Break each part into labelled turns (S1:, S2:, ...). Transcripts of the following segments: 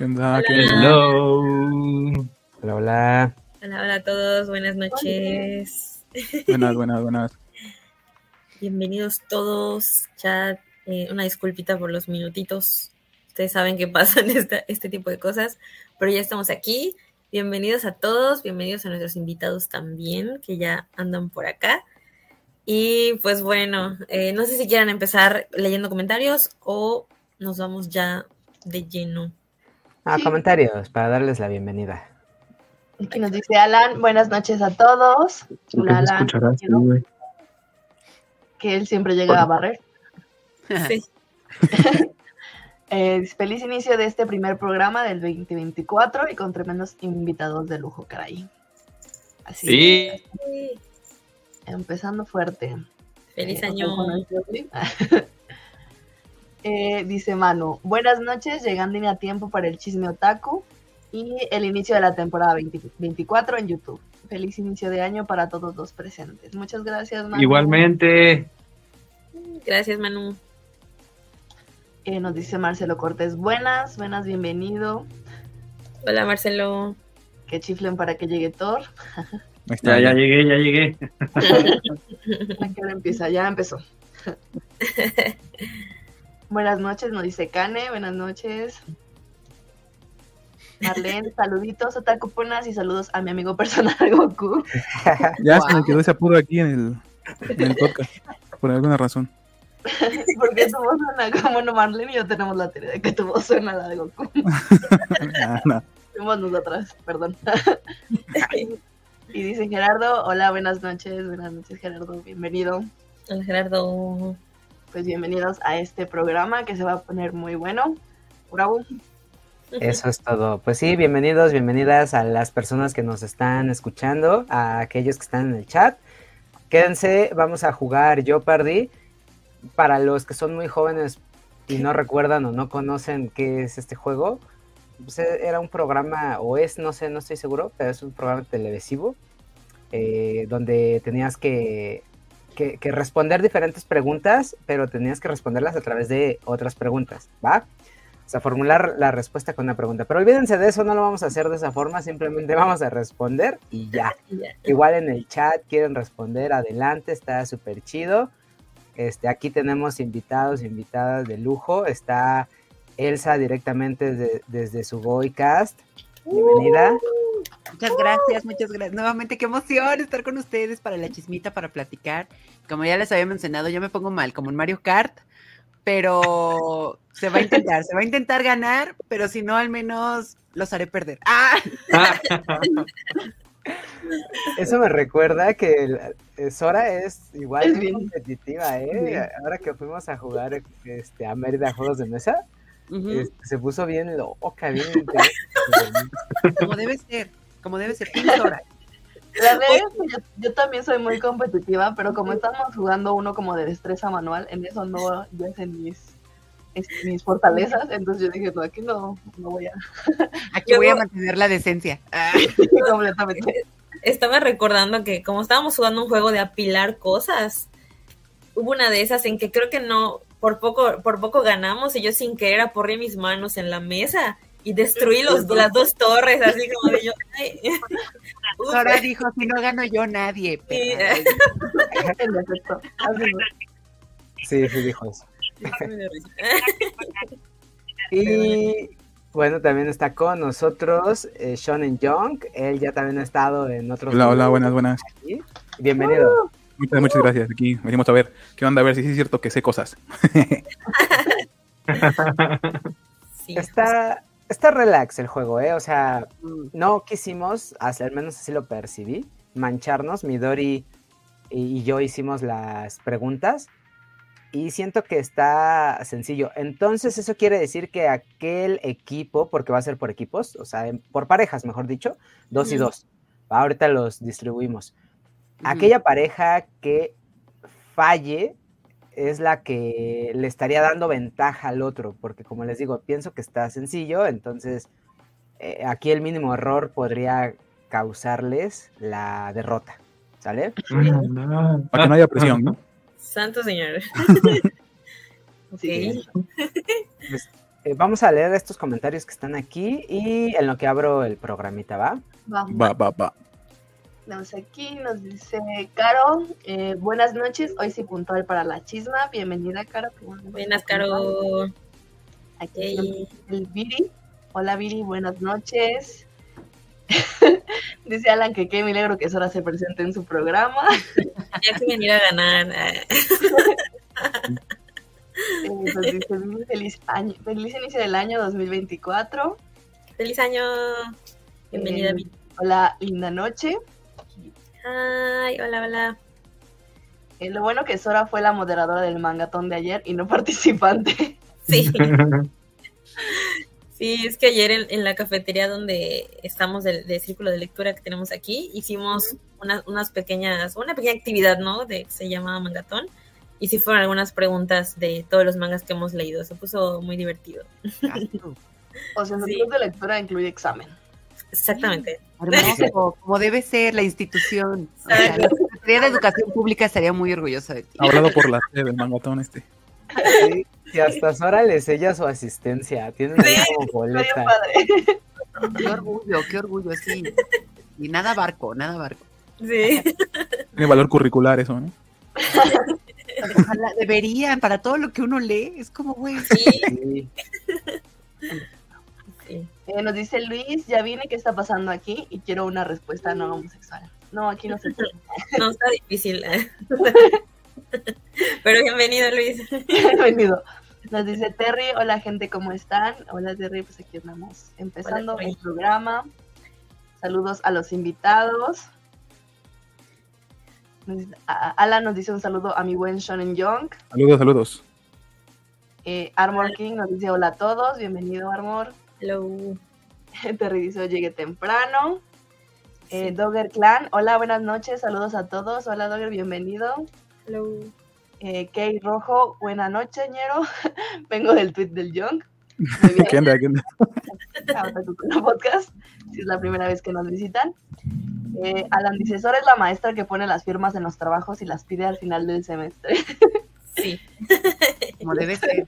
S1: Hola,
S2: que hello. Hola, hola.
S1: Hola, hola a todos, buenas noches.
S2: Buenas, buenas, buenas.
S1: Bienvenidos todos, chat. Eh, una disculpita por los minutitos. Ustedes saben que pasan esta, este tipo de cosas, pero ya estamos aquí. Bienvenidos a todos, bienvenidos a nuestros invitados también, que ya andan por acá. Y pues bueno, eh, no sé si quieran empezar leyendo comentarios o nos vamos ya de lleno.
S3: Ah, sí. comentarios para darles la bienvenida.
S4: Aquí nos dice Alan, buenas noches a todos. Hola, Alan, ¿no? que él siempre llega a barrer. Sí. eh, feliz inicio de este primer programa del 2024 y con tremendos invitados de lujo, caray. Así sí. Que, empezando fuerte.
S1: Feliz eh, año.
S4: Eh, dice Manu, buenas noches, llegando a tiempo para el chisme otaku y el inicio de la temporada 20, 24 en YouTube. Feliz inicio de año para todos los presentes. Muchas gracias, Manu.
S2: Igualmente.
S1: Gracias, Manu.
S4: Eh, nos dice Marcelo Cortés, buenas, buenas, bienvenido.
S1: Hola, Marcelo.
S4: Que chiflen para que llegue Thor.
S2: ya, ya llegué, ya llegué.
S4: ahora empieza? Ya empezó. Buenas noches, nos dice Cane, buenas noches. Marlene, saluditos, Otakuponas y saludos a mi amigo personal Goku.
S2: Ya wow. se me quedó ese apuro aquí en el, en el podcast, por alguna razón.
S4: Porque tu voz suena como bueno, Marlene y yo tenemos la teoría de que tu voz suena a la de Goku. no, no. Fuimos nosotras, perdón. y dice Gerardo, hola, buenas noches, buenas noches Gerardo, bienvenido.
S1: Hola Gerardo
S4: pues bienvenidos a este programa que se va a poner muy bueno. Bravo.
S3: Eso es todo. Pues sí, bienvenidos, bienvenidas a las personas que nos están escuchando, a aquellos que están en el chat. Quédense, vamos a jugar Yo Perdí. Para los que son muy jóvenes y no recuerdan o no conocen qué es este juego, pues era un programa, o es, no sé, no estoy seguro, pero es un programa televisivo eh, donde tenías que que, que, responder diferentes preguntas, pero tenías que responderlas a través de otras preguntas, ¿va? O sea, formular la respuesta con una pregunta. Pero olvídense de eso, no lo vamos a hacer de esa forma, simplemente vamos a responder y ya. Igual en el chat quieren responder, adelante, está súper chido. Este, aquí tenemos invitados, invitadas de lujo. Está Elsa directamente de, desde su Boycast. Bienvenida.
S5: Muchas gracias, muchas gracias. Nuevamente, qué emoción estar con ustedes para la chismita, para platicar. Como ya les había mencionado, yo me pongo mal, como en Mario Kart, pero se va a intentar, se va a intentar ganar, pero si no, al menos los haré perder. ¡Ah!
S3: Eso me recuerda que eh, Sora es igual es bien competitiva, ¿eh? Ahora que fuimos a jugar este, a Mérida Juegos de Mesa, uh -huh. este, se puso bien loca, bien.
S5: como debe ser como debe ser.
S4: La verdad es que yo, yo, también soy muy competitiva, pero como estamos jugando uno como de destreza manual, en eso no ya es en mis, es, mis fortalezas, entonces yo dije, no, aquí no, no voy a...
S5: Aquí yo voy no... a mantener la decencia. Ah,
S1: completamente. Estaba recordando que como estábamos jugando un juego de apilar cosas, hubo una de esas en que creo que no, por poco, por poco ganamos y yo sin querer aporré mis manos en la mesa y destruí los, las dos torres, así como de yo. Ay.
S5: Sora dijo: Si no gano yo, nadie. Sí.
S3: sí, sí, dijo eso. y bueno, también está con nosotros eh, Shonen Young. Él ya también ha estado en otros.
S2: Hola, hola, buenas, buenas.
S3: Aquí. Bienvenido.
S2: Muchas, muchas gracias. Aquí venimos a ver qué onda, a ver si sí es cierto que sé cosas.
S3: sí, está, está relax el juego, ¿eh? O sea, no quisimos, al menos así lo percibí, mancharnos. Midori y, y, yo hicimos las preguntas y siento que está sencillo. Entonces, eso quiere decir que aquel equipo, porque va a ser por equipos, o sea, por parejas, mejor dicho, dos y dos. Ahorita los distribuimos. Aquella pareja que falle es la que le estaría dando ventaja al otro, porque como les digo, pienso que está sencillo, entonces eh, aquí el mínimo error podría causarles la derrota, ¿sale?
S2: No, no. Para que no haya presión, ¿no?
S1: Santo señor.
S3: sí. pues, eh, vamos a leer estos comentarios que están aquí y en lo que abro el programita, ¿va?
S4: Vamos.
S2: Va, va, va.
S4: Vamos aquí, nos dice Caro, eh, buenas noches, hoy sí puntual para la chisma, bienvenida Caro. qué bueno que
S1: Buenas,
S4: estás puntual.
S1: Caro.
S4: Aquí
S1: Yay.
S4: está el Viri. Hola Viri, buenas noches. dice Alan que qué milagro que Sora se presente en su programa.
S1: Tenía que venir a ganar. ah,
S4: Eh, nos dice Viri, feliz, año, feliz inicio del año 2024.
S1: ¡Feliz año! Bienvenida,
S4: Eh,
S1: mi-
S4: Hola, linda noche.
S1: Ay, hola, hola.
S4: Eh, lo bueno que Sora fue la moderadora del mangatón de ayer y no participante.
S1: Sí, sí, es que ayer en, en la cafetería donde estamos del, del círculo de lectura que tenemos aquí, hicimos una- unas pequeñas, una pequeña actividad, ¿no? De, se llama Mangatón. Y sí fueron algunas preguntas de todos los mangas que hemos leído. Se puso muy divertido.
S5: Ah, tú.
S4: O sea, su
S1: Sí.
S4: club de lectura incluye examen.
S1: Exactamente.
S5: Hermoso, como debe ser la institución. O sea, la Secretaría de Educación Pública estaría muy orgullosa de ti.
S2: Hablado por la sede del mangatón este.
S3: Y hasta Sora le sella su asistencia. Tienen ahí como
S4: Medio
S3: boleta.
S4: padre.
S5: Qué orgullo, qué orgullo, sí. Y nada barco, nada barco.
S1: Sí.
S2: Tiene valor curricular eso, ¿no?
S5: Ojalá deberían, para todo lo que uno lee, es como, güey,
S1: Sí,
S3: Sí.
S1: sí.
S4: Eh, nos dice Luis, ya vine, ¿qué está pasando aquí? Y quiero una respuesta no homosexual. No, aquí no se puede.
S1: No, está difícil. Pero bienvenido, Luis.
S4: Bienvenido. Nos dice Terry, hola gente, ¿cómo están? Hola Terry, pues aquí andamos empezando
S1: Hola, Terry.
S4: el programa. Saludos a los invitados. Nos dice- a- a- Alan nos dice un saludo a mi buen Shonen Young.
S2: Saludos, saludos.
S4: Eh, Armor King nos dice hola a todos, bienvenido Armor.
S1: Hello.
S4: Terry dice "Hoy llegué temprano. Eh,
S1: Sí.
S4: Dogger Clan, hola, buenas noches, saludos a todos. Hola Dogger, bienvenido.
S1: Hello.
S4: Eh, Key Rojo, buena noche, ñero. Vengo del tweet del Young. Muy bien.
S2: ¿Qué onda? ¿Qué onda?
S4: a Otaku Kuno pues, Podcast, si es la primera vez que nos visitan. Eh, Alan dice, Sora es la maestra que pone las firmas en los trabajos y las pide al final del semestre.
S1: Sí.
S5: como debe ser.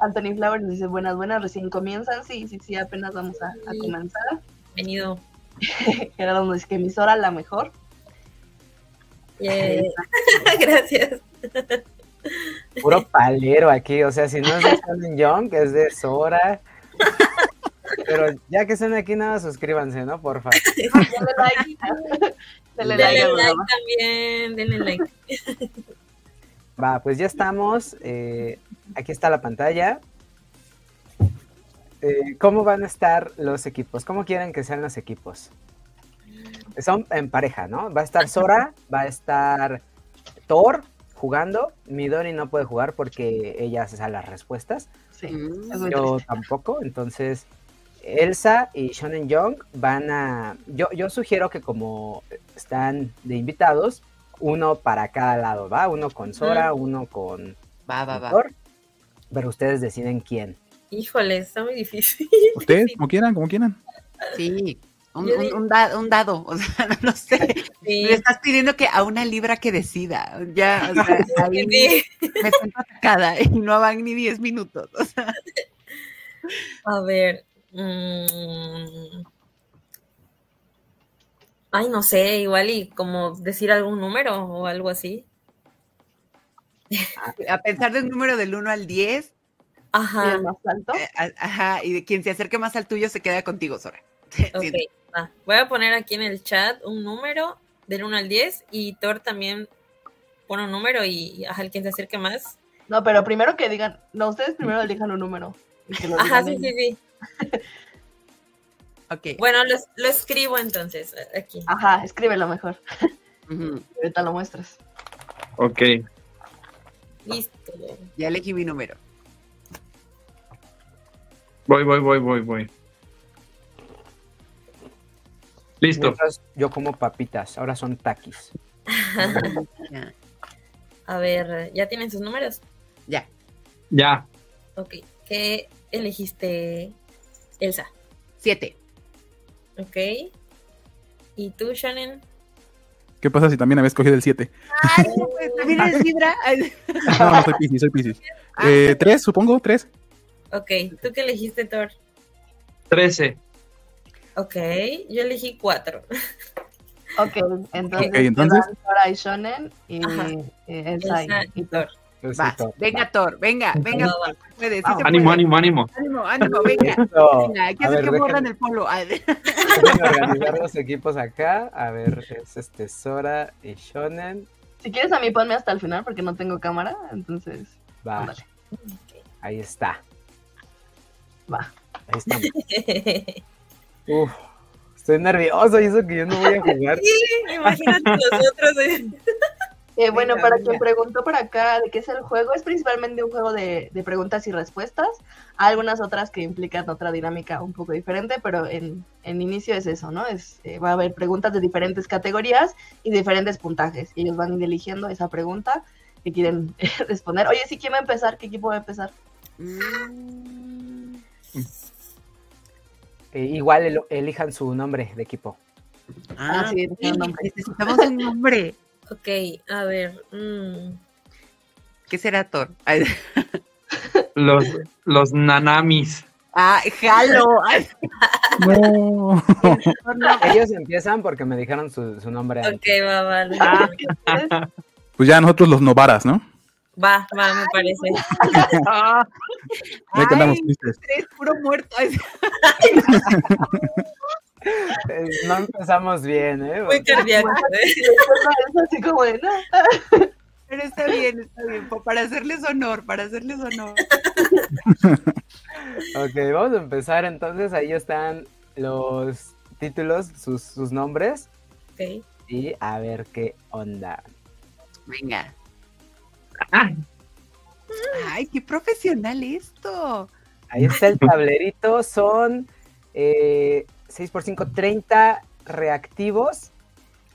S4: Anthony Flowers nos dice, buenas, buenas, recién comienzan. Sí, sí, sí, apenas vamos a, a
S1: Sí.
S4: comenzar.
S1: Bienvenido.
S4: Gerardo nos dice que mi Sora la mejor.
S1: Yay. Gracias.
S3: Puro palero aquí. O sea, si no es de Shonen Young, es de Sora. Pero ya que están aquí, nada, suscríbanse, ¿no? Porfa.
S4: Dale like. Dale like
S1: Denle
S4: al
S1: like
S4: programa.
S1: también. Denle like.
S3: Va, pues ya estamos. eh, aquí está la pantalla. Eh, ¿Cómo van a estar los equipos? ¿Cómo quieren que sean los equipos? Son en pareja, ¿no? Va a estar Sora, va a estar Thor jugando. Midori no puede jugar porque ella se sabe las respuestas.
S4: Sí,
S5: Mm.
S4: es muy
S3: Yo
S4: triste.
S3: tampoco, entonces Elsa y Shonen Young van a... Yo, yo sugiero que como están de invitados, uno para cada lado, ¿va? Uno con Sora, uno con
S5: Va, va, va.
S3: Thor, pero ustedes deciden quién.
S1: Híjole, está muy difícil.
S2: Ustedes, como quieran, como quieran.
S5: Sí. Un,
S1: Yo digo-
S5: un- un da- un dado, o sea, no sé.
S1: Sí.
S5: Le estás pidiendo que a una libra que decida. Ya, o sea, ahí
S1: Sí.
S5: me siento atacada y no van ni 10 minutos. O sea,
S1: A ver. mm. Ay, no sé, igual y como decir algún número o algo así.
S5: a pensar del número del 1 al 10,
S4: Y
S1: Ajá.
S4: el más alto.
S5: eh, a- ajá, y de quien se acerque más al tuyo se queda contigo, Sora. Sí,
S1: Ok, va. Voy a poner aquí en el chat un número del 1 al 10 y Thor también pone un número y y, ajá, el quien se acerque más.
S4: No, pero primero que digan, no, ustedes primero elijan un número. y que lo
S1: Ajá, sí,
S4: digan
S1: sí,
S4: ellos.
S1: sí.
S5: ok.
S1: Bueno, lo, es- lo escribo entonces a- aquí.
S4: Ajá, escríbelo mejor.
S5: Ujú,
S4: Ahorita lo muestras.
S6: Ok.
S1: Listo.
S5: Ya elegí mi número.
S6: Voy, voy, voy, voy, voy. Listo.
S3: Mientras yo como papitas, ahora son taquis.
S5: Ya.
S1: A ver, ¿ya tienen sus números?
S5: ya.
S6: Ya.
S1: Ok. ¿Qué elegiste, Elsa?
S5: Siete.
S1: Ok. ¿Y tú, Shannon?
S2: ¿Qué pasa si también había escogido el 7?
S5: Ay, pues, también eres Libra. Ay,
S2: No, no, soy Pisces, soy Pisces.
S5: Ah.
S2: Eh, ¿Tres, supongo? ¿Tres?
S1: Ok, ¿tú qué elegiste, Thor?
S6: 13.
S1: Ok, yo elegí cuatro.
S4: Ok, entonces.
S2: Ok, entonces.
S4: se van Sora y Shonen y
S1: Ajá.
S4: eh, Elsa y-
S1: Elsa y Thor.
S5: Vas, venga, Thor, venga, venga,
S1: No, va.
S5: puedes, sí
S4: Vamos.
S5: se
S6: Ánimo,
S5: puede.
S6: ánimo, ánimo.
S5: Ánimo, ánimo, venga.
S3: Eso.
S5: Venga, hay que
S3: A
S5: hacer
S3: ver,
S5: que
S3: déjenme-
S5: borran el polo. Ay,
S3: déjenme organizar los equipos acá. A ver, es este Sora y Shonen.
S4: Si quieres a mí ponme hasta el final porque no tengo cámara, entonces
S2: Ah.
S3: Va,
S4: Ándale.
S3: ahí está.
S4: va.
S3: Ahí está. Uf, estoy nervioso y eso que yo no voy a jugar.
S1: Imagínate nosotros. eh.
S4: Eh, bueno,
S5: Venga,
S4: para
S5: venga.
S4: quien preguntó por acá de qué es el juego, es principalmente un juego de, de preguntas y respuestas, algunas otras que implican otra dinámica un poco diferente, pero en, en inicio es eso, ¿no? Es, eh, va a haber preguntas de diferentes categorías y diferentes puntajes, y ellos van eligiendo esa pregunta que quieren eh, responder. Oye, si ¿sí quién va a empezar, ¿qué equipo va a empezar?
S5: mm,
S3: Eh, igual el- elijan su nombre de equipo.
S5: Ah,
S4: sí,
S5: sí,
S4: tiene nombre.
S5: necesitamos un nombre.
S1: Ok, a ver. mm,
S5: ¿Qué será Thor? Ay,
S6: Los, los nanamis.
S5: Ah, jalo. Ay,
S2: No.
S5: Thor, no.
S3: Ellos empiezan porque me dijeron su, su nombre
S1: ok,
S3: antes.
S1: va, vale.
S2: Pues ya nosotros los novaras, ¿no?
S1: Va, va, me parece.
S5: Ah,
S2: Ahí que andamos
S5: Ay.
S2: tristes.
S5: tres, puro muerto. Ay,
S3: Eh, No empezamos bien, ¿eh?
S1: Muy cardíaco. eh.
S4: Es así como de, no,
S5: pero está bien, está bien. po- Para hacerles honor, para hacerles honor.
S3: Ok, vamos a empezar entonces. Ahí están los títulos, sus, sus nombres
S1: Ok.
S3: y a ver qué onda.
S5: Venga.
S6: Ah,
S5: Ay, qué profesional esto.
S3: Ahí está el tablerito, son eh, 6 por 5, 30 reactivos.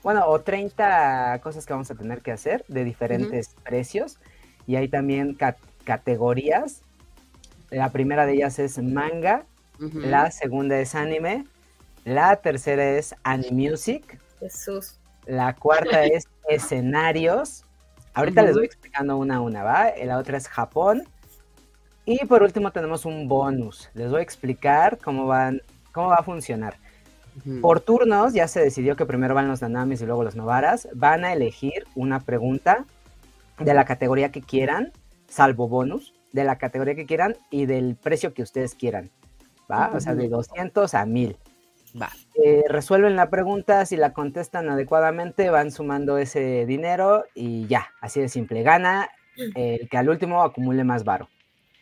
S3: Bueno, o 30 cosas que vamos a tener que hacer de diferentes precios. Y hay también ca- categorías. La primera de ellas es manga,
S5: Ujú.
S3: la segunda es anime, la tercera es animusic,
S1: Jesús.
S3: la cuarta es escenarios. Ahorita les
S5: Ujú.
S3: voy explicando una a una, ¿va? La otra es Japón. Y por último tenemos un bonus. Les voy a explicar cómo van, cómo va a funcionar.
S5: Ujú.
S3: Por turnos ya se decidió que primero van los Nanamis y luego los Novaras. Van a elegir una pregunta de la categoría que quieran, salvo bonus, de la categoría que quieran y del precio que ustedes quieran. ¿Va? O sea, de 200 a 1000
S5: Va.
S3: eh, resuelven la pregunta, si la contestan adecuadamente, van sumando ese dinero y ya, así de simple. Gana el que al último acumule más varo.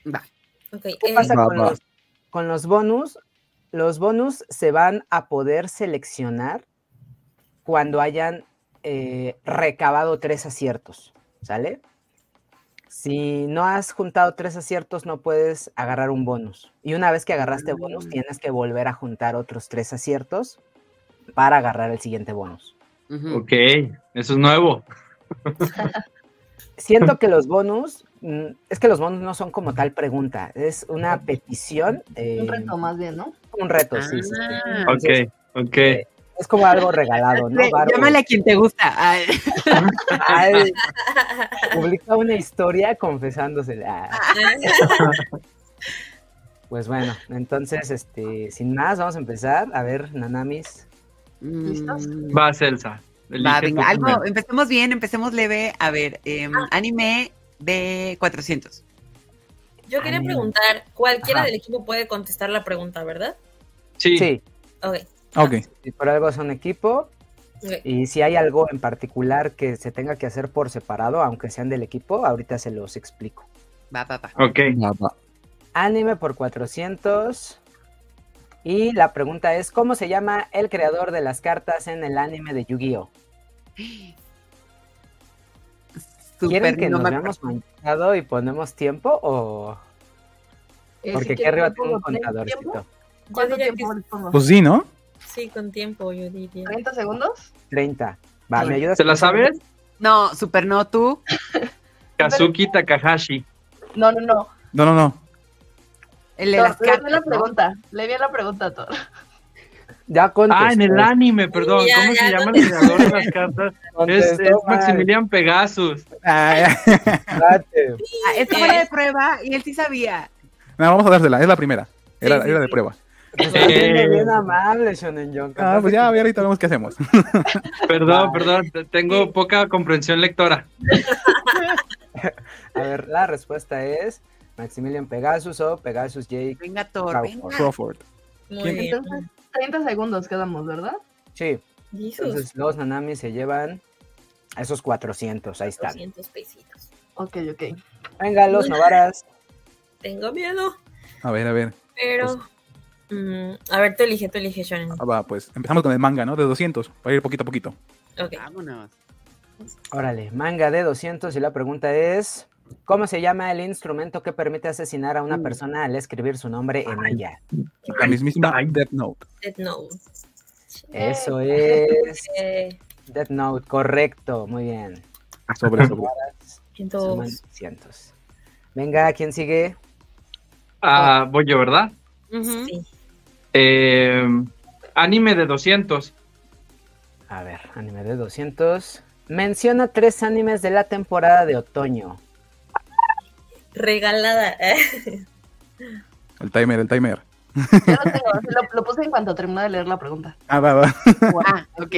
S5: Va.
S1: Ok,
S3: ¿Qué
S1: eh,
S3: pasa
S2: Va,
S3: con
S2: va.
S3: los, con los bonus? Los bonus se van a poder seleccionar cuando hayan eh, recabado tres aciertos, ¿sale? Si no has juntado tres aciertos, no puedes agarrar un bonus. Y una vez que agarraste bonus,
S5: Mm.
S3: tienes que volver a juntar otros tres aciertos para agarrar el siguiente bonus.
S5: Ujú.
S6: ok, eso es nuevo.
S3: Siento que los bonus, mm, es que los bonus no son como tal pregunta, es una petición. eh,
S4: un reto más bien, ¿no?
S3: Un reto, sí. sí, sí.
S5: Ah.
S6: Ok,
S3: Entonces,
S6: ok.
S3: es como algo regalado, ¿no?
S5: Ve,
S3: Barbo?
S5: Llámale a quien te gusta. Ay,
S3: Ay, publica una historia confesándosele. Ah, Pues bueno, entonces, este, sin más, vamos a empezar. A ver, Nanamis.
S4: ¿Listos?
S5: mm.
S6: Va, Celsa. Elige
S5: Va,
S6: tú
S5: venga, algo,
S6: primero.
S5: empecemos bien, empecemos leve. A ver, em, anime de 400.
S1: yo quería
S3: Anime.
S1: preguntar, cualquiera
S3: Ajá.
S1: del equipo puede contestar la pregunta, ¿verdad?
S6: Sí,
S3: Sí,
S1: Ok,
S2: Ok.
S3: si por algo son equipo.
S1: ok,
S3: Y si hay algo en particular que se tenga que hacer por separado, aunque sean del equipo, ahorita se los explico.
S5: Va, va, va.
S6: ok.
S2: Va, va.
S3: Anime por 400. Y la pregunta es, ¿cómo se llama el creador de las cartas en el anime de Yu-Gi-Oh? ¿Quieren
S5: Súper,
S3: que
S5: no
S3: nos
S5: me
S3: veamos
S5: acuerdo.
S3: manchado y ponemos tiempo o...?
S4: Eh,
S3: Porque
S4: si
S3: aquí
S4: quieren,
S3: arriba
S4: yo
S3: tengo un
S4: pongo tres tiempo.
S3: contadorcito.
S1: Yo
S4: ¿Cuánto
S1: diría
S4: tiempo
S1: que
S4: les pongo?
S2: Pues sí, ¿no?
S1: sí, con tiempo, yo diría.
S4: ¿30 segundos?
S3: 30. Va, ¿me ayudas?
S6: ¿Se la sabes?
S5: No, super no, tú.
S6: Kazuki Takahashi.
S4: No, no, no.
S2: No, no, no.
S5: El de
S4: Thor,
S5: las
S4: le vi la
S5: cartas. ¿no?
S4: pregunta. Le vi la pregunta a Thor.
S3: Ya eh? contestó.
S6: Ah, en el anime, perdón.
S1: Ya,
S6: ¿Cómo
S1: ya
S6: se llama el
S1: contestó.
S6: creador de las cartas? Es,
S3: Contestó
S6: es
S3: mal.
S6: Maximilian Pegasus.
S2: Ah,
S3: Espérate.
S5: Ah, esto era de prueba y él sí sabía.
S2: no, vamos a dársela, es la primera. Era,
S1: Sí, sí,
S2: era de
S1: sí.
S2: prueba.
S3: Pues Está siendo bien amable, Shonen John.
S2: Ah, pues ya, a ver, ahorita vemos qué hacemos.
S6: Perdón, perdón. t- Tengo poca comprensión lectora.
S3: A ver, la respuesta es Maximilian Pegasus o Pegasus J.
S5: Venga, Thor,
S3: Crawford.
S5: venga.
S2: Crawford.
S1: Muy
S2: ¿Quién?
S1: bien.
S4: Entonces, 30 segundos quedamos, ¿verdad?
S3: Sí,
S1: Jesús,
S3: entonces los Nanami se llevan a esos 400, ahí están.
S1: 200 pesitos.
S4: Ok, ok.
S3: Venga, los Novaras.
S1: Tengo miedo,
S2: A ver, a ver.
S1: pero... mm, a ver, tú elige, tú elige, Shonen.
S2: Ah, va, pues empezamos con el manga, ¿no? De 200, para ir poquito a poquito.
S1: Ok.
S5: Vámonos.
S3: Órale, manga de 200 y la pregunta es, ¿cómo se llama el instrumento que permite asesinar a una persona al escribir su nombre en ella?
S2: La mismísima Death Note.
S1: Death Note.
S3: Eso es
S1: Eh,
S3: Death Note, correcto, muy bien.
S2: Sobre, sobre.
S3: Suman
S1: 102.
S3: 200. Venga, ¿quién sigue?
S6: Ah, voy yo, ¿verdad?
S5: Ujú.
S1: Sí.
S6: Eh, anime de 200.
S3: A ver, anime de 200. Menciona tres animes de la temporada de otoño.
S1: Regalada.
S2: El timer, el timer.
S4: Eh, Ya lo tengo. se Lo, lo puse en cuanto terminé de leer la pregunta.
S2: Ah, va, va.
S5: Ah, ok.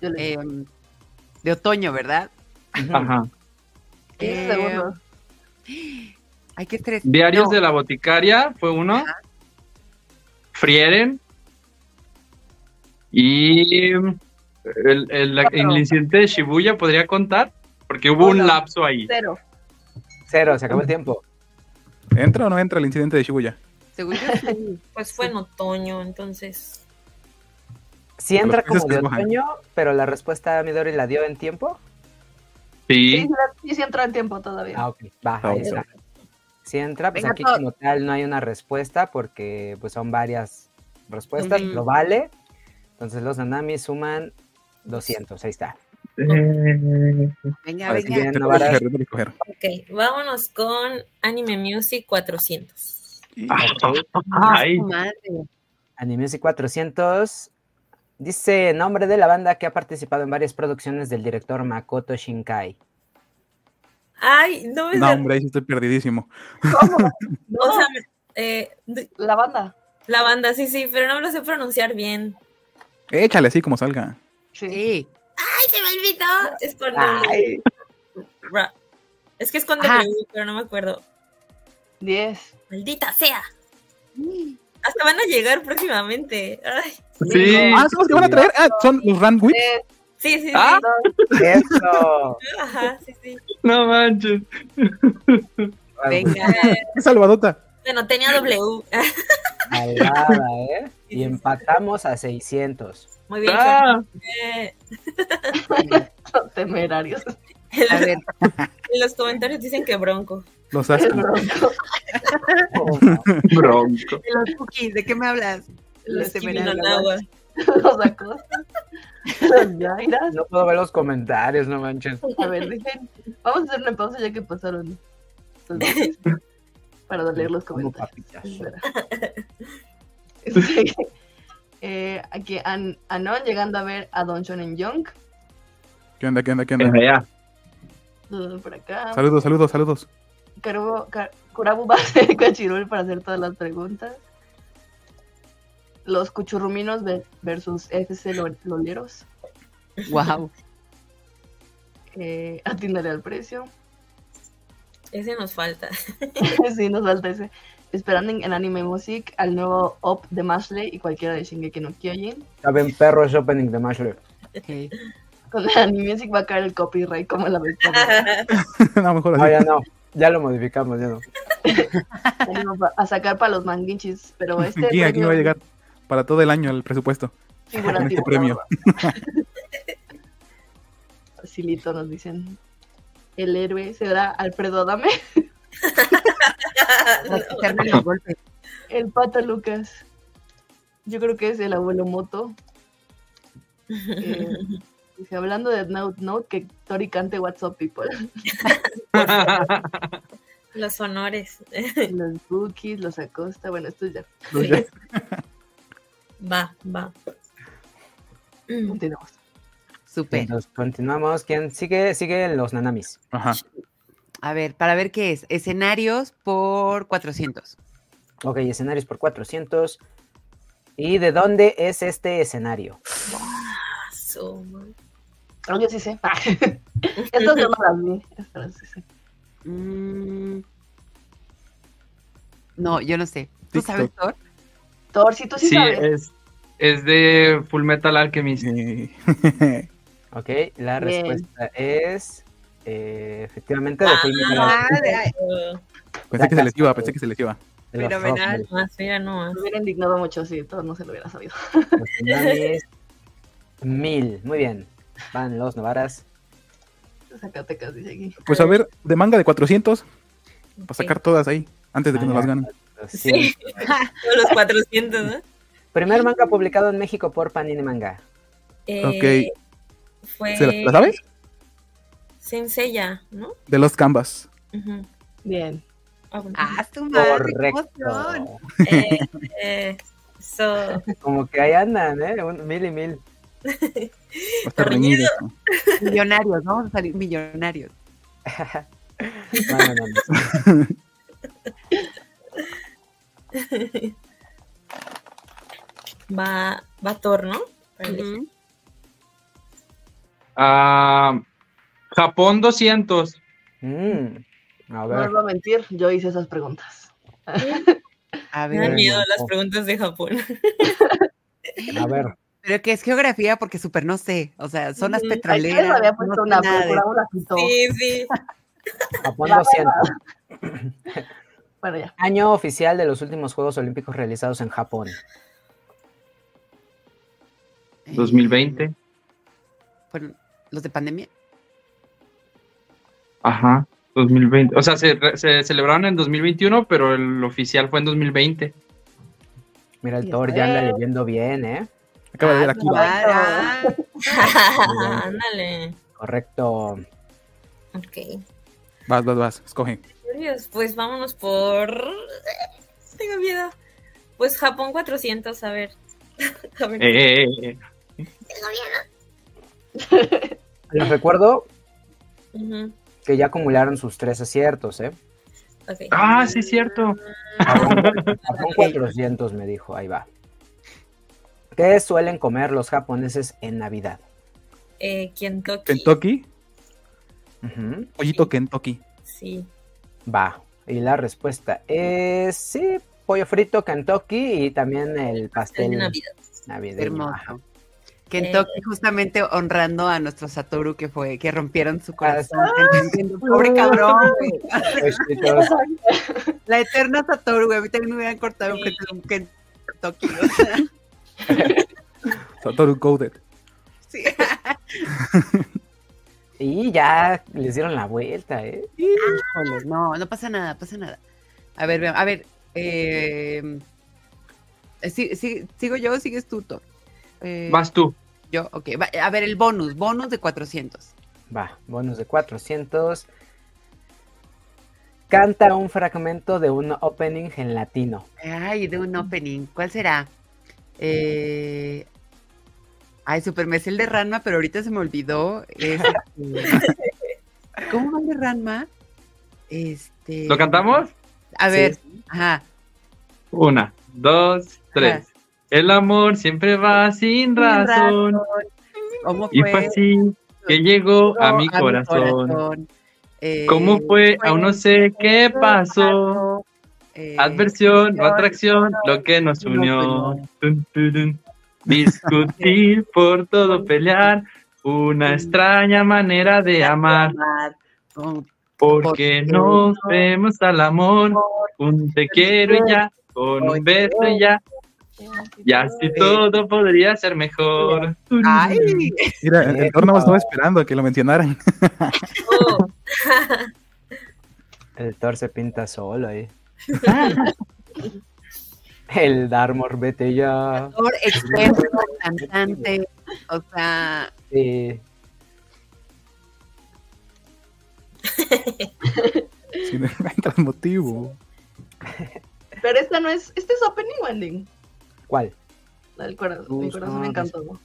S4: Yo le
S5: Eh, de otoño, ¿verdad?
S6: Ajá.
S4: 15
S5: eh,
S4: segundos.
S5: Ay, qué estrés.
S6: Diarios
S5: No.
S6: de la boticaria fue uno. Frieren. Y el, el- la- el incidente de Shibuya podría contar, porque hubo
S4: Uno.
S6: un lapso ahí.
S4: Cero.
S3: Cero, se acabó el tiempo.
S2: ¿Entra o no entra el incidente de Shibuya?
S5: Según yo, sí.
S1: Pues fue en otoño, entonces.
S3: Sí entra
S2: Pero
S3: como
S2: dices
S3: de
S2: que es Gohan.
S3: otoño, pero la respuesta Midori la dio en tiempo.
S4: Sí,
S6: Sí,
S4: sí, la- sí, sí entró en tiempo todavía.
S3: Ah, ok, va,
S2: Ah,
S3: ahí
S2: ok.
S3: está. Si entra, pues
S5: Venga,
S3: aquí
S5: Thor.
S3: como tal no hay una respuesta porque pues son varias respuestas,
S5: Ujú.
S3: lo vale. Entonces los Nanami suman 200, ahí está.
S5: Venga,
S3: Ahora
S6: Pues
S3: sí
S5: venga.
S3: bien.
S2: Te lo
S3: no, varas.
S2: recoger, te lo recoger.
S1: Ok, vámonos con Anime Music 400.
S6: Ah. Ay.
S5: Ah, Madre.
S3: Animusic 400 dice nombre de la banda que ha participado en varias producciones del director Makoto Shinkai.
S1: Ay, no me
S2: No, hombre, ahí sí estoy perdidísimo.
S1: O sea, eh, d-
S4: La banda.
S1: la banda, sí, sí, pero no me lo sé pronunciar bien.
S2: Échale así como salga.
S4: Sí.
S5: Sí.
S1: ¡Ay, se me olvidó! Es con doble
S4: Ay,
S1: ra. Es que es con
S5: Ajá.
S1: W, pero no me acuerdo.
S4: 10.
S1: ¡Maldita sea! Hasta van a llegar próximamente. Ay,
S6: sí.
S2: Ah, ¿son los que van a traer? Ah, son los Randwitch.
S4: Tres,
S1: sí, sí, sí.
S6: Ah.
S4: dos,
S3: Eso.
S1: Ajá, sí, sí.
S6: No manches.
S5: Venga.
S2: ¡Qué salvadota!
S1: Bueno, tenía W.
S3: Alaba, ¿eh? Y empatamos a 600.
S1: Muy bien.
S6: Ah,
S1: Eh,
S4: son temerarios.
S5: A ver,
S1: en los comentarios dicen que bronco.
S2: Los Asky.
S6: bronco.
S5: los cookies, ¿de qué me hablas?
S4: Los
S5: Los temerarios.
S1: Kiminonagua.
S4: Los acosta. Los yairas.
S3: No puedo ver los comentarios, no manches.
S4: A ver, dejen. Vamos a hacer una pausa ya que pasaron. los dos, Para leer los
S3: Como
S4: comentarios.
S3: papillas.
S4: Espera. Este, eh, aquí An- Anon llegando a ver a Don Shonen Young.
S2: ¿Qué onda, qué onda, qué onda?
S6: Ya.
S4: Uh, Por acá.
S2: Saludos, saludos, saludos.
S4: Karabu, Ka- Kurabu va a ser Cachirul para hacer todas las preguntas. Los cuchurruminos ve- versus FC lo- Loleros.
S5: Wow.
S4: Eh, atiéndale al precio.
S1: Ese nos falta.
S4: sí, nos falta ese. Esperando en, en Anime Music al nuevo OP de Mashley y cualquiera de Shingeki no Kyojin.
S3: Saben perro es opening de Mashle.
S4: Con Anime Music va a caer el copyright como la vez pasada.
S2: no, mejor
S3: No,
S2: así.
S3: Ah, ya no. Ya lo modificamos, ya no.
S4: Salimos pa- a sacar para los manguinchis, pero este
S2: Aquí, aquí
S4: premio
S2: va a llegar para todo el año el presupuesto. Con
S4: figurativo,
S2: este premio.
S4: ¿no? Facilito nos dicen. El héroe será Alfredo Adame,
S5: Quitarme los golpes.
S4: el pata Lucas. Yo creo que es el abuelo Moto. Eh, dice, hablando de Note Note, que Tori cante WhatsApp People.
S1: Los honores.
S4: los Bookies, los Acosta, bueno, estos ya.
S2: Los ya-
S1: Va, va. Mm,
S4: Continuamos.
S5: Súper.
S3: Entonces, continuamos. ¿Quién sigue? Sigue los nanamis.
S2: Ajá.
S5: A ver, para ver qué es. Escenarios por 400.
S3: Ok, escenarios por 400. ¿Y de dónde es este escenario?
S1: so, man.
S4: Ah, yo sí sé. Estas yo no las vi. Estas sí sé.
S5: Mm. No, yo no sé. ¿Tú
S2: TikTok.
S5: sabes, Thor?
S4: Thor, si tú sí,
S6: Sí, eh.
S4: sabes.
S6: es, es de Full Metal Alchemist.
S2: Sí.
S3: Ok, la
S4: Bien.
S3: respuesta es eh, efectivamente de Full Metal
S5: Ah,
S3: Alchemist,
S5: de- ay,
S2: pensé que se les iba, pensé que se les iba.
S3: de los
S5: fenomenal.
S3: Rockman,
S1: Más, mira nomás.
S4: Me hubiera indignado mucho si Thor no se lo hubiera sabido.
S3: los Tsunamis. Mil, muy bien. Van los Novaras.
S4: Zacatecas dice aquí.
S2: Pues a ver, de manga de 400, para sacar
S1: Ok.
S2: todas ahí, antes de que nos las ganen.
S3: Los
S1: Sí.
S3: cien.
S1: Todos los 400, ¿no?
S3: Primer manga publicado en México por Panini Manga.
S1: Eh, Fue...
S2: ¿Se la, la sabes?
S1: Senseiya, ¿no?
S2: De los Canvas.
S1: Ujú.
S4: Bien.
S1: Ah, bueno.
S5: Ah, tu madre, qué emoción.
S3: Correcto.
S1: Eh, eh, so,
S3: Como que ahí andan, ¿eh? Un- mil y mil.
S2: Va a estar reñido.
S5: Millonarios, vamos a salir millonarios.
S3: No, no, no, no.
S1: va, va Thor, ¿no? Para elegir.
S5: Ujú.
S6: Ah, Japón 200.
S3: Mm, A
S4: No
S3: ver.
S4: os voy a mentir, yo hice esas preguntas.
S5: A
S1: Me dan
S5: ver,
S3: Ay.
S1: miedo las
S3: no.
S1: preguntas de Japón.
S3: A ver,
S5: pero que es geografía porque súper no sé. O sea, zonas
S1: Ujú. Ay,
S4: Ay, yo les
S5: petroleras.
S4: había puesto
S5: no sé
S4: una,
S5: nada
S4: pero
S5: de-
S4: por ahora la quitó.
S1: Sí, sí.
S3: Japón
S4: La
S3: 200.
S4: Bueno, ya.
S3: Año oficial de los últimos Juegos Olímpicos realizados en Japón.
S6: 2020.
S5: Fueron los de pandemia.
S6: Ajá. 2020. O sea, se, re- se celebraron en 2021, pero el oficial fue en 2020.
S3: Mira, el
S4: Ya
S3: Thor ya anda
S4: ves.
S3: leyendo bien, ¿eh?
S2: Acaba de ver aquí.
S5: Ah,
S1: Ándale.
S3: Correcto.
S1: Ok.
S2: Vas, vas, vas. Escoge.
S1: Dios, pues vámonos por. Tengo miedo. Pues Japón 400, a ver. A ver.
S6: Eh, eh, eh, eh.
S3: Les recuerdo
S1: Ujú,
S3: que ya acumularon sus tres aciertos, ¿eh?
S1: ok.
S6: Ah, sí, cierto.
S3: Japón, Japón 400 me dijo, ahí va. ¿Qué suelen comer los japoneses en Navidad?
S1: Eh, Kentucky.
S2: Kentucky.
S3: Ujú,
S2: Pollito Kentucky.
S1: Sí.
S3: Va. Y la respuesta es sí, pollo frito, Kentucky y también el
S1: El
S3: pastel
S1: de Navidad.
S3: navideño. Ajá.
S5: Hermoso. Kentucky, justamente honrando a nuestro Satoru que fue, que rompieron su corazón. Entendiendo, Pobre cabrón, güey.
S3: Pues, chicos,
S5: La eterna Satoru, güey. A mí también me hubieran cortado enfrente de un Kentucky. o sea,
S2: Satoru Godet.
S5: sí.
S3: Y ya les dieron la vuelta, ¿eh?
S5: Híjole, no, no pasa nada, pasa nada. A ver, vean, a ver. eh, sí, sí, ¿Sigo yo o sigues tú, Thor? Eh,
S6: Vas tú.
S5: Yo, ok. va- a ver, el bonus, bonus de 400.
S3: Va, bonus de 400. Canta un fragmento de un opening en latino.
S5: Ay, de un opening. ¿Cuál será? Eh, ay, super, me sé el de Ranma, pero ahorita se me olvidó. Es, este, ¿Cómo va el de Ranma? Este,
S6: ¿Lo cantamos?
S5: A ver, ajá.
S6: Una, dos, tres. El amor siempre va sin razón.
S5: ¿Cómo
S6: Y
S5: fue?
S6: fue así que llegó a mi corazón.
S5: Eh,
S6: ¿Cómo fue? Aún no sé qué pasó.
S5: Eh,
S6: Adversión o
S5: adversión,
S6: atracción, lo que nos
S5: nos
S6: unió.
S5: unió.
S6: Tun, turun. Discutir por todo, pelear. Una extraña manera de amar.
S5: amar, con-
S6: Porque nos vemos al amor. Un te quiero y ya. Con un beso y ya. Y así todo podría ser mejor.
S5: Ay,
S2: Mira, el, el Thor nada más estaba esperando a que lo mencionaran.
S1: Oh,
S3: El Thor se pinta solo ahí. El Darmor, vete ya.
S5: actor, experto, cantante, o sea,
S3: Sí.
S2: Si no encuentras motivo.
S4: Pero esta no es. ¿Este es opening o ending?
S3: ¿Cuál?
S4: La del corazón. Mi
S3: Justo,
S4: corazón me encantó.
S3: Entonces,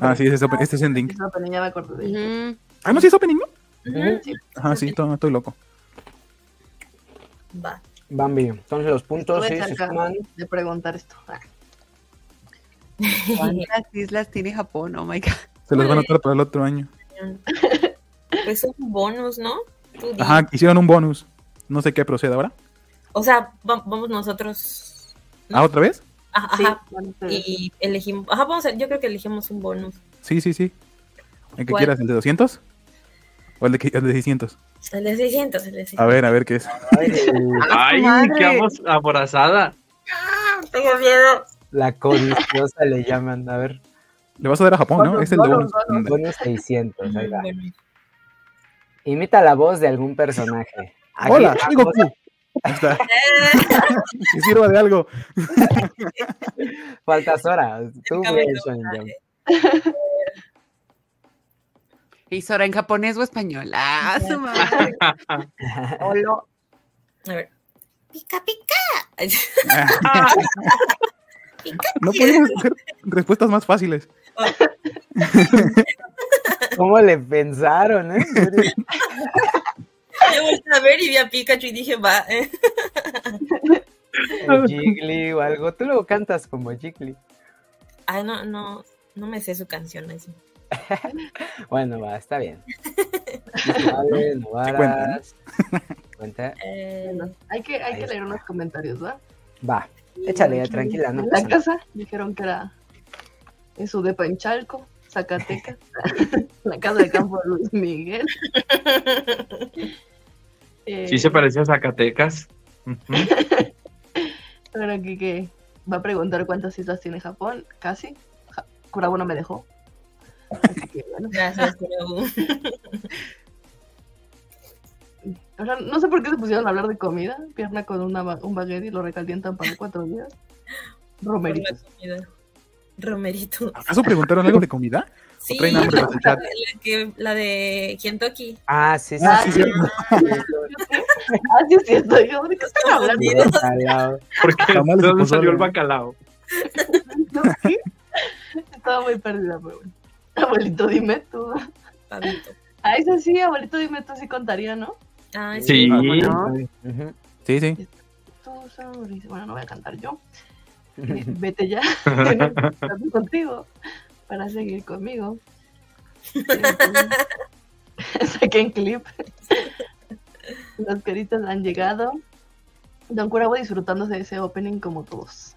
S2: Ah, sí, ese es open- este es ending.
S4: Esa opening ya me acordé de ella.
S5: Ujú.
S2: Ah, no, sí es opening, ¿no?
S1: Ujú,
S4: Sí.
S2: Ajá, sí, todo- estoy loco.
S1: Va.
S3: Bambi. Entonces los puntos sí
S4: Estuve
S3: se
S4: cerca
S3: suman.
S4: de preguntar esto. Ah,
S5: ¿Cuántas islas tiene Japón? Oh my god.
S2: Se los van a notar para el otro año.
S1: Pues un bonus, ¿no? Tú di.
S2: Ajá, hicieron un bonus. No sé qué procede ahora.
S1: O sea, va- vamos nosotros.
S2: ¿Ah, otra vez?
S1: Ajá,
S4: sí,
S1: ajá,
S4: bueno, ustedes.
S1: Y elegimos. Ajá, vamos a, yo creo que elegimos un bonus.
S2: Sí, sí, sí. ¿El que
S1: ¿Cuál?
S2: quieras, el de 200? ¿O el de, qui- el de 600?
S1: El de 600, el de 600.
S2: A ver, a ver qué es.
S3: Ay,
S6: Ay,
S5: madre!
S6: quedamos aborazada.
S1: Tengo miedo.
S3: la codiciosa le llaman. A ver,
S2: Le vas a dar a Japón, ¿no?
S3: Bonus,
S2: Es el de
S3: bonus,
S2: bonus.
S3: bonus,
S2: Ándale.
S3: bonus 600. Pues Ahí va.
S1: Bueno,
S3: Imita la voz de algún personaje. Aquí
S2: Hola,
S3: la
S2: soy
S3: voz-
S2: Goku. Ahí está. Que sirva de algo.
S3: Faltas horas. Tú,
S1: Cabello,
S3: güey, Shonen Jump.
S5: ¿Y Sora en japonés o español? ¡Ah, su madre! Olo.
S1: A ver. Pica, pica.
S2: Ah,
S6: Ah.
S2: No podemos hacer respuestas más fáciles.
S3: ¿Cómo le pensaron, eh?
S1: Yo volteé a ver y vi a Pikachu y dije, va. eh.
S3: El Jiggly o algo. Tú luego cantas como Jiggly.
S1: Ay, no, no, no me sé su canción así.
S3: Bueno, va, está bien. Vale, no
S2: cuenta,
S3: varas. Cuenta.
S1: Eh,
S4: Bueno, hay que, hay
S3: Ahí
S4: que leer unos comentarios, ¿va?
S3: Va, échale, tranquila, no
S4: En
S3: pasa
S4: la
S3: nada.
S4: casa dijeron que era en su depa en Chalco, Zacatecas, la casa de campo de Luis Miguel. Eh,
S6: Sí se pareció a Zacatecas. Ujú.
S4: pero aquí que va a preguntar cuántas islas tiene Japón, casi. Ja- Kurabo no me dejó. Así que bueno.
S1: Gracias, pero-
S4: Ahora, no sé por qué se pusieron a hablar de comida. Pierna con una, ba- un baguette y lo recalientan para cuatro días.
S1: por la
S4: Romeritos.
S1: comida. Romerito.
S2: ¿Acaso preguntaron algo de comida?
S1: Sí,
S2: traen hambre los del
S1: la,
S2: chat.
S1: la que- la de Kentucky.
S3: Ah, sí, sí.
S2: Ah, sí,
S3: sí.
S2: cierto.
S4: Ah, sí, es cierto. Yo, ¿de qué están hablando?
S1: Sí.
S3: Bacalao.
S6: Porque
S2: Tamales y
S6: ¿dónde
S2: pozole.
S6: salió el bacalao?
S4: ¿No? ¿Qué? Estaba muy perdida, pero bueno. Abuelito, dime tú.
S1: Pabito.
S4: Ah, eso sí, abuelito, dime tú si contaría, ¿no?
S1: Ay,
S6: Sí.
S5: ¿no?
S3: Ujú.
S2: Sí, sí.
S4: Tú sonríes. Bueno, no voy a cantar yo. Eh, Vete ya. Tengo que estar contigo para seguir conmigo. Saquen clip. Los caritas han llegado. Don Curabo disfrutándose de ese opening como todos.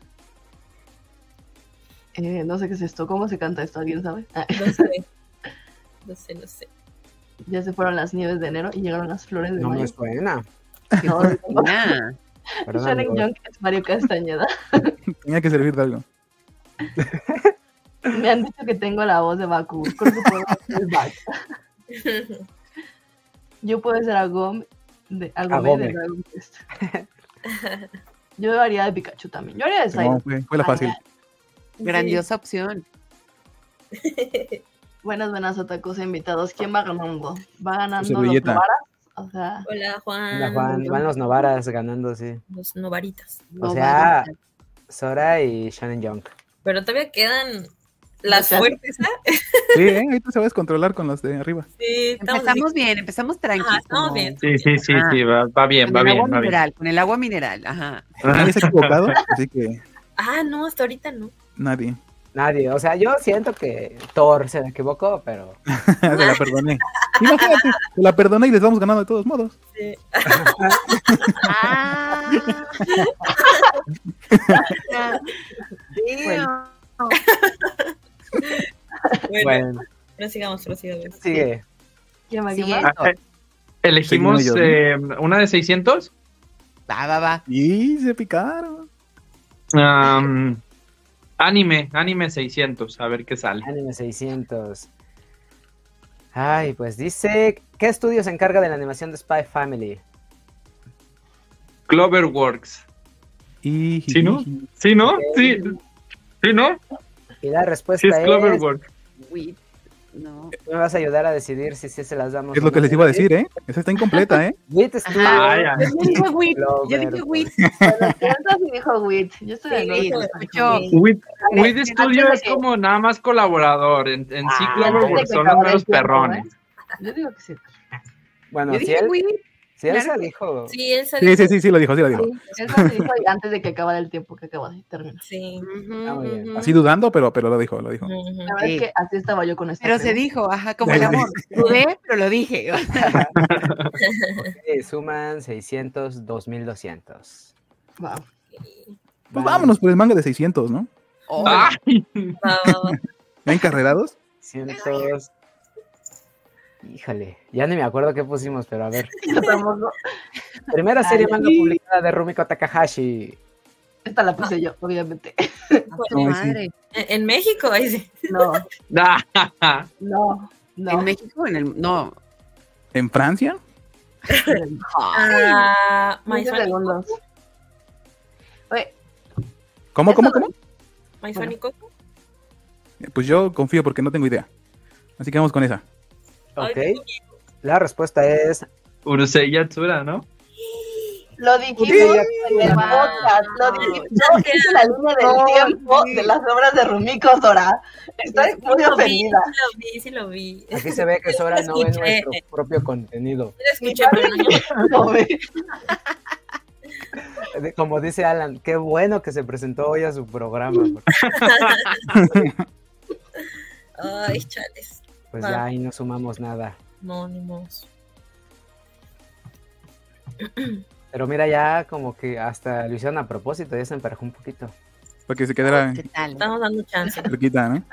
S4: Eh, no sé qué es esto. ¿Cómo se canta esto? ¿Alguien sabe? Ah.
S1: No sé. No sé, no sé.
S4: ya se fueron las nieves de enero y llegaron las flores de
S3: No
S4: mayo.
S3: me suena.
S5: ¡Qué
S4: No, no.
S5: buena!
S3: Perdón,
S4: Shannon
S3: amigos.
S4: Young es Mario Castañeda.
S2: Tenía que servir de algo.
S4: Me han dicho que tengo la voz de Baku. Creo que puedo hacer el Baku. Yo puedo ser Agom de Agome
S3: Agome.
S4: de Dragon Quest. Yo haría de Pikachu también. Yo haría de Sailor.
S2: No, fue, fue la fácil.
S5: Grandiosa opción.
S4: Buenas, buenas atacos invitados. ¿Quién va ganando? Va ganando los
S2: servilleta.
S4: Novaras. O sea,
S1: Hola, Juan.
S3: Mira, Juan, van los Novaras ganando, sí.
S1: Los novaritas.
S3: O
S4: no
S3: sea, Sora y Shannon Young.
S1: Pero todavía quedan las
S4: Muchas.
S1: fuertes, ¿ah?
S2: Sí, ¿eh? ahorita se va a descontrolar con los de arriba.
S1: Sí, estamos así.
S5: Empezamos bien, empezamos tranquilos.
S1: Ajá, estamos bien.
S6: Sí, sí, sí,
S5: Ah.
S6: sí, va, va bien,
S5: Con
S6: va
S5: el
S6: bien, va
S5: agua
S6: bien.
S5: mineral, con el agua mineral, ajá.
S2: Nadie se ha equivocado, así que
S1: Ah, no, hasta ahorita no.
S2: nadie.
S3: Nadie, o sea, yo siento que Thor se equivocó, pero
S2: se la perdoné. Imagínate, se la perdoné y les vamos ganando de todos modos.
S1: Sí.
S5: Ah. Bueno,
S1: Bueno,
S3: bueno,
S1: prosigamos, prosigamos.
S3: sigue.
S4: ¿Quién va? ¿Quién
S5: sigue.
S4: va?
S6: Ah, eh, Elegimos
S2: Seguimos yo, ¿no?
S6: eh, una de 600.
S5: Va, va, va.
S2: Y se picaron.
S6: Am, anime, anime 600, a ver qué sale.
S3: Anime 600. Ay, pues dice, ¿qué estudio se encarga de la animación de Spy Family?
S6: Cloverworks.
S2: Y
S6: ¿Sí, no? ¿Sí, no? Sí, ¿sí no?
S3: Y la
S6: Sí,
S3: respuesta
S6: es
S3: es,
S6: Cloverworks.
S5: Wit. No.
S3: me vas a ayudar a decidir si sí se las damos.
S2: es
S3: o
S2: lo
S3: no
S2: que les iba a decir, ¿eh? Esa está incompleta, ¿eh?
S3: Wit Studio.
S5: Ajá.
S6: Ay, ay.
S5: Yo dije Wit, yo dije
S3: Clover, pues.
S5: Wit.
S4: Bueno, ¿quién está? Sí dijo Wit. Yo estoy de
S1: Sí,
S4: acuerdo con
S1: lo
S4: eso.
S5: escuchó.
S1: Sí.
S6: With Wii de Studio es como nada más colaborador. En, en sí,
S4: Ah,
S6: Cloverworks
S4: antes de que
S6: son
S4: acabara
S6: los
S4: el
S6: meros
S4: tiempo,
S6: perrones.
S4: Yo digo que sí.
S3: Bueno,
S5: Yo
S3: si
S5: dije,
S3: él,
S5: güey,
S3: si él
S5: claro
S3: se dijo.
S1: Sí, él salió.
S2: Sí, sí, sí, sí, lo dijo, sí lo dijo.
S4: Sí, eso se dijo antes de que acabara el tiempo que acaba de terminar.
S1: Sí.
S5: ujú,
S3: Ah, muy bien.
S5: ujú.
S2: Así dudando, pero, pero lo dijo, lo dijo.
S1: Ujú.
S4: La verdad
S5: Sí.
S4: es que así estaba yo con este esta
S5: Pero se
S4: pregunta.
S5: dijo, ajá, como el amor. Dudé, pero lo dije.
S3: eh, suman 600, 2200.
S4: Wow.
S2: Pues
S3: Vale.
S2: vámonos por el manga de 600, ¿no?
S5: Oh,
S3: Ah,
S6: ¡Ay!
S1: Va, va, va.
S2: ¿Ya encarrerados?
S3: 600. Híjole, ya ni me acuerdo qué pusimos, pero a ver.
S4: Yo tampoco.
S3: Primera serie
S5: Ay.
S3: manga publicada de Rumiko Takahashi.
S4: Esta la puse yo, obviamente.
S5: tu
S2: Ay, sí.
S5: madre.
S1: En en México, ahí sí.
S4: No,
S6: Ah,
S4: no, no.
S5: En México, en el. No.
S2: ¿En Francia?
S1: Ah, My
S4: 15
S1: Funny
S4: segundos. Oye,
S2: ¿Cómo, cómo,
S4: Eso-
S2: cómo?
S1: My Funny Coco.
S2: Pues yo confío porque no tengo idea. Así que vamos con esa.
S1: Ay,
S3: Ok. La respuesta es.
S6: Urusei Yatsura, ¿no?
S4: lo dijimos en el podcast, lo dijimos en la línea del
S5: No,
S4: tiempo
S5: sí.
S4: de las obras de Rumiko Dora. Estoy muy
S1: Lo vi, sí
S4: ofendida.
S1: lo vi, sí lo vi. Sí
S3: Aquí se ve que Sora no ve
S1: Escuché.
S3: nuestro propio contenido.
S1: lo escuché, pero no.
S4: No, ve.
S3: De- Eh, Como dice Alan, qué bueno que se presentó hoy a su programa. porque,
S1: Ay, chales.
S3: Pues
S1: Ah.
S3: ya ahí no sumamos nada.
S1: No, ni modos.
S3: Pero mira, ya como que hasta lo hicieron a propósito, ya se emparejó un poquito.
S2: Para que se quedara
S5: ¿Qué tal?
S1: Estamos dando chance.
S2: cerquita, ¿no?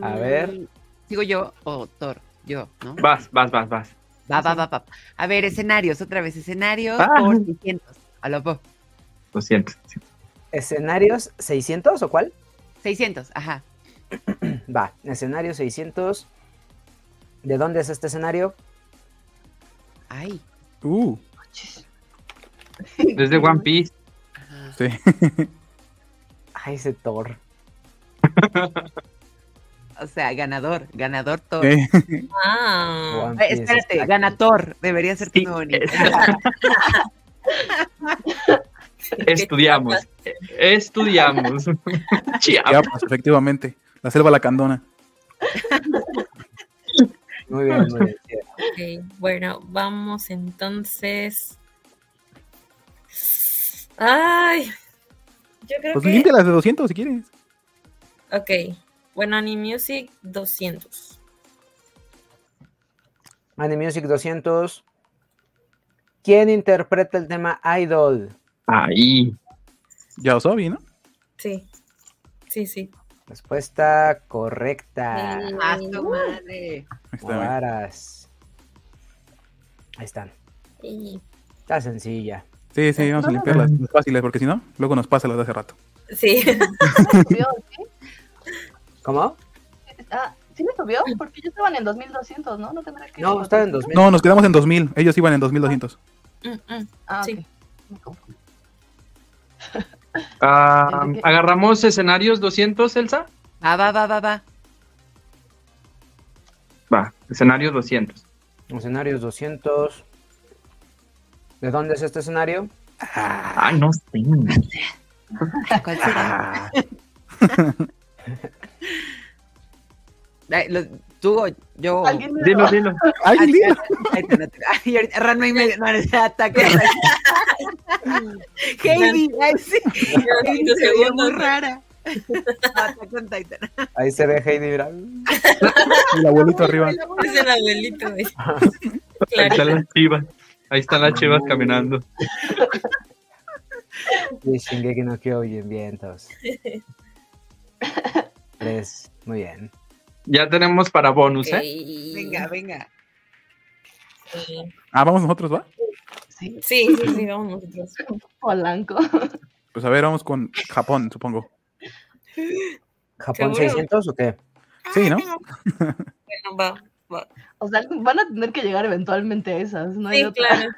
S3: A ver.
S5: Mm, Digo yo, o Thor, yo, ¿no?
S6: Vas, vas, vas, vas.
S5: Va, va, va, va. A ver, escenarios, otra vez, escenarios
S6: Ah.
S5: por 600. A lo po-
S6: Lo siento.
S3: ¿Escenarios 600 o cuál?
S5: 600, ajá.
S3: Va, escenario 600. ¿De dónde es este escenario?
S5: Ay.
S2: Uh,
S6: Desde One Piece.
S5: ajá.
S2: sí.
S3: Ay, ese Thor.
S5: O sea, ganador, ganador Thor.
S2: Eh,
S1: Ah.
S3: One
S5: Ay,
S3: Piece,
S5: espérate,
S3: exacto.
S5: gana Thor. Debería ser tu
S6: Sí,
S5: nuevo nick.
S6: Estudiamos. Estudiamos.
S2: ya,
S6: Chia.
S2: pues, efectivamente. La selva lacandona.
S3: Muy bien, muy bien. sí.
S1: Ok, bueno, vamos entonces. Ay, yo creo
S2: Pues
S1: que.
S2: limpia las de 200 si quieres.
S1: Ok, bueno, Anime Music 200.
S3: Animusic 200. ¿Quién interpreta el tema Idol?
S6: Ahí.
S2: Ya Osobi, ¿no?
S1: Sí, sí, sí.
S3: Respuesta correcta.
S1: Sí.
S5: Ah, su madre.
S2: Ahí está, mira.
S3: Varas. Ahí están.
S1: Y-
S3: Está sencilla.
S2: Sí, sí, vamos a limpiarlas las fáciles porque si no, luego nos pasa las de hace rato.
S1: Sí,
S4: Subió, ¿sí?
S3: ¿Cómo?
S4: Ah, ¿Sí me subió? Porque ellos estaban en 2200, ¿no? No tendrá que.
S3: No, estaban en 2000.
S2: No, nos quedamos en 2000. Ellos iban en 2200.
S1: Mm, mm.
S4: Ah, ok.
S1: Sí.
S4: Me confundí.
S6: Ah, ¿Agarramos escenarios 200, Elsa?
S5: Va, va, va, va, va.
S6: Va, escenarios 200.
S3: Escenarios 200. ¿De dónde es este escenario?
S6: Ay, Ah, no sé.
S5: ¿Cuál será? Ay, lo- tú o yo.
S4: Alguien me
S6: Dilo, dilo.
S2: ¡Ay,
S5: Ay,
S2: mira!
S5: ay, ay, ay, ay, ahorita, Ranma y medio. No, no, ataque. Heidi. Ay, sí. Heidi se veía muy rara. Ataque con Titan.
S3: Ahí se ve Heidi. mira.
S2: Y el abuelito arriba.
S1: es el abuelito. güey.
S6: Ahí
S1: Claro.
S6: están las chivas. Ahí están las chivas caminando.
S3: Y Shingeki no Kyojin, vientos. Tres. Muy bien.
S6: Ya tenemos para bonus, ¿eh?
S1: Ok.
S5: Venga, venga.
S2: Ah, vamos nosotros, ¿va?
S4: Sí,
S1: Sí, sí, sí, vamos nosotros.
S4: Polanco.
S2: Pues a ver, vamos con Japón, supongo.
S3: ¿Japón
S1: ¿Seguro?
S3: 600 o qué?
S2: Sí, ¿no?
S1: Bueno, va. va.
S4: O sea, van a tener que llegar eventualmente a esas, ¿no? hay
S1: Sí,
S4: otra.
S1: claro.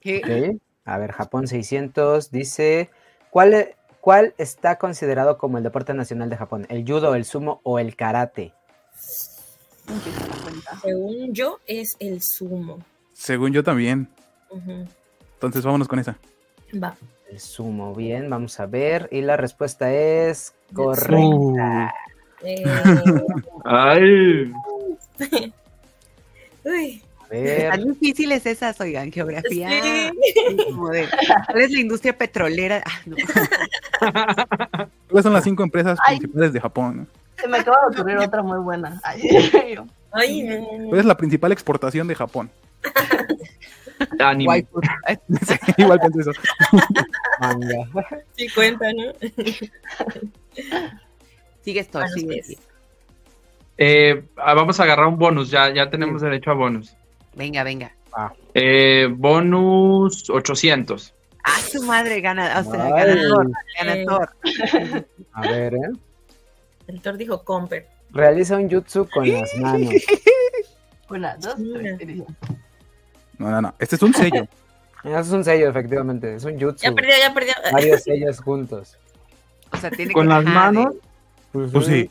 S5: ¿Qué?
S3: Ok. A ver, Japón 600 dice, ¿cuál, e- ¿cuál está considerado como el deporte nacional de Japón? ¿El judo, el sumo o el karate?
S1: Según yo, es el sumo.
S2: Según yo también.
S1: Ujú.
S2: Entonces vámonos con esa.
S1: Va.
S3: El sumo, bien, vamos a ver. Y la respuesta es correcta.
S1: Eh,
S6: Ay,
S1: uy.
S3: A ver,
S2: Eh,
S5: Tan difíciles esas, oigan, geografía.
S1: Sí.
S5: como de, ¿Cuál es la industria petrolera? Ah, no.
S2: ¿Cuáles son las cinco empresas
S4: Ay.
S2: principales de Japón?
S4: Se me acaba de ocurrir otra muy buena. Ay, yo,
S1: Ay, no, no, no.
S2: ¿Cuál Pues es la principal exportación de Japón?
S6: anime.
S5: Guay, pues, ay,
S2: Sí, igual pensé eso.
S3: manga.
S1: Sí cuenta, ¿no?
S5: Sigues tú,
S1: Bueno,
S5: sigues.
S1: pues.
S6: Eh, ah, vamos a agarrar un bonus, ya, ya tenemos derecho a bonus.
S5: Venga, venga.
S6: Eh, bonus 800.
S5: Ah, su madre gana, o sea,
S3: Ay.
S5: ganador, ganador.
S3: A ver, ¿eh?
S1: El actor dijo Comper.
S3: Realiza un jutsu con las manos.
S4: Una, dos, tres. y dice,
S2: No, no, no. Este es un sello.
S3: Es un sello, efectivamente. Es un jutsu.
S1: Ya perdió, ya perdió.
S3: Varios sellos juntos.
S5: O sea, tiene
S6: Con
S5: que ¿eh?
S6: las
S5: ajá, de-
S6: manos,
S2: Pues sí.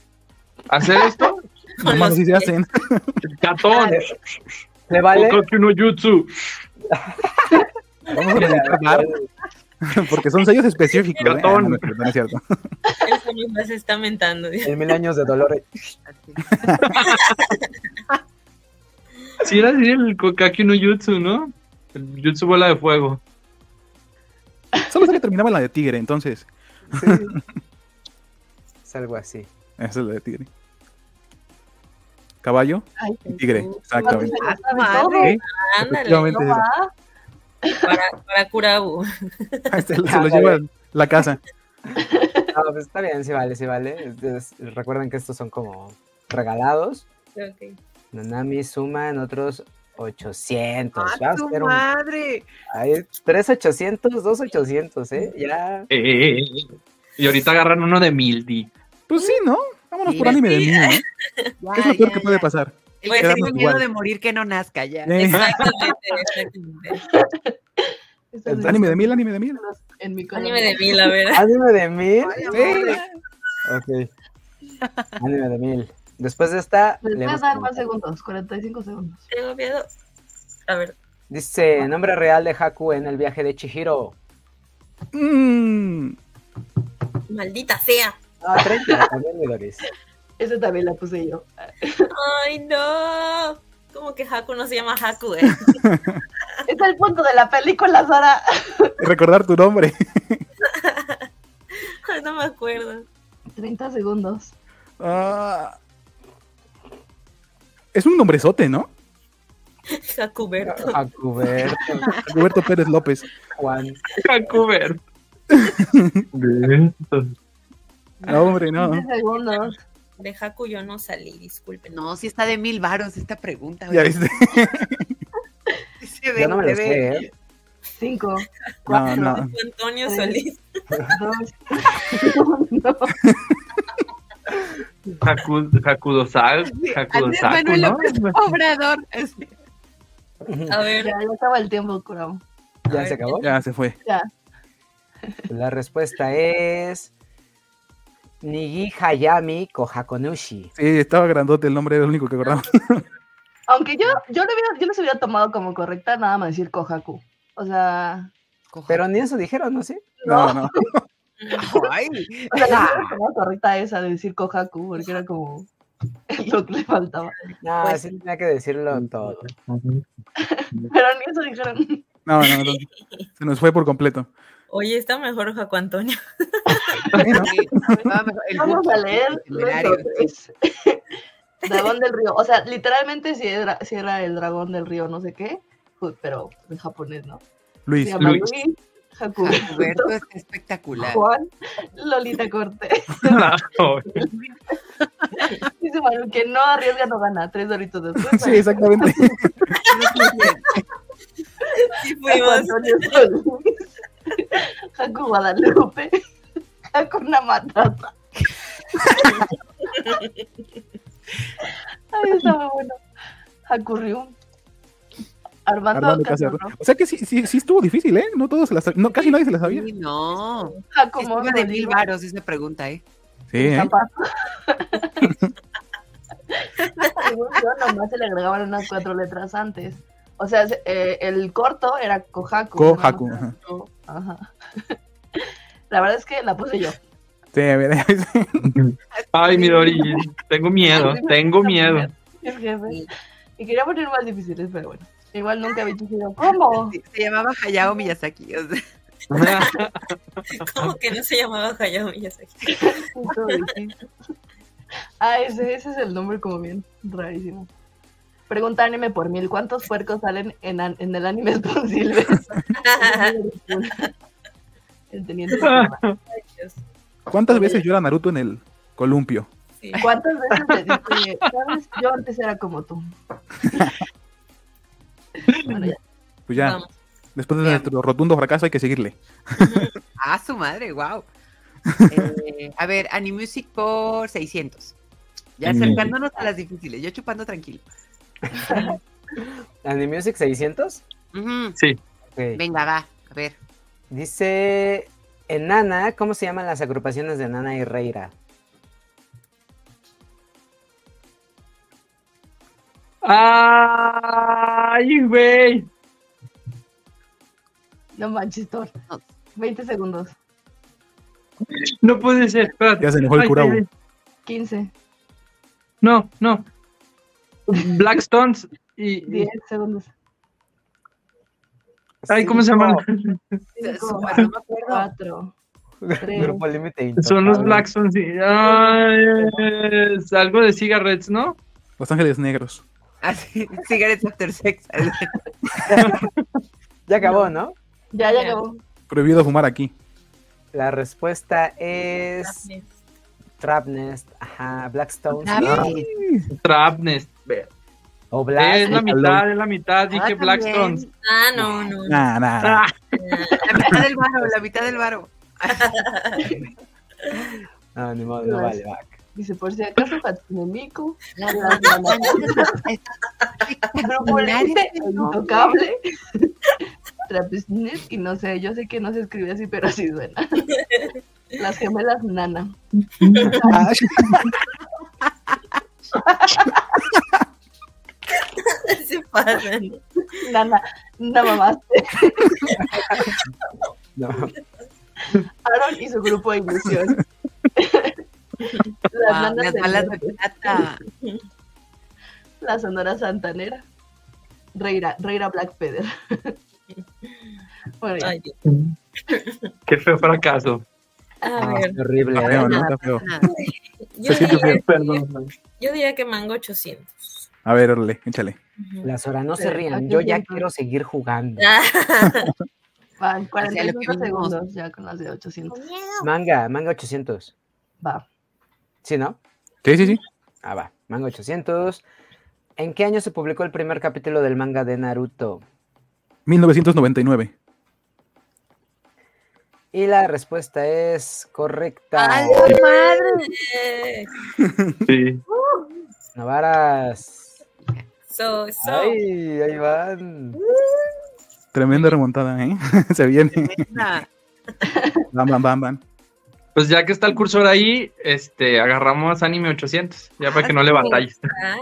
S6: hacer esto,
S2: Las manos sí se hacen.
S6: catón,
S3: ¿Le vale?
S6: Kokoku no jutsu.
S2: Vamos a meditar. Porque son sellos específicos. ¿eh? Ah, no, no es cierto, no es cierto.
S1: El señor se está mentando.
S3: El mil años de dolor.
S5: así.
S6: Si era así el Kokaku no jutsu, ¿no? El jutsu bola de fuego.
S2: Solo sé que terminaba en la de tigre, entonces.
S3: Es algo así.
S2: Esa es la de tigre. Caballo
S4: Ay, Ah,
S2: y tigre.
S4: Mati
S2: Exactamente.
S4: se la sabe todo.
S5: Madre.
S2: Sí,
S1: Ándale,
S2: efectivamente es
S4: No
S2: esa.
S4: va.
S1: para, para Kurabu.
S2: Ah, Se, lo- se lo lleva la casa.
S3: No, pues está bien, sí vale, sí vale. Es- es- recuerden que estos son como regalados.
S1: Ok.
S3: Nanami suma en otros 800.
S5: Ah,
S3: Vamos a
S5: su
S3: hacer un-
S5: madre.
S3: Hay 3 800, 2 800, ¿eh? Ya.
S6: Eh, eh, eh. Y ahorita agarran uno de Mildi.
S2: Pues sí, ¿no? Vámonos por
S5: Sí.
S2: anime de niño. ¿no? ¿Qué
S5: Ya,
S2: es lo peor
S5: ya,
S2: que puede
S5: ya.
S2: pasar?
S5: El que
S1: Bueno,
S5: tengo
S2: sí.
S5: miedo
S2: igual.
S5: de morir que no nazca ya.
S2: Eh,
S1: Exactamente, exactamente.
S4: Esas
S2: el
S4: son
S2: Eh, anime de mil, anime de mil.
S4: las- En mi corazón.
S1: Anime de mí, la verdad.
S3: Anime de mil.
S5: madre.
S3: Ok. Anime de mil. Después de esta,
S4: Les voy a
S3: leemos
S4: dar
S3: el-
S4: más segundos, 45 segundos.
S1: Tengo miedo. A ver,
S3: dice nombre real de Haku en el viaje de Chihiro.
S2: Mm,
S1: maldita sea.
S3: Ah, 30 también, Doris.
S4: Esa también la puse yo.
S1: Ay, no. Como que Haku no se llama Haku, eh.
S4: Es el punto de la película, Sara.
S2: recordar tu nombre.
S1: Ay, No me acuerdo.
S4: 30 segundos.
S2: Ah. es un nombrezote, ¿no?
S1: Hakuberto.
S3: Hakuberto,
S2: Roberto Pérez López.
S3: Juan.
S6: Kakuber.
S2: No, hombre, no.
S4: 15 segundos.
S1: De Haku yo no salí, disculpen.
S5: No, si está de mil varos esta pregunta.
S2: Ya
S5: oye.
S2: viste.
S5: Se ve,
S3: Yo no me lo
S5: se ve.
S3: sé, ¿eh?
S4: 5,
S2: No, no.
S1: Fue Antonio
S4: Sí.
S1: Solís.
S4: 2, 1.
S6: Haku- Hakudosal.
S5: Andrés
S6: Hakudosaku,
S5: Manuel
S6: ¿no? Pues,
S5: López Obrador. Así.
S1: A
S4: Ya,
S1: ver,
S4: ya acaba el tiempo, Kuramo.
S3: Ya se acabó.
S2: Ya se fue.
S3: Pues La respuesta es. Nigi Hayami Kohakonushi.
S2: Sí, estaba grandote el nombre, era el único que acordaba.
S4: Aunque yo, yo, lo hubiera, yo los hubiera tomado como correcta nada más decir Kohaku. O sea,
S3: Pero ni eso dijeron, ¿no? Sí.
S2: No, no.
S5: Ay,
S4: o sea, yo hubiera
S5: Ah.
S4: tomado correcta esa de decir Kohaku, porque era como lo que le faltaba.
S3: No,
S1: Pues
S3: sí tenía que decirlo todo.
S4: Pero ni eso dijeron.
S2: No, no, no. Se nos fue por completo.
S1: oye, está mejor Haku Antonio.
S2: Sí, ¿no?
S5: sí, estaba mejor. El
S4: Vamos
S5: Buki,
S4: a
S5: el
S4: leer
S5: temerario,
S4: entonces. Dragón del río. O sea, literalmente si era, sí era el dragón del río, no sé qué, ju- pero en japonés, ¿no? Se
S2: Luis.
S4: llama
S6: Luis.
S4: Luis, Haku,
S5: Roberto está espectacular.
S4: Juan, Lolita Cortés. Dice Manu que no arriesga, no gana. Tres doritos después.
S2: Sí, exactamente.
S1: Sí,
S4: Haku
S1: fuimos.
S4: Antonio Solís, Haku Guadalupe. Haku una matata. Ay, está muy bueno. Haku Ryu. Armando,
S2: Armando Cáceres.
S4: Casarro.
S2: O sea que sí, sí, sí estuvo difícil, ¿eh? No todos la sab- no, casi nadie se la sabía.
S5: Sí, no.
S4: Haku
S5: Estaba
S4: Mono
S5: de mil
S4: Oliva,
S5: varos esa pregunta, ¿eh?
S2: Sí, ¿eh?
S4: Zapato. Según yo, nomás se le agregaban unas cuatro letras antes. O sea, se- eh, el corto era Kohaku.
S2: Kohaku,
S4: nada más
S2: ajá.
S4: era Ajá. La verdad es que la puse yo.
S2: Sí, a ver,
S6: Ay, Midori, tengo miedo, tengo miedo.
S4: Es jefe. Y quería poner más difíciles, pero bueno. Igual nunca había dicho, ¿cómo?
S5: Sí, Se llamaba Hayao Miyazaki. o sea,
S1: ¿Cómo que no se llamaba Hayao Miyazaki?
S4: Ah, ese, ese es el nombre como bien rarísimo. Pregunta anime por mil, ¿cuántos puercos salen en, an- en el anime Spawn Silver? El teniente Kurama.
S1: Ay, Dios.
S2: ¿Cuántas veces llora Naruto en el columpio?
S1: Sí.
S4: ¿Cuántas veces te dije, sabes? Yo antes era como tú. Bueno, ya.
S2: Pues ya,
S1: Vamos.
S2: después de
S5: Ya.
S2: nuestro rotundo fracaso hay que seguirle.
S5: ah, su madre, wow. Eh, a ver, Animusic por 600. Ya
S6: Animusic.
S5: acercándonos a las difíciles, yo chupando tranquilo.
S3: ¿Animusic 600?
S5: Ujú,
S3: Ok.
S5: Venga, va, a ver.
S3: Dice Enana, ¿cómo se llaman las agrupaciones de Enana y Reira?
S6: Ay, güey.
S4: No manches, Thor. 20 segundos.
S6: No puede ser. espérate.
S2: Ya se enojó el
S6: Ay,
S2: curabo.
S6: ay, ay.
S4: 15,
S6: No, no. Blackstones y.
S4: 10 segundos.
S6: Ay, ¿cómo se llaman?
S4: Cinco,
S5: Súper, no me acuerdo.
S4: 4,
S3: Grupo Límite.
S6: Son los
S3: Intocable.
S6: Blackstones. y- Ay, es algo de cigarettes, ¿no?
S2: Los Ángeles Negros.
S5: Así, cigarettes Ah, after sex.
S3: Ya acabó, ¿no?
S4: Ya, ya acabó.
S2: Prohibido fumar aquí.
S3: La respuesta es Trapnest, ajá, Blackstone
S5: Ay,
S6: Trapnest. Es
S3: o Black.
S6: la mitad, es la mitad. Dije
S5: también.
S6: Blackstones.
S1: Ah, no, no. no.
S2: Nah, nah.
S6: Ah,
S5: La mitad del varo, la mitad del varo.
S3: No, ni modo, no vale, va.
S4: Dice, por si acaso, Hatsune Miku.
S5: La
S4: Grupo Límite, el este Intocable. Trapisnet, y no sé, yo sé que no se escribe así, pero así suena. Las gemelas nana.
S2: Ah,
S1: Se pasan.
S4: Nana, nada mamaste.
S3: No.
S4: Aaron y su grupo de ilusión. Las nanas
S5: Wow, las
S4: del
S5: balas de
S4: norte.
S5: plata.
S4: La Sonora Santanera. Reira, Reira Black Feather. Bueno, ya.
S1: Ay, Dios.
S6: Qué feo fracaso.
S1: A
S3: Ah,
S1: ver,
S3: qué horrible.
S2: feo, ¿no? Está feo.
S5: Nada.
S1: yo
S2: Se siente
S1: diría,
S2: feo.
S6: Perdón.
S1: yo diría que mango 800.
S2: A ver, órale, échale.
S1: Ujú. Ah,
S3: Las horas no se
S4: Pero,
S3: rían,
S4: aquí
S3: yo ya
S4: siento.
S3: quiero seguir jugando.
S4: Van
S5: Hacia lo
S4: 45
S5: que vimos.
S4: segundos ya con las de 800.
S3: Manga, manga 800.
S4: Va.
S3: ¿Sí, no?
S2: Sí, sí, sí.
S3: Ah, va. Manga 800. ¿En qué año se publicó el primer capítulo del manga de Naruto?
S2: 1999.
S3: Y la respuesta es correcta.
S5: ¡A la madre!
S1: Eh,
S6: Sí.
S3: Navaras.
S1: So, so.
S3: Ay, ahí van.
S2: Tremenda remontada, ¿eh? Se viene.
S5: Nada.
S2: Bam, bam, bam, bam.
S6: Pues ya que está el cursor ahí, este, agarramos anime 800, ya para que no le batalles.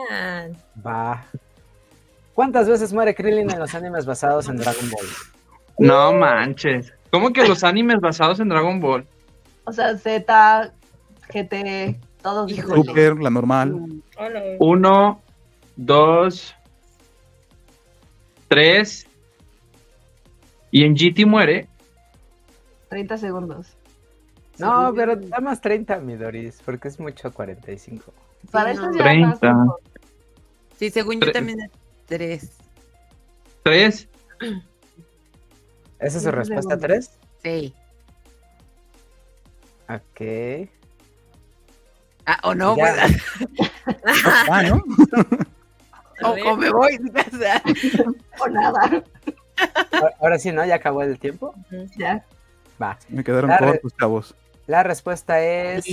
S1: Ah,
S3: Va. ¿Cuántas veces muere Krillin en los animes basados en Dragon Ball?
S6: No manches. ¿Cómo que los animes basados en Dragon Ball?
S4: O sea, Z, GT, todos
S5: Híjole.
S4: híjole.
S2: Super, la normal.
S1: hola.
S6: Uno, dos, tres. Y en GT muere.
S4: 30 segundos.
S3: No, pero da más 30, Midoris, porque es mucho 45.
S4: Para
S5: Sí,
S4: estos
S5: no.
S4: ya van
S6: 30.
S4: cinco.
S5: Sí, según yo
S6: Tres.
S5: también es tres.
S6: Tres.
S3: ¿Esa es
S4: Sí,
S3: su
S4: sí,
S3: respuesta
S4: sí.
S3: 3?
S5: Sí.
S3: Ok.
S5: Ah, o no,
S3: Ya.
S5: ¿verdad?
S2: Ah, ¿no?
S1: A
S5: O,
S1: ver.
S5: o me voy. o sea,
S4: O nada.
S3: A- Ahora sí, ¿no? ¿Ya acabó el tiempo?
S1: Ujú.
S4: Ya.
S3: Va.
S2: Me quedaron
S3: Claro.
S2: cortos, chavos.
S3: La respuesta es...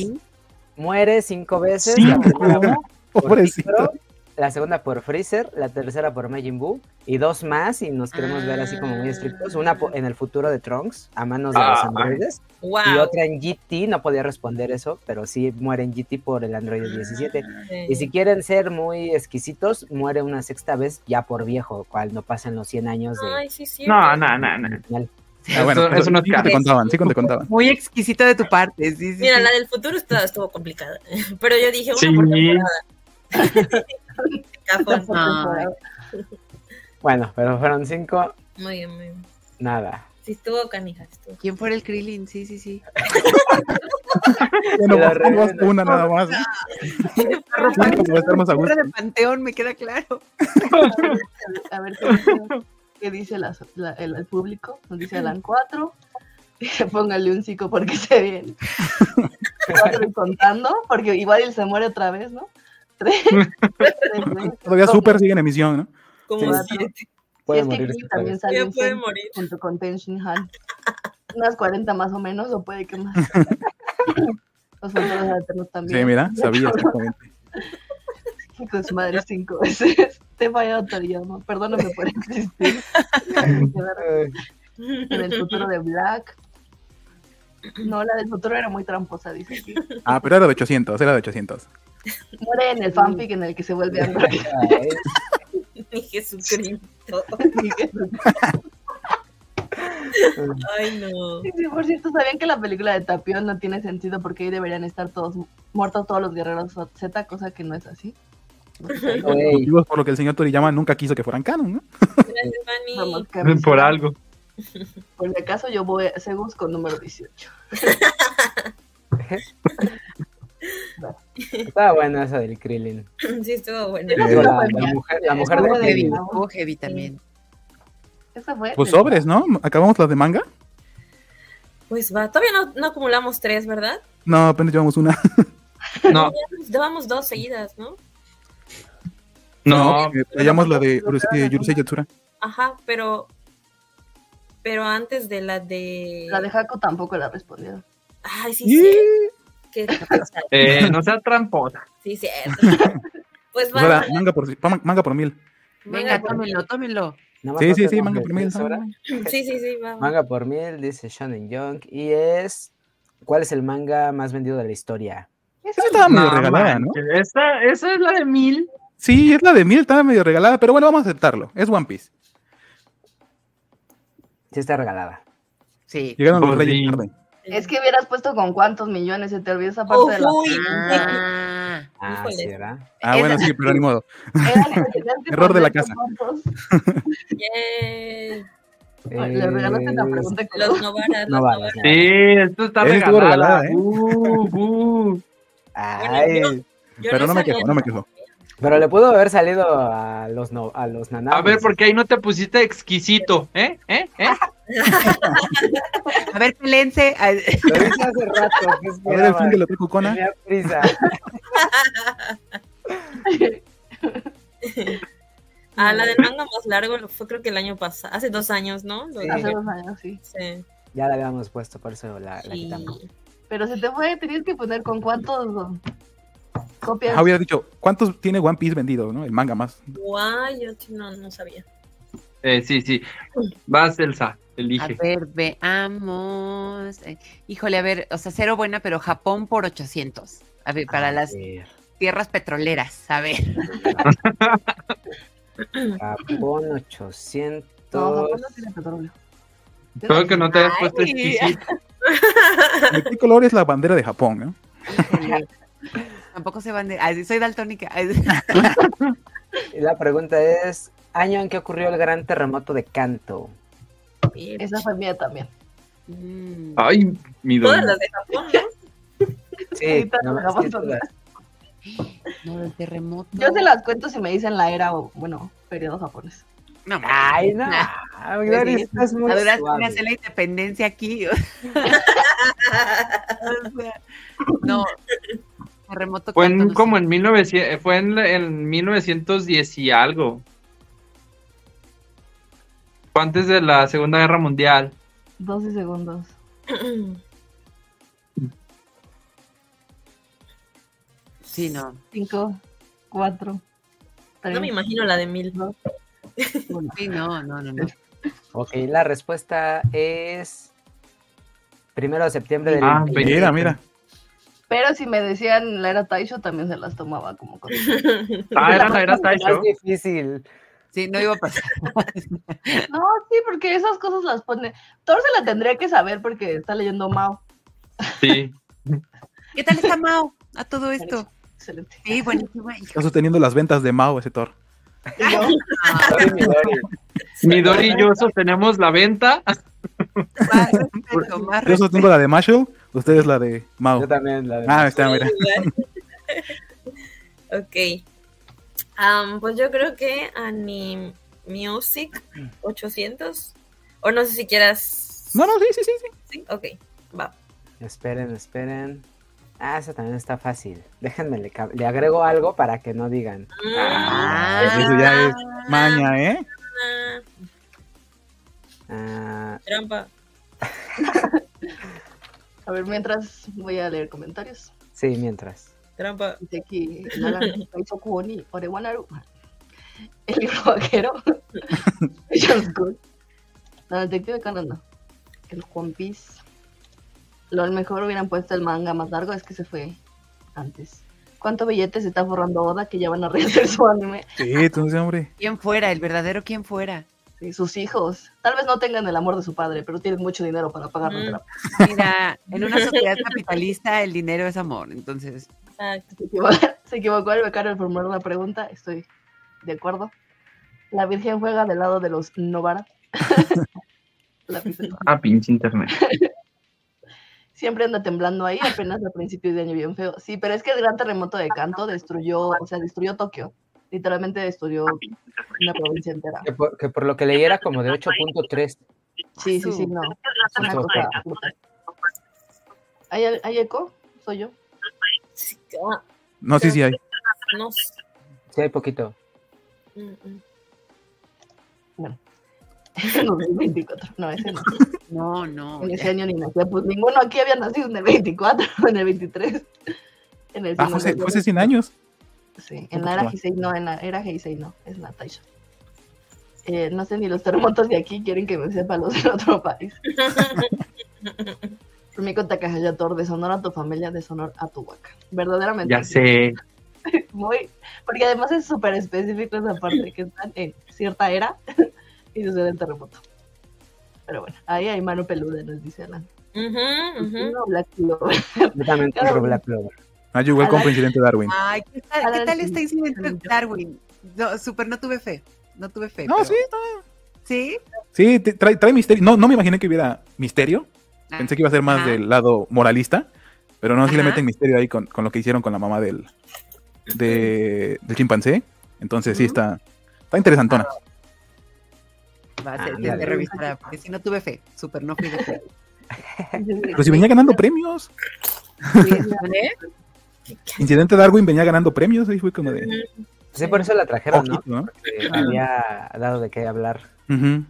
S3: Muere cinco veces. La
S2: Cinco.
S3: primera por
S2: Pobrecito.
S3: Piccolo, la segunda por Freezer, la tercera por Majin Buu y dos más y nos queremos ver así como muy estrictos. Una po- en el futuro de Trunks a manos de los
S6: Ah.
S3: androides y
S1: Wow.
S3: otra en GT. No podía responder eso, pero sí muere en GT por el androide 17. Y si quieren ser muy exquisitos, muere una sexta vez ya por viejo, cual no pasan los 100 años de...
S1: Ay, sí, sí.
S6: No, no, no, no.
S3: original.
S2: Ah, bueno,
S6: eso, eso no es
S2: sí que te
S6: caro.
S2: contaban, sí que te contaban.
S5: Muy exquisito de tu parte, sí, sí,
S1: Mira,
S5: sí.
S1: la del futuro estuvo, estuvo complicada. Pero yo dije, una
S6: Sí.
S1: por temporada.
S5: Pues
S1: Cajón.
S5: Ay,
S3: Bueno, pero fueron cinco,
S1: Muy bien, muy bien.
S3: nada.
S1: Sí, estuvo canija. Estuvo.
S5: ¿Quién fuera el Krillin? Sí, sí, sí.
S2: Ya no
S3: Te la
S2: vas- no vas
S3: revela.
S2: una nada más.
S5: Ropa
S2: Nunca va a estar más a gusto.
S5: de panteón, me queda claro.
S4: A ver qué dice, qué dice la- la- el, el público. Nos dice Alan 4. Póngale un 5 porque se viene. 4 contando, porque igual él se muere otra vez, ¿no? 3.
S2: Todavía Super sigue en emisión, ¿no?
S1: Como
S4: Sí.
S1: siete.
S3: Puede
S4: es que
S3: morirse
S4: Chris
S3: otra
S4: también
S3: vez.
S4: sale
S1: Ya
S4: en
S1: puede
S4: Shin,
S1: morir.
S4: junto con Ten Shin Han. Unas 40 más o menos, o puede que más. Los fantasmas alternos también.
S2: Sí, mira, sabía exactamente.
S4: Y con su madre cinco veces. Te he fallado, Toriyama. Perdóname por existir.
S3: Ay,
S4: en el futuro de Black. No, la del futuro era muy tramposa, dice.
S2: Ah, pero era de 800, era de 800.
S4: Muere en el fanfic en el que se vuelve Android.
S3: ay,
S1: Ni Jesucristo. Ay, no.
S4: Sí, sí, por cierto, ¿sabían que la película de Tapión no tiene sentido porque ahí deberían estar todos mu- muertos todos los guerreros Z, cosa que no es así?
S3: güey.
S2: Motivos por lo que el señor Toriyama nunca quiso que fueran canon, ¿no?
S1: Gracias, Manny.
S4: Vamos, Carlos.
S6: Por algo.
S4: Por si acaso yo voy a Segus con número 18.
S3: Estaba bueno eso del Krillin.
S1: Sí, estuvo bueno.
S4: Sí.
S3: Digo, la,
S4: Estuvo
S3: la
S4: bien. eh,
S3: mujer, la mujer de
S4: Estuvo
S5: heavy,
S3: Krillin.
S4: bien.
S5: estuvo heavy también.
S4: Esa fue.
S2: Pues
S4: de-
S2: sobres, ¿no? ¿Acabamos las de manga?
S1: Pues va. Todavía no, no acumulamos tres, ¿verdad?
S2: No, apenas llevamos una.
S6: No,
S1: Dábamos dos seguidas, ¿no?
S6: no.
S2: eh, llevamos la de Urus- eh, Yurusei Yatsura.
S1: Ajá, pero. Pero antes de la de.
S4: La de Haku tampoco la respondieron.
S1: Ay, sí, sí. Qué cosa.
S6: Eh, no sea tramposa.
S1: Sí, cierto. Pues
S2: Pues ahora,
S1: va.
S2: manga por, pa- manga por mil.
S5: Venga,
S1: por mil.
S5: tómenlo, tómenlo.
S3: Nada más
S2: Sí, sí,
S3: otro
S2: sí,
S3: nombre,
S2: manga por mil.
S3: ¿es hora?
S1: Sí, sí, sí, va.
S3: Manga por mil, dice Shonen Young. Y es. ¿Cuál es el manga más vendido de la historia?
S4: Eso
S2: Esa estaba medio
S6: No
S2: regalada, ¿no? Ah.
S6: manches, Esa, esa es la de mil.
S2: Sí, es la de mil, estaba medio regalada, pero bueno, vamos a aceptarlo. Es One Piece.
S3: Sí, está regalada.
S5: Sí.
S2: Llegaron los
S6: Por
S2: reyes
S6: fin.
S2: tarde.
S4: Es que hubieras puesto con cuántos millones, se te olvidó esa parte
S1: Oh,
S4: de la...
S1: uy,
S5: Ah,
S3: Ah,
S1: Híjole.
S3: sí, ¿verdad?
S2: Ah, bueno, sí, pero ni modo.
S4: Era impresionante
S2: Error de la
S4: poner
S2: casa.
S4: cuántos.
S1: yay.
S4: Ah, Le regalaste
S2: Eh,
S4: la pregunta que
S1: Los Novaras,
S3: Eh, No
S1: los
S3: va,
S1: Novaras.
S6: Sí, esto está
S2: Esa estuvo
S6: regalada.
S2: regalada, ¿eh?
S6: Uh, uh.
S3: Ay,
S1: Yo
S2: Pero no me
S1: sabía.
S2: quejo, no me quejo.
S3: pero le pudo haber salido a los, no, a los nanados.
S2: Ah,
S6: A
S2: pues.
S6: ver, porque ahí no te pusiste exquisito, ¿eh? ¿Eh? ¿Eh?
S5: A ver, pelense. Ay,
S3: Lo dije hace rato. ¿qué
S2: A ver el
S3: esperabas?
S2: fin de la Tucucona.
S3: Tenía prisa.
S1: Ah, la del manga más largo fue creo que el año pasado, hace dos años, ¿no? Lo-
S3: Sí.
S4: Hace dos años, sí.
S1: Sí.
S3: Ya la habíamos puesto, por eso la, Ah, la
S1: Sí.
S3: quitamos.
S4: Pero se te fue, tenías que poner con cuántos um, copias.
S2: Ah, hubiera dicho, ¿cuántos tiene One Piece vendido, no? El manga más.
S1: Guay, yo sí no, no sabía.
S6: Eh, sí, sí. Vas, Elsa,
S5: A
S6: elige.
S5: ver, veamos. Eh, Híjole, a ver, o sea, cero buena, pero Japón por 800. A ver, para
S3: A
S5: las
S3: ver,
S5: tierras petroleras. A ver,
S3: Japón 800.
S4: No, Japón no tiene petróleo.
S6: Creo que no te habías puesto
S5: Ay.
S6: exquisito.
S2: ¿De qué color es la bandera de Japón? ¿no?
S5: tampoco se van de. Ay, soy daltónica. Ay,
S3: Y la pregunta es: ¿año en que ocurrió el gran terremoto de Kanto?
S4: Esa fue mía también.
S5: mm.
S3: Ah.
S6: Ay, mi dolor.
S1: Todas las de Japón, ¿no?
S3: Sí,
S4: Ahorita
S3: no,
S4: nos
S3: es que
S4: vamos a
S3: todas-
S5: No, el terremoto.
S4: Yo se las cuento si me dicen la era o, bueno, periodo japonés.
S5: No,
S3: Ay, no.
S5: Nah.
S3: Ay, Doris,
S5: Sí.
S3: estás muy
S5: a duras
S3: suave.
S5: penas es la independencia aquí. o sea, no. Terremoto.
S3: Pues,
S6: Fue
S5: cuánto,
S6: en,
S5: no
S6: como
S5: sé.
S6: en 1900, fue en, en 1910 y algo. Fue antes de la Segunda Guerra Mundial.
S4: 12 segundos.
S5: Sí, no.
S4: 5, 4,
S1: No me
S4: 3,
S1: imagino la de mil.
S4: 2, 1.
S5: Sí, no, no, no. no.
S3: Ok, la respuesta es. Primero de septiembre del.
S6: Ah,
S3: 28.
S2: Mira, mira.
S4: Pero si me decían la era Taisho, también se las tomaba como cosa.
S6: Ah, era la era
S3: Más
S6: Taisho.
S3: difícil.
S5: Sí, no iba a pasar.
S4: No, sí, porque esas cosas las pone. Thor se la tendría que saber porque está leyendo Mao.
S6: Sí.
S5: ¿Qué tal está Mao a todo esto?
S4: Excelente.
S5: Sí, buenísima.
S2: Está sosteniendo las ventas de Mao ese Thor.
S4: Y yo,
S5: ah,
S3: Sorry, Midori.
S6: Midori y yo sostenemos la venta.
S5: Más respeto,
S2: Yo
S5: más respeto.
S2: sostengo la de Marshall, ustedes la de Mao.
S3: Yo también la de-
S2: Ah, está, mira.
S1: ok. Am, pues yo creo que Anim Music 800. O no sé si quieras.
S2: No, no, sí, sí, sí. sí.
S1: ¿Sí? Ok, va.
S3: Esperen, esperen. Ah, esa también está fácil. Déjenme, le, cam- le agrego algo para que no digan.
S2: Pues eso ya es maña, ¿eh?
S1: Ah,
S3: Ah,
S1: trampa.
S4: a ver, mientras voy a leer comentarios.
S3: sí, mientras.
S1: Trampa.
S4: Dice aquí el Alan Taisoku Oni Orewanaru. El libro vaquero. John Scott. La detective Cananda. El Juan Piece. Lo mejor hubieran puesto el manga más largo, es que se fue antes. ¿Cuánto billete se está borrando Oda que ya van a rehacer su anime?
S2: Sí, entonces, hombre.
S5: ¿Quién fuera? El verdadero quién fuera.
S4: Sí, sus hijos. Tal vez no tengan el amor de su padre, pero tienen mucho dinero para pagar la
S1: Mm.
S4: terapia.
S5: Mira, en una sociedad capitalista el dinero es amor, entonces.
S1: Exacto.
S4: Se equivo- Se equivocó el becario al formular la pregunta, estoy de acuerdo. La Virgen juega del lado de los Novara. La Virgen
S6: Ah, pinche internet.
S4: Siempre anda temblando ahí, apenas a principios de año bien feo. Sí, pero es que el gran terremoto de Kanto destruyó, o sea, destruyó Tokio. Literalmente destruyó una provincia entera.
S3: Que por, que por lo que leí era como de 8.3.
S4: Sí, sí, sí, no. Es una cosa brutal. ¿Hay, hay eco? Soy yo.
S1: Sí, ah,
S2: No, sí, sí hay.
S1: no sé.
S3: Sí, hay poquito.
S1: Mm, mm.
S4: En 2024. No, ese no.
S5: No, no.
S4: En ese año ni nacía. Pues ninguno aquí había nacido en el 24, en el 23. En el
S2: Ah, fue hace,
S4: 59.
S2: fue hace 100 años.
S4: Sí, en la era Heisei no, en la era Heisei no, es Natasha. Eh, no sé ni los terremotos de aquí quieren que me sepa los del otro país. Rumiko Takahaya Tor, deshonor a tu familia, deshonor a tu huaca. Verdaderamente.
S6: Ya sé.
S4: Muy, porque además es súper específico esa parte, que están en cierta era y sucede el terremoto. Pero bueno, ahí hay mano peluda, nos dice Alan.
S1: Ujú, ujú.
S4: No, Black Clover.
S3: Yo también compro Black Clover.
S2: Ah, yo igual compro Incidente Darwin.
S5: Ay, ¿qué tal, qué tal está incidente de
S4: Adelante.
S5: Darwin? No, super, no tuve fe. No tuve fe.
S2: No,
S5: pero-
S2: Ah, sí, está-
S5: ¿Sí?
S2: sí, te- trae, trae misterio. No, no me imaginé que hubiera misterio.
S5: Ah,
S2: Pensé que iba a ser más
S5: Ajá.
S2: del lado moralista, pero no, sí le
S5: Ajá.
S2: meten misterio ahí con, con lo que hicieron con la mamá del, de- del chimpancé. Entonces, sí,
S5: Ujú.
S2: está, está interesantona.
S5: Va
S2: Ah,
S5: a ser,
S3: Ándale.
S5: te revisará, porque si no tuve fe. Super, no fui de fe.
S2: Pero si venía ganando premios, Incidente Darwin venía ganando premios, ahí fue como de...
S3: Sí, por eso la trajeron, ¿no?
S2: Ojito, ¿no?
S3: Porque había dado de qué hablar.
S2: Ujú.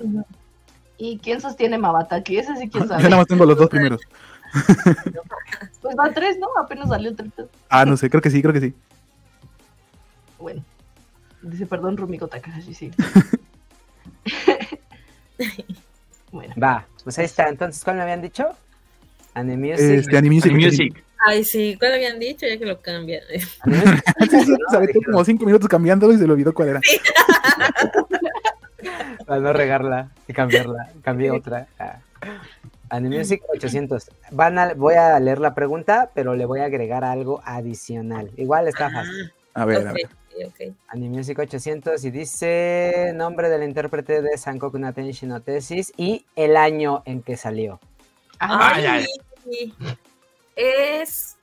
S4: ¿Y quién sostiene Mabataki? Ese sí quién
S2: Yo
S4: sabe.
S2: nada más tengo los dos primeros.
S4: Pues va tres, ¿no? Apenas salió el tercero.
S2: Ah, no sé, creo que sí, creo que sí.
S4: Bueno. Dice, perdón, Rumiko Takahashi, sí. bueno,
S3: Va, pues ahí está. Entonces, ¿cuál me habían dicho? Anime Music.
S2: Este, Anime Music.
S6: Music.
S1: Ay, sí, ¿cuál habían dicho? Ya que lo cambian.
S3: Anime Music,
S2: Sí, sí, se aventó como cinco minutos cambiándolo y se le olvidó cuál era.
S3: Para no regarla y cambiarla. Cambié otra. Ah. Anime Music 800. Van a- voy a leer la pregunta, pero le voy a agregar algo adicional. Igual está fácil.
S2: A ver, a ver.
S1: Ok, ok.
S3: Animusic 800 y dice nombre del intérprete de Sankoku no Tenshin no Tesis y el año en que salió.
S6: Ay, ay.
S1: Ay, Es.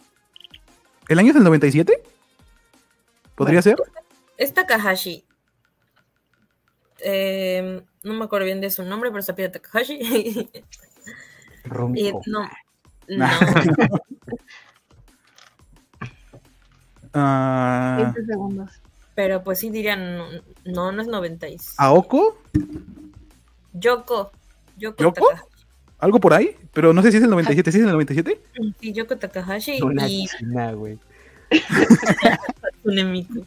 S2: ¿El año es el 97? ¿Podría ser?
S1: Es Takahashi. Eh, no me acuerdo bien de su nombre, pero se apellida Takahashi. y
S3: Rumiko.
S1: no. No.
S2: Nah. Ah,
S4: 20 segundos.
S1: Pero pues sí dirían. No, no, no es 96.
S2: ¿Aoko?
S1: Yoko. Yoko.
S2: ¿Yoko?
S1: Takahashi.
S2: ¿Algo por ahí? Pero no sé si es el 97. ¿Sí es el 97?
S1: Sí, Yoko Takahashi
S3: Una
S1: y
S3: china, güey.
S1: Tsunemiku.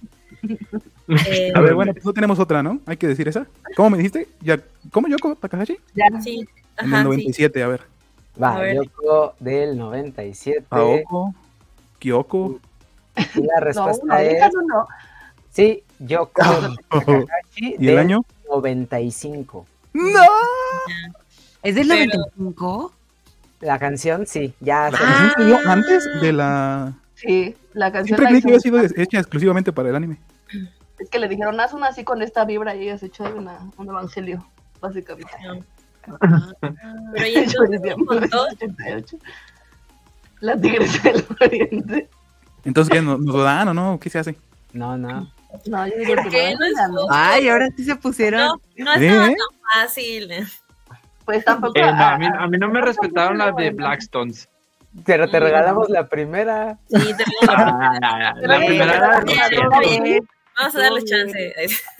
S1: Eh,
S2: A ver, bueno, pues no tenemos otra, ¿no? Hay que decir esa. ¿Cómo me dijiste? ¿Ya, ¿Cómo Yoko Takahashi?
S4: Ya,
S1: sí.
S2: En el
S1: Ajá, sí.
S2: 97, a ver.
S1: A
S3: Va,
S1: ver.
S3: Yoko del 97.
S6: Ah, oh.
S2: Aoko, Kyoko.
S3: Y la
S4: no,
S3: respuesta
S4: no,
S3: es
S4: déjalo, no.
S3: Sí, Yoko
S6: Ah,
S2: Oh.
S3: Takahashi
S2: ¿Y el
S3: del
S2: año?
S3: 95.
S2: ¡No!
S5: ¿Es del
S6: Pero-
S5: 95?
S3: La canción, sí,
S6: Ah.
S3: ya.
S2: ¿La
S3: se-
S2: canción salió
S1: Ah.
S2: antes de la.
S4: Sí, la canción
S2: Siempre
S4: la
S2: creí que había
S4: hicieron-
S2: sido hecha exclusivamente para el anime.
S4: es que le dijeron, haz una así con esta vibra y ella se echó ahí una, un evangelio, básicamente.
S1: Pero ya
S4: Yo
S1: entonces,
S4: decía,
S1: ¿con todo?
S4: 1988. La tigresa del oriente.
S2: Entonces, ¿qué? ¿Nos nos lo dan o no? ¿Qué se hace?
S3: No, no.
S4: No, yo digo
S1: ¿Por
S4: que
S1: qué?
S4: no,
S1: No es
S4: no,
S1: justo.
S5: Ay, ahora sí se pusieron.
S1: No, no estaba
S2: ¿Eh?
S1: tan fácil.
S4: Pues tampoco.
S6: Eh, no, a, mí,
S4: ah,
S6: a mí no me
S4: ah,
S6: respetaron la de
S4: bueno.
S6: Blackstones.
S3: Pero te
S1: Mm.
S3: regalamos la primera.
S1: Sí, tenemos-
S6: Ah, la
S4: Ay,
S6: primera era de
S1: ya,
S6: concierto.
S1: está bien. Vamos a
S4: Estuvo
S1: darle
S4: bien.
S1: chance.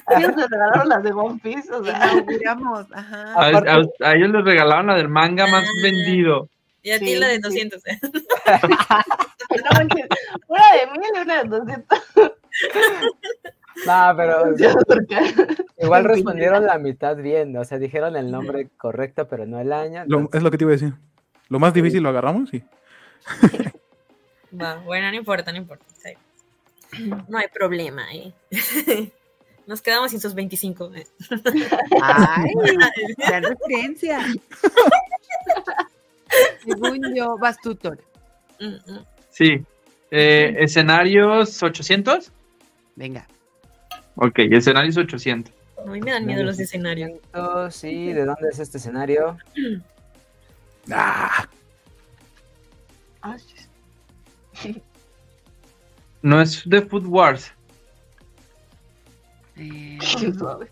S4: Ellos le regalaron las de One Piece, o sea.
S5: Inauguramos, ajá.
S6: A,
S3: Aparte-
S6: a- a ellos les regalaron la del manga más vendido.
S1: Y a ti
S4: Sí,
S1: la de
S4: sí.
S1: 200.
S4: No manches, una de mil y una de 200.
S3: No, pero
S4: Ya, porque-
S3: igual respondieron la mitad bien. O sea, dijeron el nombre correcto, pero no el año.
S2: Lo- es lo que te iba a decir. Lo más difícil lo agarramos y.
S1: Va, bueno, no importa, no importa. está bien. No hay problema, ¿eh? Nos quedamos sin sus 25. ¿eh?
S5: Ay, la referencia. Según yo, vas tú, Tor.
S1: Mm, mm.
S6: Sí. Eh, escenarios 800.
S5: Venga.
S6: Ok, escenarios 800.
S1: A mí me dan miedo los escenarios.
S3: Entonces, Sí, ¿de dónde es este escenario?
S2: ¡Ah!
S4: Ah, sí.
S6: No es de Food Wars.
S5: Eh,
S4: Suave.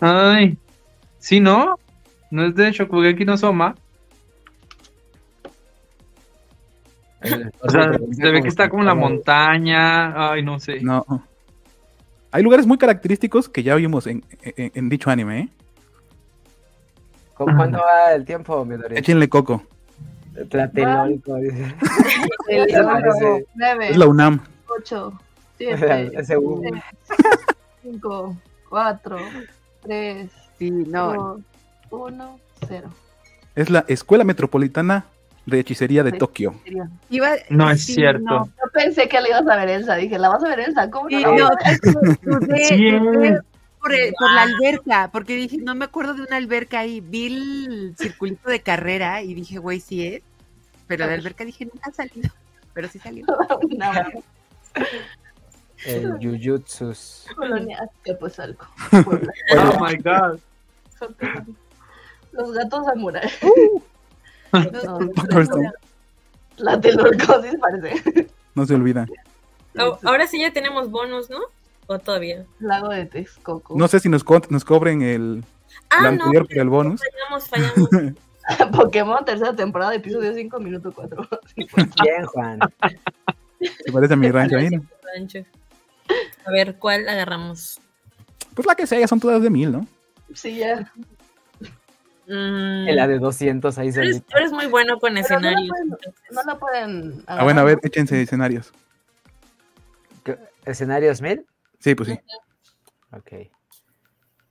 S6: Ay. Sí, ¿no? No es de Shokugeki no Soma. O sea, se ve que está como en la montaña. Ay, no sé.
S2: No. Hay lugares muy característicos que ya vimos en, en- en dicho anime, ¿eh?
S3: ¿Con cuándo va el tiempo, Midori?
S2: Échenle coco.
S3: Tlatelolco, dice.
S4: El
S3: Eso
S4: número
S3: parece-
S4: nueve,
S2: Es la UNAM.
S4: ocho, siete,
S3: Ese U.
S4: seis, cinco, cuatro, tres,
S5: sí, no.
S4: dos, uno, cero.
S2: Es la Escuela Metropolitana de Hechicería de
S4: Sí.
S2: Tokio.
S4: Serio.
S5: Iba-
S6: No es
S5: sí,
S6: cierto.
S5: no.
S4: Yo pensé que le ibas a ver Elsa, dije, la vas a ver Elsa, ¿cómo
S5: Sí,
S4: no? la
S5: no,
S4: vas a ver?
S5: dudé-
S6: Sí es.
S5: dudé por, el- por la alberca, porque dije, no me acuerdo de una alberca ahí. Vi el circulito de carrera y dije, güey, sí es. Pero la alberca dije, nunca ha salido. Pero sí salió.
S4: Una buena
S3: El Jujutsus.
S4: colonia, que pues algo.
S6: Oh my god.
S4: Los gatos samurai.
S2: Uh.
S5: No,
S4: No,
S2: Perdón,
S4: la de los cosis parece.
S2: No se olvida.
S1: Au- ahora sí ya tenemos bonus, ¿no? ¿O todavía?
S4: Lago de Texcoco.
S2: No sé si nos, co- nos cobren el, la
S1: Ah, no,
S2: anterior por el bonus.
S1: fallamos, fallamos.
S4: Pokémon tercera temporada, episodio 5, minuto 4.
S3: Bien, Juan.
S2: Se parece a mi rancho ahí. ¿no?
S1: Rancho. A ver, ¿cuál agarramos?
S2: Pues la que sea, son todas de mil, ¿no?
S4: Sí, ya.
S1: Mm,
S3: Y La de 200 ahí
S1: tú, eres,
S3: solita.
S1: tú eres muy bueno con
S4: Pero no la
S1: escenarios.
S4: pueden- No la pueden.
S2: Ah, bueno, a ver, échense escenarios.
S3: ¿Escenarios mil?
S2: Sí, pues sí.
S3: Ok.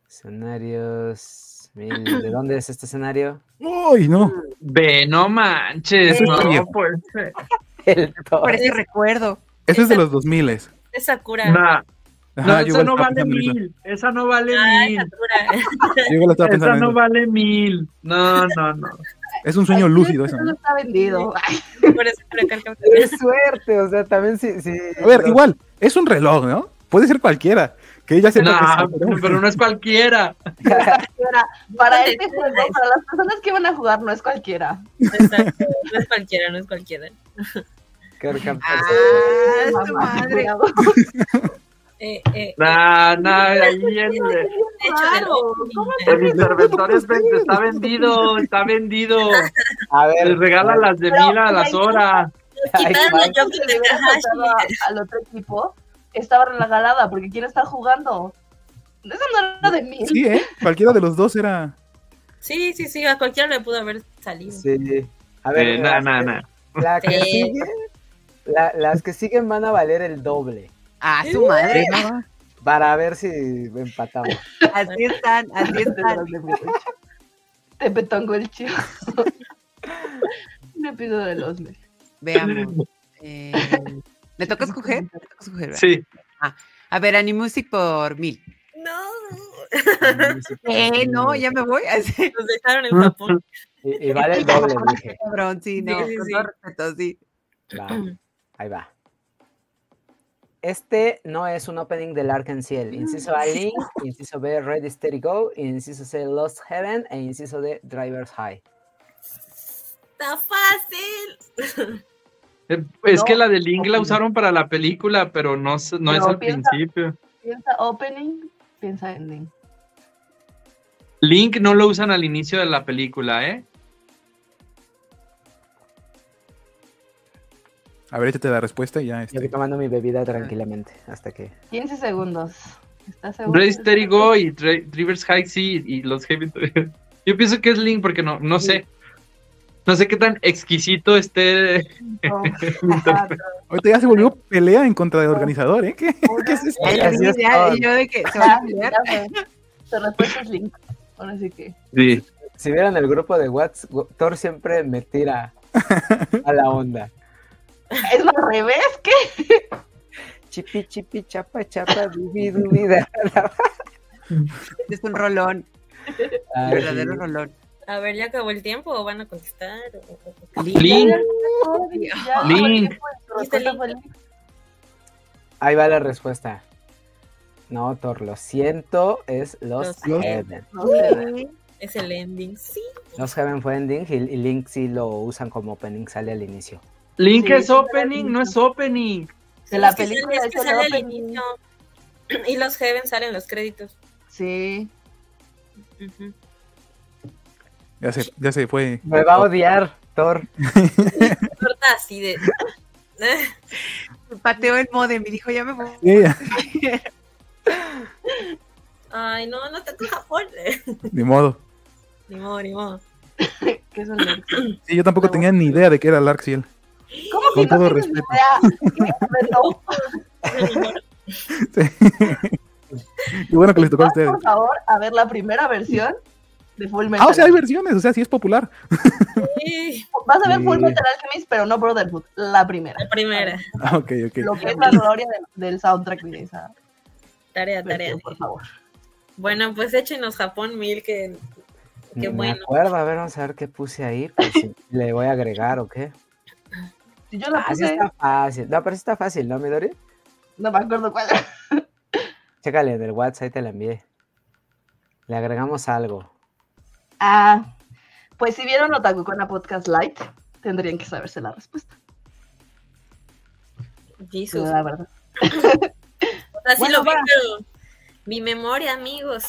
S3: Escenarios mil. ¿De dónde es este escenario?
S2: ¡Uy, no!
S6: Ve, no manches.
S2: Eso es
S6: No,
S2: viejo.
S6: pues, eh.
S3: El Thor.
S5: Por ese recuerdo.
S2: Eso es de los 2000. miles
S1: Es Sakura.
S6: Nah, No,
S2: yo
S6: esa
S2: igual
S6: no
S2: estaba
S6: vale
S2: pensando en eso.
S6: mil. Esa no vale
S1: Ah, es
S6: mil.
S1: Sakura.
S2: Yo igual estaba pensando
S6: Esa
S2: en
S6: no
S2: eso.
S6: vale mil. No, no, no.
S2: Es un sueño lúcido eso.
S4: No
S2: ¿no?
S4: está vendido. Ay,
S1: Por eso por acá el capitán.
S3: ¡Qué suerte! O sea, también sí. sí
S2: A ver, igual, es un reloj, ¿no? Puede ser cualquiera. Que ella sepa que
S6: No,
S2: sí, pero-
S6: pero no es cualquiera.
S4: señora, para este juego, para las personas que van a jugar, no es cualquiera.
S1: Exacto, No es cualquiera, no es cualquiera.
S3: Kirkham.
S5: Ah, es tu
S4: Mamá,
S5: madre.
S4: cuidado.
S1: Eh, eh,
S6: No, no, ahí el,
S1: de hecho, del-
S4: Claro, ¿cómo
S6: el interventor es ven- está vendido, está vendido.
S3: A
S6: Les
S3: ver.
S6: regala las de mil a las horas.
S3: Ay,
S1: Quitaron a
S3: Juan,
S1: Yoki
S4: le hubiera matado
S1: Takahashi.
S4: a- al otro equipo, estaba regalada porque quiere estar jugando. Eso no era de mí.
S2: Sí, ¿eh? Cualquiera de los dos era.
S1: Sí, sí, sí, a cualquiera le pudo haber salido.
S3: Sí. A ver.
S6: Eh, No,
S3: las
S6: no,
S3: que-
S6: no.
S3: La que
S1: Sí.
S3: sigue, la- las que siguen van a valer el doble
S5: Ah, su madre.
S3: para ver si empatamos.
S5: Así están, así están.
S4: Te petongo el chico. Un episodio de los mil.
S5: Veamos. eh, ¿Me toca escoger? ¿Me toca escoger, verdad?
S6: Sí.
S5: A ver, Animusic por mil.
S1: No,
S5: Eh, no, ya me voy. Así,
S1: nos dejaron en Japón.
S3: Y, y vale el doble, dije.
S5: cabrón, sí, no.
S1: Sí, sí,
S5: con
S1: sí.
S5: todo respeto, sí.
S3: Va, ahí va. Este no es un opening del Arkansas. Inciso A, Link. Inciso B, Ready, Steady, Go. Inciso C, Lost Heaven. E inciso D, Driver's High.
S1: Está fácil.
S6: Eh, Es
S4: No,
S6: que la de Link la
S4: no.
S6: usaron para la película, pero no, se- no,
S4: No,
S6: es al
S4: piensa-
S6: principio.
S4: Piensa opening, piensa ending.
S6: Link no lo usan al inicio de la película, ¿eh?
S2: A ver, échate la respuesta y ya.
S3: Yo
S2: Este,
S3: estoy tomando mi bebida tranquilamente hasta que.
S4: 15 segundos. ¿Estás seguro?
S6: Ready, Steady, Go y Dri- Driver's High, sí, y los Heavy. Yo pienso que es Link porque no, no sé. No sé qué tan exquisito esté.
S4: No.
S2: ahorita ya se volvió pelea en contra del organizador, ¿eh? ¿Qué?
S4: Una,
S2: es
S5: Ya, ya,
S3: Así es
S5: ya,
S3: todo.
S5: y yo de que se va
S4: ya,
S5: a pelear.
S4: ya fue. Tu respuesta es Link. Ahora sí que.
S6: Sí.
S3: Si vieran el grupo de WhatsApp, Thor siempre me tira a la onda.
S4: Es al revés, ¿qué?
S3: Chipi, chipi, chapa, chapa, dubi, dubi. da, da.
S5: Es un rolón,
S3: Ay,
S5: verdadero rolón.
S1: A ver, ¿ya acabó el tiempo o van a contestar? O- o- o-
S6: Link.
S4: Ya, pues,
S6: Link.
S4: Tu respuesta fue Link.
S3: Ahí va la respuesta. No, Thor, lo siento, es Los
S1: Los-
S3: Heaven.
S4: No sé.
S1: Es el ending. Sí.
S3: Los Heaven fue ending y, y Link sí lo usan como opening, sale al inicio.
S6: Link
S4: Sí,
S6: es
S4: sí, era
S6: opening,
S4: Link.
S6: no es opening.
S4: De la
S1: Es que sale-
S4: película
S1: es que
S4: es el
S1: sale al
S4: opening.
S1: inicio. Y los Heaven salen los créditos.
S4: Sí.
S1: Ujú.
S2: Ya se, ya se fue.
S3: Me va a odiar, Thor.
S1: Corta así de.
S5: Pateó el modem y dijo, ya me voy.
S2: Sí, ya.
S1: Ay, no, no te toca Japón.
S2: Ni modo.
S1: Ni modo, ni modo.
S4: Que es un Link.
S2: Sí, yo tampoco tenía ni idea de qué era Larxiel.
S4: ¿Cómo
S2: Con
S4: que no
S2: todo
S4: tienes
S2: respeto.
S4: idea? ¿Qué? No,
S2: Y bueno que les tocó a ustedes.
S4: por favor, a ver la primera versión de Full Metal.
S2: Ah, o sea, hay versiones, o sea, sí es popular.
S1: Sí,
S4: Vas a ver Full
S3: Sí.
S4: Metal Alchemist, pero no Brotherhood. La primera.
S1: la primera.
S2: Ah, ok, ok.
S4: Lo que es la gloria del, del soundtrack de esa
S1: Tarea, tarea.
S4: versión, por favor.
S1: Bueno, pues échenos Japón mil que.
S3: Ni
S1: Qué
S3: me
S1: bueno.
S3: acuerdo, a ver, vamos a ver qué puse ahí. pues, si le voy a agregar o qué.
S4: Si yo la
S3: Ah, sí
S4: puse,
S3: está fácil. No, pero sí está fácil, ¿no, Midori?
S4: no me acuerdo cuál era.
S3: Chécale en el WhatsApp, ahí te la envié. Le agregamos algo.
S4: Ah, pues si vieron Otaku con la podcast light, tendrían que saberse la respuesta.
S1: Jesus.
S4: La verdad.
S1: O sea, sí
S3: Bueno,
S1: lo vi,
S3: va.
S1: pero. Mi memoria, amigos.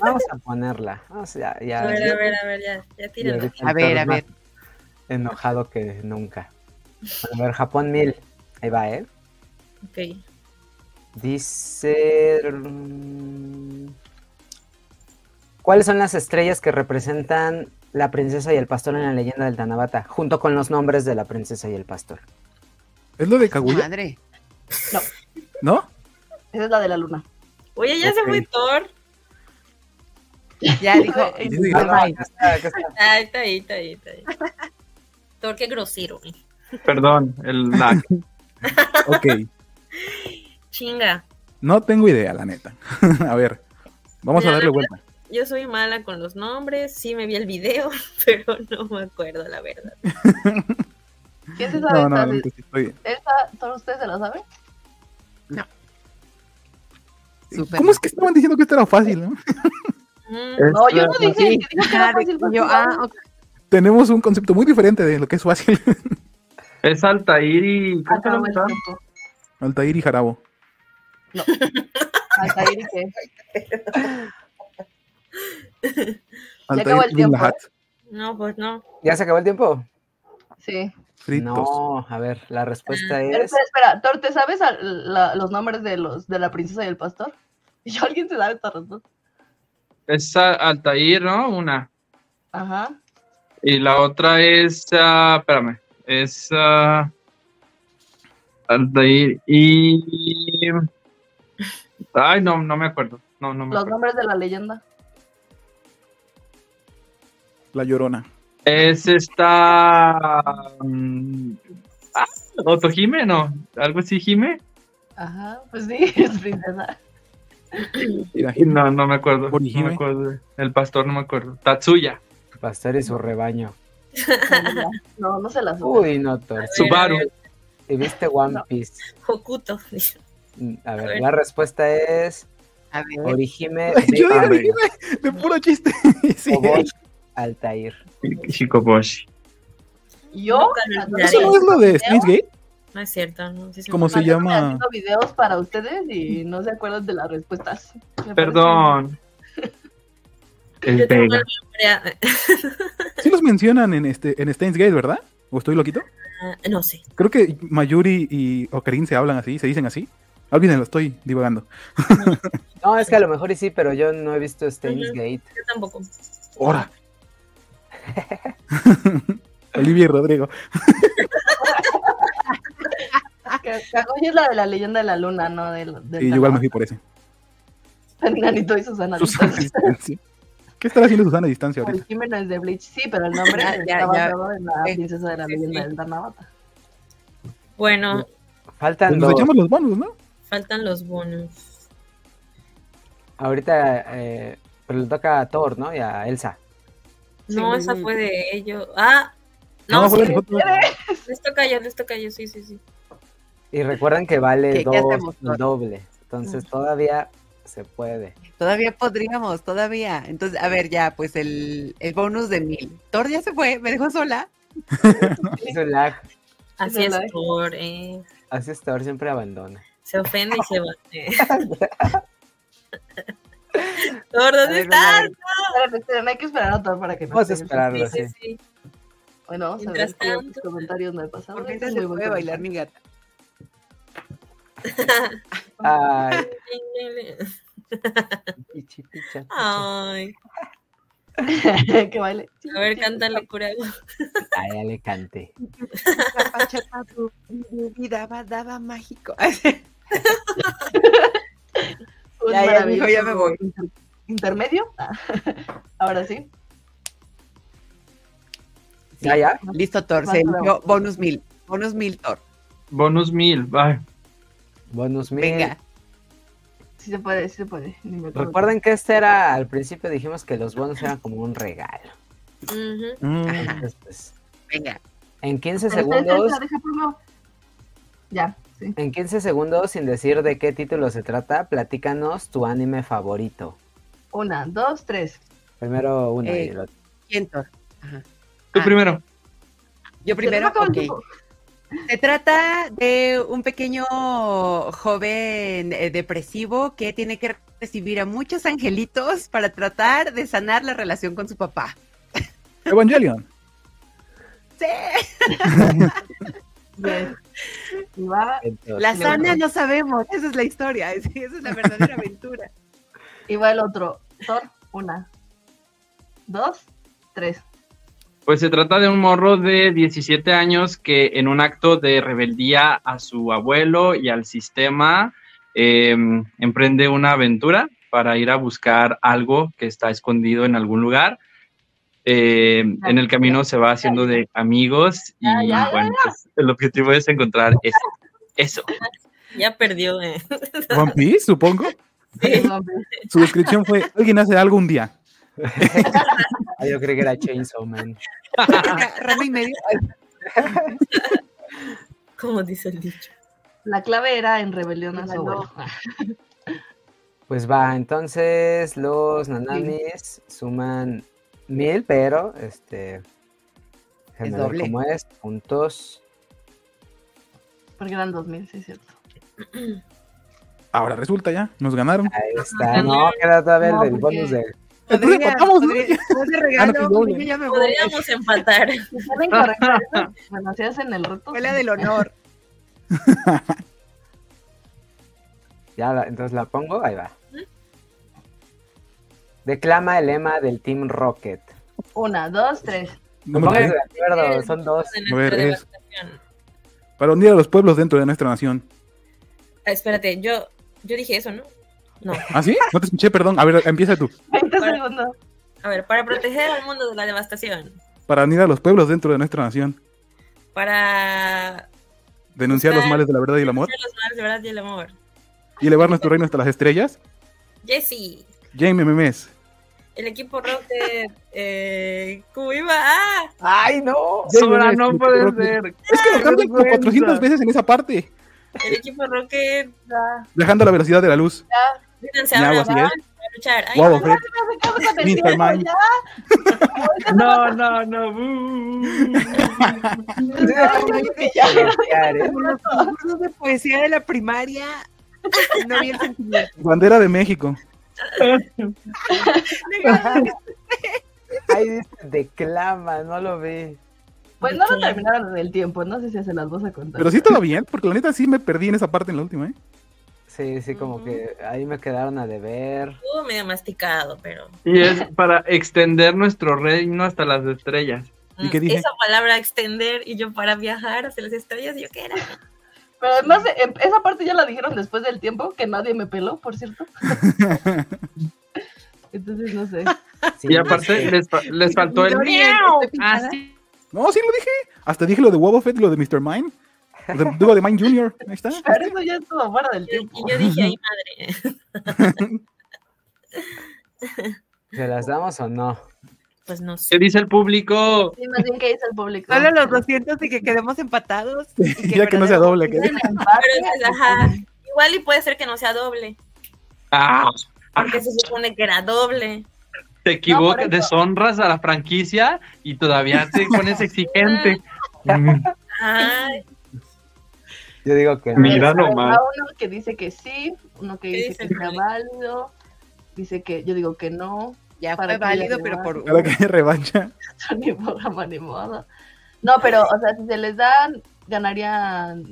S3: Vamos a ponerla. Vamos, ya, ya.
S1: A ver, a ver, a ver, ya, ya
S3: Y
S1: tírenlo.
S3: ahorita
S5: A
S3: el
S5: ver,
S3: Thor
S5: a
S3: más
S5: ver.
S3: Enojado que nunca. A ver, Japón mil. Ahí va, ¿eh?
S1: Ok.
S3: Dice. mm, ¿Cuáles son las estrellas que representan la princesa y el pastor en la leyenda del Tanabata? Junto con los nombres de la princesa y el pastor.
S2: ¿Es lo de Kaguya?
S5: Madre.
S2: ¿No?
S4: Esa es la de la luna.
S1: Oye, ya se
S3: Ok.
S1: fue Thor.
S5: Ya dijo,
S2: Sí,
S4: Ey,
S2: sí.
S3: Ah, no, acá está, acá está.
S1: Ay, está ahí, está ahí, está ahí. Thor, qué grosero. eh.
S6: Perdón, el lag.
S2: Ok.
S1: Chinga.
S2: No tengo idea, la neta. a ver, vamos a
S1: Ya,
S2: darle
S1: la
S2: vuelta.
S1: Yo soy mala con los nombres, sí me vi el video, pero no me acuerdo, la verdad.
S4: ¿Quién se sabe
S2: No, no, la
S4: esta?
S2: neta, sí estoy-
S4: Esta, ¿Todos ustedes se la saben?
S5: súper.
S2: ¿Cómo es que estaban diciendo que esto era fácil? no?
S1: Mm,
S6: Es
S4: No, yo
S6: la-
S4: no dije.
S5: Sí.
S4: el que dijo que
S5: Ah,
S4: era
S5: de
S4: fácil,
S5: que
S4: fue
S5: yo,
S4: tú,
S5: ah, ok.
S2: Tenemos un concepto muy diferente de lo que es fácil.
S6: Es Altair y. ¿Cómo se
S4: Acabó
S6: llama?
S4: el tiempo.
S2: Altair y Jarabo.
S4: Altair y qué.
S2: Altair
S4: acabó el
S2: y
S4: tiempo,
S2: Lahat.
S1: No, pues no.
S3: ¿Ya se acabó el tiempo?
S4: Sí.
S2: Fritos.
S3: No, a ver, la
S1: Ah,
S3: respuesta
S4: Pero
S3: es.
S4: espera, espera, Thor, ¿te sabes al- la- los nombres de los de la princesa y el pastor? ¿Y yo alguien se sabe esta respuesta?
S6: Es a- Altair, ¿no? Una.
S4: Ajá.
S6: Y la otra es. ah, espérame. Es. ah, Altair y. Ay, no, no me acuerdo. No, no me
S4: Los
S6: acuerdo.
S4: nombres de la leyenda.
S2: La Llorona.
S6: Es esta. mm, Otojime, ¿no? ¿Algo así, Jime?
S4: Ajá, pues sí, es princesa.
S6: No, no me acuerdo. No
S2: Orihime.
S6: me acuerdo. El pastor, no me acuerdo. Tatsuya.
S3: Pastor y su rebaño.
S4: No, no se la sube.
S3: Uy, no, Thor.
S6: Subaru.
S3: ¿Y viste One
S1: No.
S3: Piece?
S1: Hokuto. dice.
S3: Mm, A ver,
S1: ver.
S3: la respuesta es
S5: A ver,
S3: Orihime
S2: Yo ya
S3: de
S2: dije, de puro chiste. Sí.
S3: Oboy Altair.
S6: Shikoboshi.
S4: Yo
S1: Nunca lo
S4: andaba
S2: ¿Eso no es lo de Snake's Gate?
S1: No es cierto. No, sí, sí.
S2: ¿Cómo se
S4: mandándome
S2: llama?
S4: haciendo videos para ustedes y no se acuerdan de las respuestas. Me parece
S6: Perdón. El
S1: Yo tengo
S6: Vega.
S1: una memoria-
S2: Sí los mencionan en este en Steins Gate, ¿verdad? ¿O estoy loquito?
S1: Ah, no sé.
S2: Creo que Mayuri y Ocarín se hablan así, se dicen así. Olvídenlo, estoy divagando.
S3: No, es que a lo mejor y sí, pero yo no he visto Steins
S1: Ujú.
S3: Gate.
S1: Yo tampoco.
S2: ¡Hora! Olivia y Rodrigo.
S4: que Kaguya es la de la leyenda de la luna, ¿no? Del, del
S2: Y yo igual me fui por ese.
S4: Fernanito y Susana.
S2: Susana a distancia. ¿Qué estará haciendo Susana a distancia ahorita?
S4: Jimeno es de Bleach, sí, pero el nombre
S5: Ya, ya,
S4: está
S5: ya.
S4: basado en la
S5: Sí.
S4: princesa de la leyenda del Danabata.
S1: Bueno,
S2: Pues
S3: Faltan
S2: nos
S3: dos.
S2: echamos los bonos, ¿no?
S1: faltan los bonos.
S3: Ahorita, eh, pero le toca a Thor, ¿no? Y a Elsa.
S1: No,
S4: Sí.
S1: esa fue de ellos. Ah, no,
S2: fue
S1: sí,
S2: la de Hot Wheels.
S1: les toca yo, les toca yo, sí, sí, sí.
S3: Y recuerdan que vale
S5: ¿Qué- qué
S3: dos
S5: hacemos,
S3: el
S5: Thor?
S3: doble. Entonces todavía se puede.
S5: todavía podríamos, todavía. Entonces, a ver, ya, pues el, el bonus de mil. Thor ya se fue, me dejó sola.
S3: Es un lag.
S1: Así es,
S4: Hola.
S1: por, eh,
S3: Así es, Thor siempre abandona.
S1: se ofende y se va. eh. Thor,
S5: A
S1: ¿dónde
S5: ver, bueno,
S1: estás?
S5: a ver,
S4: Esperen, esperen, hay que esperar a Thor para que
S3: Vamos a
S4: escriba.
S3: esperarlo,
S1: Sí,
S3: sí.
S1: sí.
S4: Bueno, vamos a
S1: Mientras
S4: ver qué
S1: tanto-
S4: otros comentarios no he pasado.
S5: ¿Por qué
S4: Este
S5: se
S4: es
S5: fue
S4: muy buen
S5: a bailar mi
S4: comentario.
S5: gata?
S3: Ay, pichi, picha, picha.
S1: Ay,
S4: que baile.
S1: a ver, cántale, cura.
S3: Ah, ya le canté.
S5: Chapa, chapa, tu- tu vida va- daba mágico.
S4: Un
S5: Ya, ya, mijo, ya
S4: maravilloso
S5: me voy.
S4: inter- ¿Intermedio? Ah, Ahora sí.
S5: Ya, ya. Listo, Thor. Se
S4: Más
S5: eligió bonus mil. Bonus mil, Thor.
S6: Bonus mil. Ay,
S3: Bonus mil.
S5: Venga.
S4: Sí se puede, sí se puede. Ni me acuerdo.
S3: Recuerden que este era, al principio dijimos que los bonos eran como un regalo.
S1: Ujú.
S2: Mm,
S5: Ajá,
S3: Entonces, pues,
S5: venga.
S3: en 15
S4: Espera, espera, espera,
S3: segundos,
S4: deja primero. Ya, sí.
S3: en 15 segundos, sin decir de qué título se trata, platícanos tu anime favorito.
S4: Una, dos, tres.
S3: Primero uno
S5: Eh,
S3: y el otro.
S5: ¿Quién, Thor? Ajá.
S6: Tú
S5: Ah,
S6: primero.
S4: Se
S5: Yo
S4: nos
S5: primero.
S4: acabó el
S5: ok.
S4: tiempo.
S5: Se trata de un pequeño joven eh, depresivo que tiene que recibir a muchos angelitos para tratar de sanar la relación con su papá.
S2: Evangelion.
S5: ¡Sí!
S4: Bien. Y va,
S3: Entonces,
S5: La
S4: Me
S5: sana
S4: gustó.
S5: no sabemos. Esa es la historia. es- Esa es la verdadera aventura.
S4: y va el otro. Son una, dos, tres.
S6: Pues se trata de un morro de 17 años que en un acto de rebeldía a su abuelo y al sistema eh, emprende una aventura para ir a buscar algo que está escondido en algún lugar. Eh, en el camino se va haciendo de amigos y
S4: Ya, ya, ya,
S6: bueno, pues, el objetivo es encontrar eso. eso.
S1: Ya perdió, eh.
S2: One Piece, supongo. Su descripción fue, alguien hace algo un día.
S3: ah, yo creí que era Chainsaw Man.
S5: Mira, Rama y medio.
S1: Como dice el dicho.
S4: La clave era en rebelión a ah, su abuelo.
S3: Pues va, entonces los nanamis suman mil, pero este. déjenme ver
S5: doble.
S3: ¿Cómo es? Puntos.
S4: Porque eran dos mil, sí, es cierto.
S2: Ahora resulta ya, nos ganaron.
S3: Ahí está. No, queda todavía
S4: No,
S3: el del
S4: porque-
S3: bonus de.
S2: Entonces
S5: Podría-
S2: empatamos, ¿no?
S5: podría- no
S2: Ah,
S5: te
S2: no,
S5: regalo,
S2: sí, doble.
S5: yo ya me voy.
S1: Podríamos empatar.
S4: Si pueden corregir eso, Bueno, si hacen el reto.
S5: Escuela del honor.
S3: Ya, la- entonces la pongo, ahí va. Declama el lema del Team Rocket.
S4: Una, dos, tres.
S2: No me lo
S3: Pónganse
S2: creo.
S3: de acuerdo, son dos.
S1: De
S2: A ver,
S1: nuestra
S2: es-
S1: devastación.
S2: Para unir a los pueblos dentro de nuestra nación.
S1: Ah, espérate, yo, yo dije eso, ¿no? No.
S2: ¿Ah, sí? No te escuché, perdón. A ver, empieza tú.
S4: 20
S1: Para-
S4: segundos.
S1: A ver, para proteger al mundo de la devastación,
S2: Para unir a los pueblos dentro de nuestra nación.
S1: para
S2: denunciar los males de la verdad y el amor,
S1: Los males de verdad y el amor.
S2: y elevar nuestro reino hasta las estrellas,
S1: Jesse,
S2: Jaime Memes,
S1: el equipo Rocket, eh, Cubiva. ¡Ah!
S3: ¡Ay, no!
S6: Sora, no puede ser.
S2: Es que lo cambian como
S6: vergüenza.
S2: 400 veces en esa parte,
S1: El equipo Rocket,
S2: viajando a la velocidad de la luz.
S1: vénganse ahora,
S2: Aguas,
S1: va
S2: Miguel.
S1: a luchar. Ay,
S2: Guau,
S1: no,
S2: Fred.
S4: Acabas de
S2: Ni
S4: pensar,
S2: Germán.
S4: ya.
S6: No, no, no. bu-
S3: ¿eh?
S5: Los concursos de poesía de la primaria. pues, No vi el sentimiento.
S2: Bandera de México.
S3: Ahí dice declama, no lo vi.
S4: Pues no lo terminaron en el tiempo, no sé si se las vas a contar.
S2: Pero sí estaba bien, porque la neta sí me perdí en esa parte en la última, ¿eh?
S3: Sí, sí, como
S1: Ujú.
S3: que ahí me quedaron a deber.
S1: Estuvo medio masticado, pero.
S6: Y es para extender nuestro reino hasta las estrellas.
S2: ¿Y
S1: mm,
S2: qué dije?
S1: Esa palabra extender y yo para viajar hacia las estrellas, ¿yo qué era?
S4: Pero no sé, em- esa parte ya la dijeron después del tiempo, que nadie me peló, por cierto. Entonces no sé.
S3: Sí,
S6: Y aparte
S3: sí.
S6: les, fa- les faltó el
S5: Dory, estoy
S6: miau.
S5: picada.
S6: Así.
S2: No, sí lo dije. Hasta dije lo de Wobble Fett y lo de Mr. Mine. Lo de- Digo, de Mine Jr. Ahí está.
S4: Pero eso ya estuvo fuera del tiempo.
S1: Y yo dije, ay madre.
S3: ¿Se las damos o no?
S1: Pues no sé.
S6: ¿Qué dice el público?
S4: Sí, más bien que dice el público.
S5: Solo los 200 y que quedemos empatados. y
S2: ya que no sea doble. que-
S1: Pero pues, ajá, igual y puede ser que no sea doble,
S6: Ah,
S1: porque se supone que era doble.
S6: te equivocas,
S4: eso.
S6: deshonras a la franquicia y todavía te pones exigente. Mm,
S1: Ay,
S5: Oh.
S3: Yo digo que no.
S6: Mira. nomás.
S4: Habrá uno que dice que sí, uno que
S1: ¿Qué
S4: dice
S1: dice
S4: que
S1: el
S4: está
S1: público?
S4: válido, dice que yo digo que no,
S5: Ya
S4: Para
S5: fue
S4: que
S5: válido,
S4: digas,
S5: pero
S4: ¿no?
S5: por
S2: Ahora que hay revancha.
S4: ni programa ni modo. No, pero, o sea, si se les dan, ganarían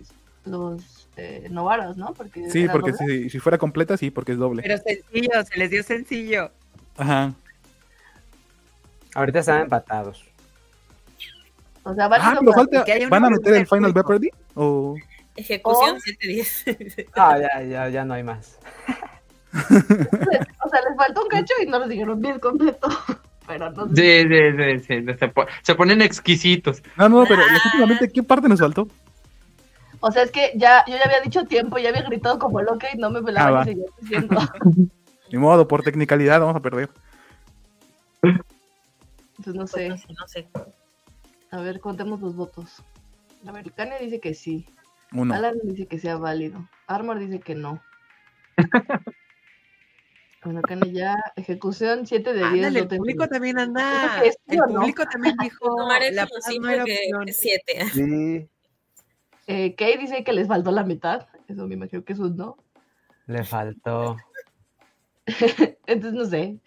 S4: los eh, novaros, ¿no? Porque
S2: Sí,
S4: era
S2: porque
S4: doble.
S2: si, si fuera completa, sí, porque es doble.
S5: Pero sencillo, se les dio sencillo.
S2: Ajá.
S3: Ahorita están empatados.
S4: O sea, válido
S2: Ah, pero
S4: para-
S2: falta.
S5: que haya una
S2: ¿Van a anotar el
S5: pregunta del
S2: Final
S5: público.
S2: Jeopardy? ¿O
S1: ejecución
S4: Oh.
S1: 7-10.
S3: Ah, ya, ya, ya no hay más.
S4: O sea, les faltó un cacho y no les dijeron bien completo. Pero no sé.
S6: sí, sí, sí, sí, se, po- se ponen exquisitos.
S2: No, no, pero legítimamente, ¿qué parte nos faltó?
S4: O sea, es que ya, yo ya había dicho tiempo, ya había gritado como loca y no me
S2: Ah,
S4: pelaba
S2: va.
S4: ni seguía diciendo.
S2: Ni modo, por tecnicalidad vamos a perder.
S4: Entonces no
S1: Pues,
S4: sé.
S1: no sé, no sé.
S4: A ver, contemos los votos. A ver, Kanye dice que sí.
S2: Uno.
S4: Alan dice que sea válido. Armor dice que no. bueno, Kanye ya. Ejecución 7 de 10.
S5: Ándale,
S4: lo
S5: el
S4: tengo.
S5: público también
S4: Yo creo
S5: anda.
S4: que sí,
S5: El
S4: ¿o no?
S5: público también dijo.
S1: Tomaré
S5: Oh, la
S1: como
S5: paz no era opción.
S1: 7.
S3: Sí.
S4: Eh, Kay dice que les faltó la mitad. Eso me imagino que es un no.
S3: Le faltó.
S4: Entonces no sé.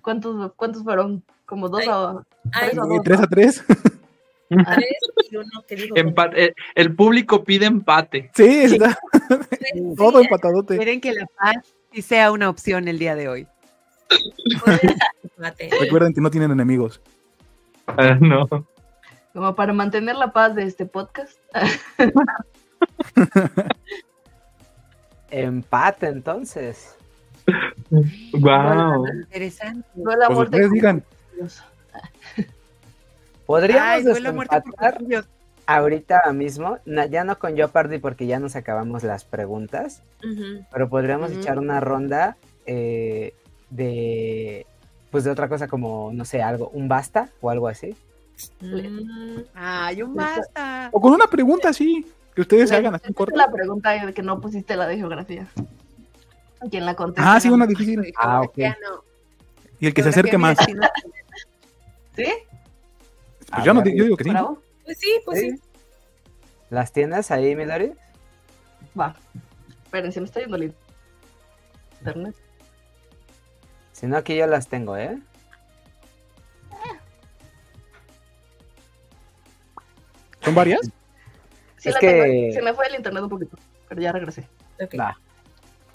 S4: ¿Cuántos, cuántos fueron? Como dos
S1: Ay.
S4: o
S1: Hay
S4: Por eso-
S2: Y tres a tres.
S1: tres y uno que digo.
S6: Empa- eh, el público pide empate.
S2: Sí, está todo empatadote.
S5: Quieren que la paz sí sea una opción el día de hoy.
S1: empate.
S2: Recuerden que no tienen enemigos.
S6: Ah, no.
S4: Como para mantener la paz de este podcast.
S3: Empate entonces.
S6: Wow.
S5: Interesante.
S4: Duela
S2: Pues
S4: muerte.
S2: ustedes digan.
S3: Podríamos
S5: Ay, duele la muerte por
S3: desempatar
S5: ellos.
S3: ahorita mismo, na- ya no con Jeopardy porque ya nos acabamos las preguntas,
S1: Ujú.
S3: pero podríamos
S4: Ujú.
S3: echar una ronda eh, de pues de otra cosa como no sé, algo, un basta o algo así.
S1: Mm,
S5: Ay, un basta.
S2: O con una pregunta así, que ustedes hagan así corto.
S4: la pregunta de que no pusiste la de geografía. ¿Quién la contesta?
S2: Ah, sí, una difícil.
S3: Ah, ok.
S2: Y el que se acerque más.
S4: ¿Sí?
S2: Pues yo, no, di- yo digo que sí.
S4: Bravo.
S1: Pues sí, pues sí.
S3: ¿Las tienes ahí, Midori?
S4: Va. Espérense, me está yendo el internet.
S3: Si no, aquí yo las tengo, ¿eh?
S2: ¿Son varias?
S4: Sí,
S3: Es
S4: la
S3: que-
S4: tengo. Se me fue el internet un poquito, pero ya regresé.
S1: Ok.
S3: Va.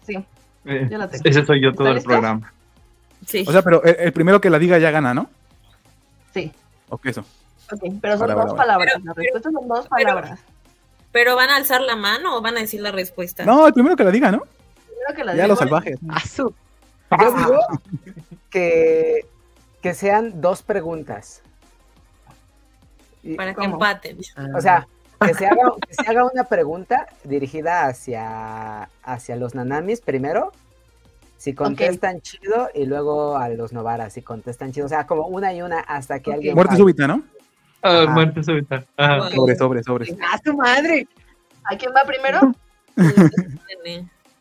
S4: Sí,
S6: Eh,
S4: ya la tengo.
S6: Ese soy yo todo
S4: ¿Están
S6: el
S4: listos?
S6: programa.
S1: Sí.
S2: O sea, pero el, el primero que la diga ya gana, ¿no?
S4: Sí,
S2: Ok, eso.
S4: ok. Pero
S2: Ahora,
S4: son dos
S2: ahora, ahora.
S4: palabras.
S1: Pero-
S4: Las respuestas son dos
S1: pero-
S4: palabras.
S1: ¿Pero van a alzar la mano o van a decir la respuesta?
S2: No, el primero que la diga, ¿no?
S4: Primero que la
S2: Ya
S4: digo,
S2: los salvajes.
S5: Azul.
S3: Yo digo que, que sean dos preguntas. Y-
S1: Para que
S4: ¿Cómo?
S1: empaten.
S2: Ah,
S3: O sea, que se, haga, que se haga una pregunta dirigida hacia, hacia los nanamis primero. Si contestan chido y luego a los novaras, si contestan chido. O sea, como una y una hasta que alguien.
S2: Muerte
S3: falle.
S2: súbita, ¿no?
S6: Ah,
S3: Ajá.
S6: muerte súbita. Ajá.
S1: Guau.
S2: Sobre, sobre, sobre.
S5: ¡Ah, su madre!
S4: ¿A quién va primero?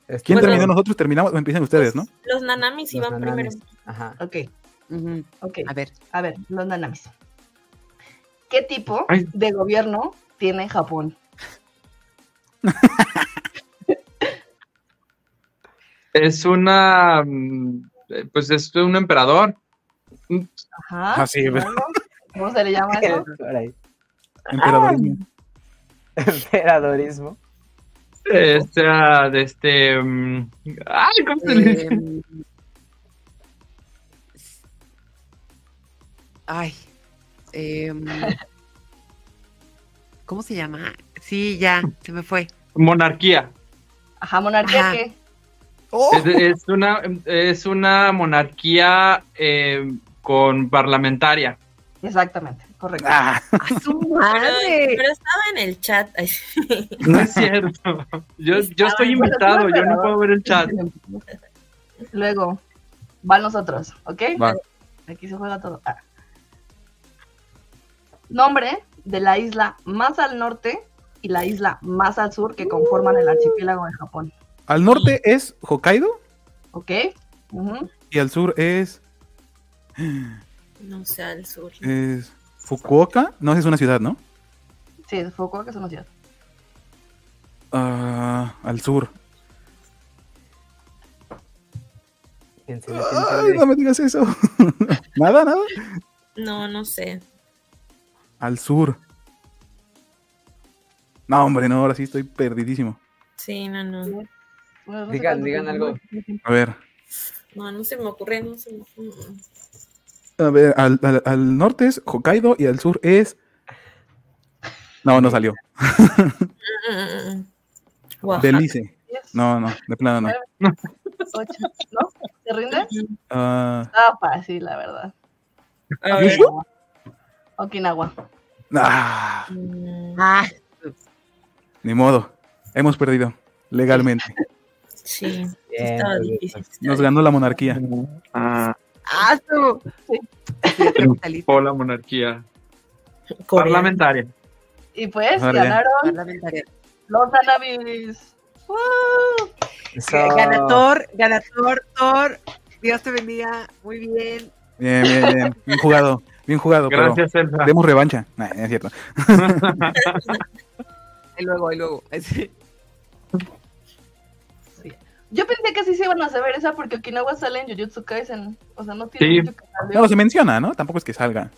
S3: Este,
S2: ¿Quién
S1: Bueno.
S2: terminó? Nosotros terminamos, empiezan ustedes, ¿no?
S1: Los nanamis
S3: Los
S1: iban primero.
S3: nanamis. Ajá.
S4: Ok,
S5: Ujú,
S4: ok.
S5: A ver,
S4: A ver, los nanamis. ¿Qué tipo
S6: Ay.
S4: de gobierno tiene Japón?
S6: Es una. mm, eh, Pues es un emperador.
S4: Ajá.
S2: Ah, sí,
S4: ¿no?
S2: ¿verdad?
S4: ¿Cómo se le llama
S1: Ah,
S4: eso?
S3: Por ahí.
S2: Emperador.
S3: Emperadorismo.
S6: Este. ah, de este mm, ay, ¿cómo se le dice?
S5: em, Ay. em, ¿Cómo se llama? Sí, ya, se me fue.
S6: Monarquía.
S4: Ajá, monarquía
S5: Ajá.
S4: que.
S6: Es, es una, es una monarquía eh, con parlamentaria.
S4: Exactamente, correcto.
S2: Ah,
S5: ¡A su
S1: Pero,
S5: madre!
S1: pero estaba en el chat. Ay,
S6: No es cierto. Yo, yo estoy
S4: Bueno,
S6: invitado,
S4: tú
S6: yo no
S4: emperador.
S6: puedo ver el chat.
S4: Luego, van nosotros, ¿ok?
S2: va.
S4: Aquí se juega todo. Ah. Nombre de la isla más al norte y la isla más al sur que conforman el archipiélago de Japón,
S2: Al norte es Hokkaido
S4: ¿ok? Ujú.
S2: y al sur es,
S1: no sé, al sur.
S2: es Fukuoka. No, esa es una ciudad, ¿no?
S4: Sí, Fukuoka que es una ciudad.
S2: Ah, al sur.
S3: Piénsale,
S2: Ay,
S3: piénsale.
S2: no me digas eso. nada, nada.
S1: No, no sé.
S2: Al sur. No, hombre, no, ahora sí estoy perdidísimo.
S1: Sí, no, no.
S4: Bueno, no sé
S3: Digan,
S4: cuánto
S3: digan
S4: tiempo.
S3: algo.
S2: A ver.
S1: No, no se me ocurre. No se me ocurre.
S2: A ver, al, al- al norte es Hokkaido y al sur es. No, no salió.
S1: Wow.
S2: Belice.
S4: Diez,
S2: No, no, de plano no.
S4: ocho, ¿No? ¿Te rindes?
S2: Ah,
S4: Ah, fácil, la verdad.
S1: A ver.
S2: ¿Eh?
S4: Okinawa.
S2: ah,
S1: Mm,
S5: Ah,
S2: ni modo. Hemos perdido. Legalmente.
S1: Sí,
S3: Bien,
S1: estaba
S3: muy bien.
S1: difícil. estaba
S2: Nos ganó la monarquía.
S6: Ah,
S5: ¡Ah, su! Capitalista,
S6: por la monarquía.
S1: difícil. Corea.
S6: Parlamentaria.
S4: Y pues
S2: Órale.
S4: ganaron
S5: parlamentaria.
S4: los Anabis.
S3: Eso.
S5: Ganador, ganador, Thor. Dios te bendiga. Muy bien.
S2: Bien, bien, bien. Bien jugado. Bien jugado. pero
S6: Gracias, Elsa.
S2: demos revancha. Nah, no es cierto.
S5: Ahí luego, ahí luego. Sí.
S4: Yo pensé que sí se iban a saber esa porque Okinawa sale en Jujutsu Kaisen. O sea, no tiene
S6: Sí.
S4: mucho que saber.
S2: No, se menciona, ¿no? Tampoco es que salga.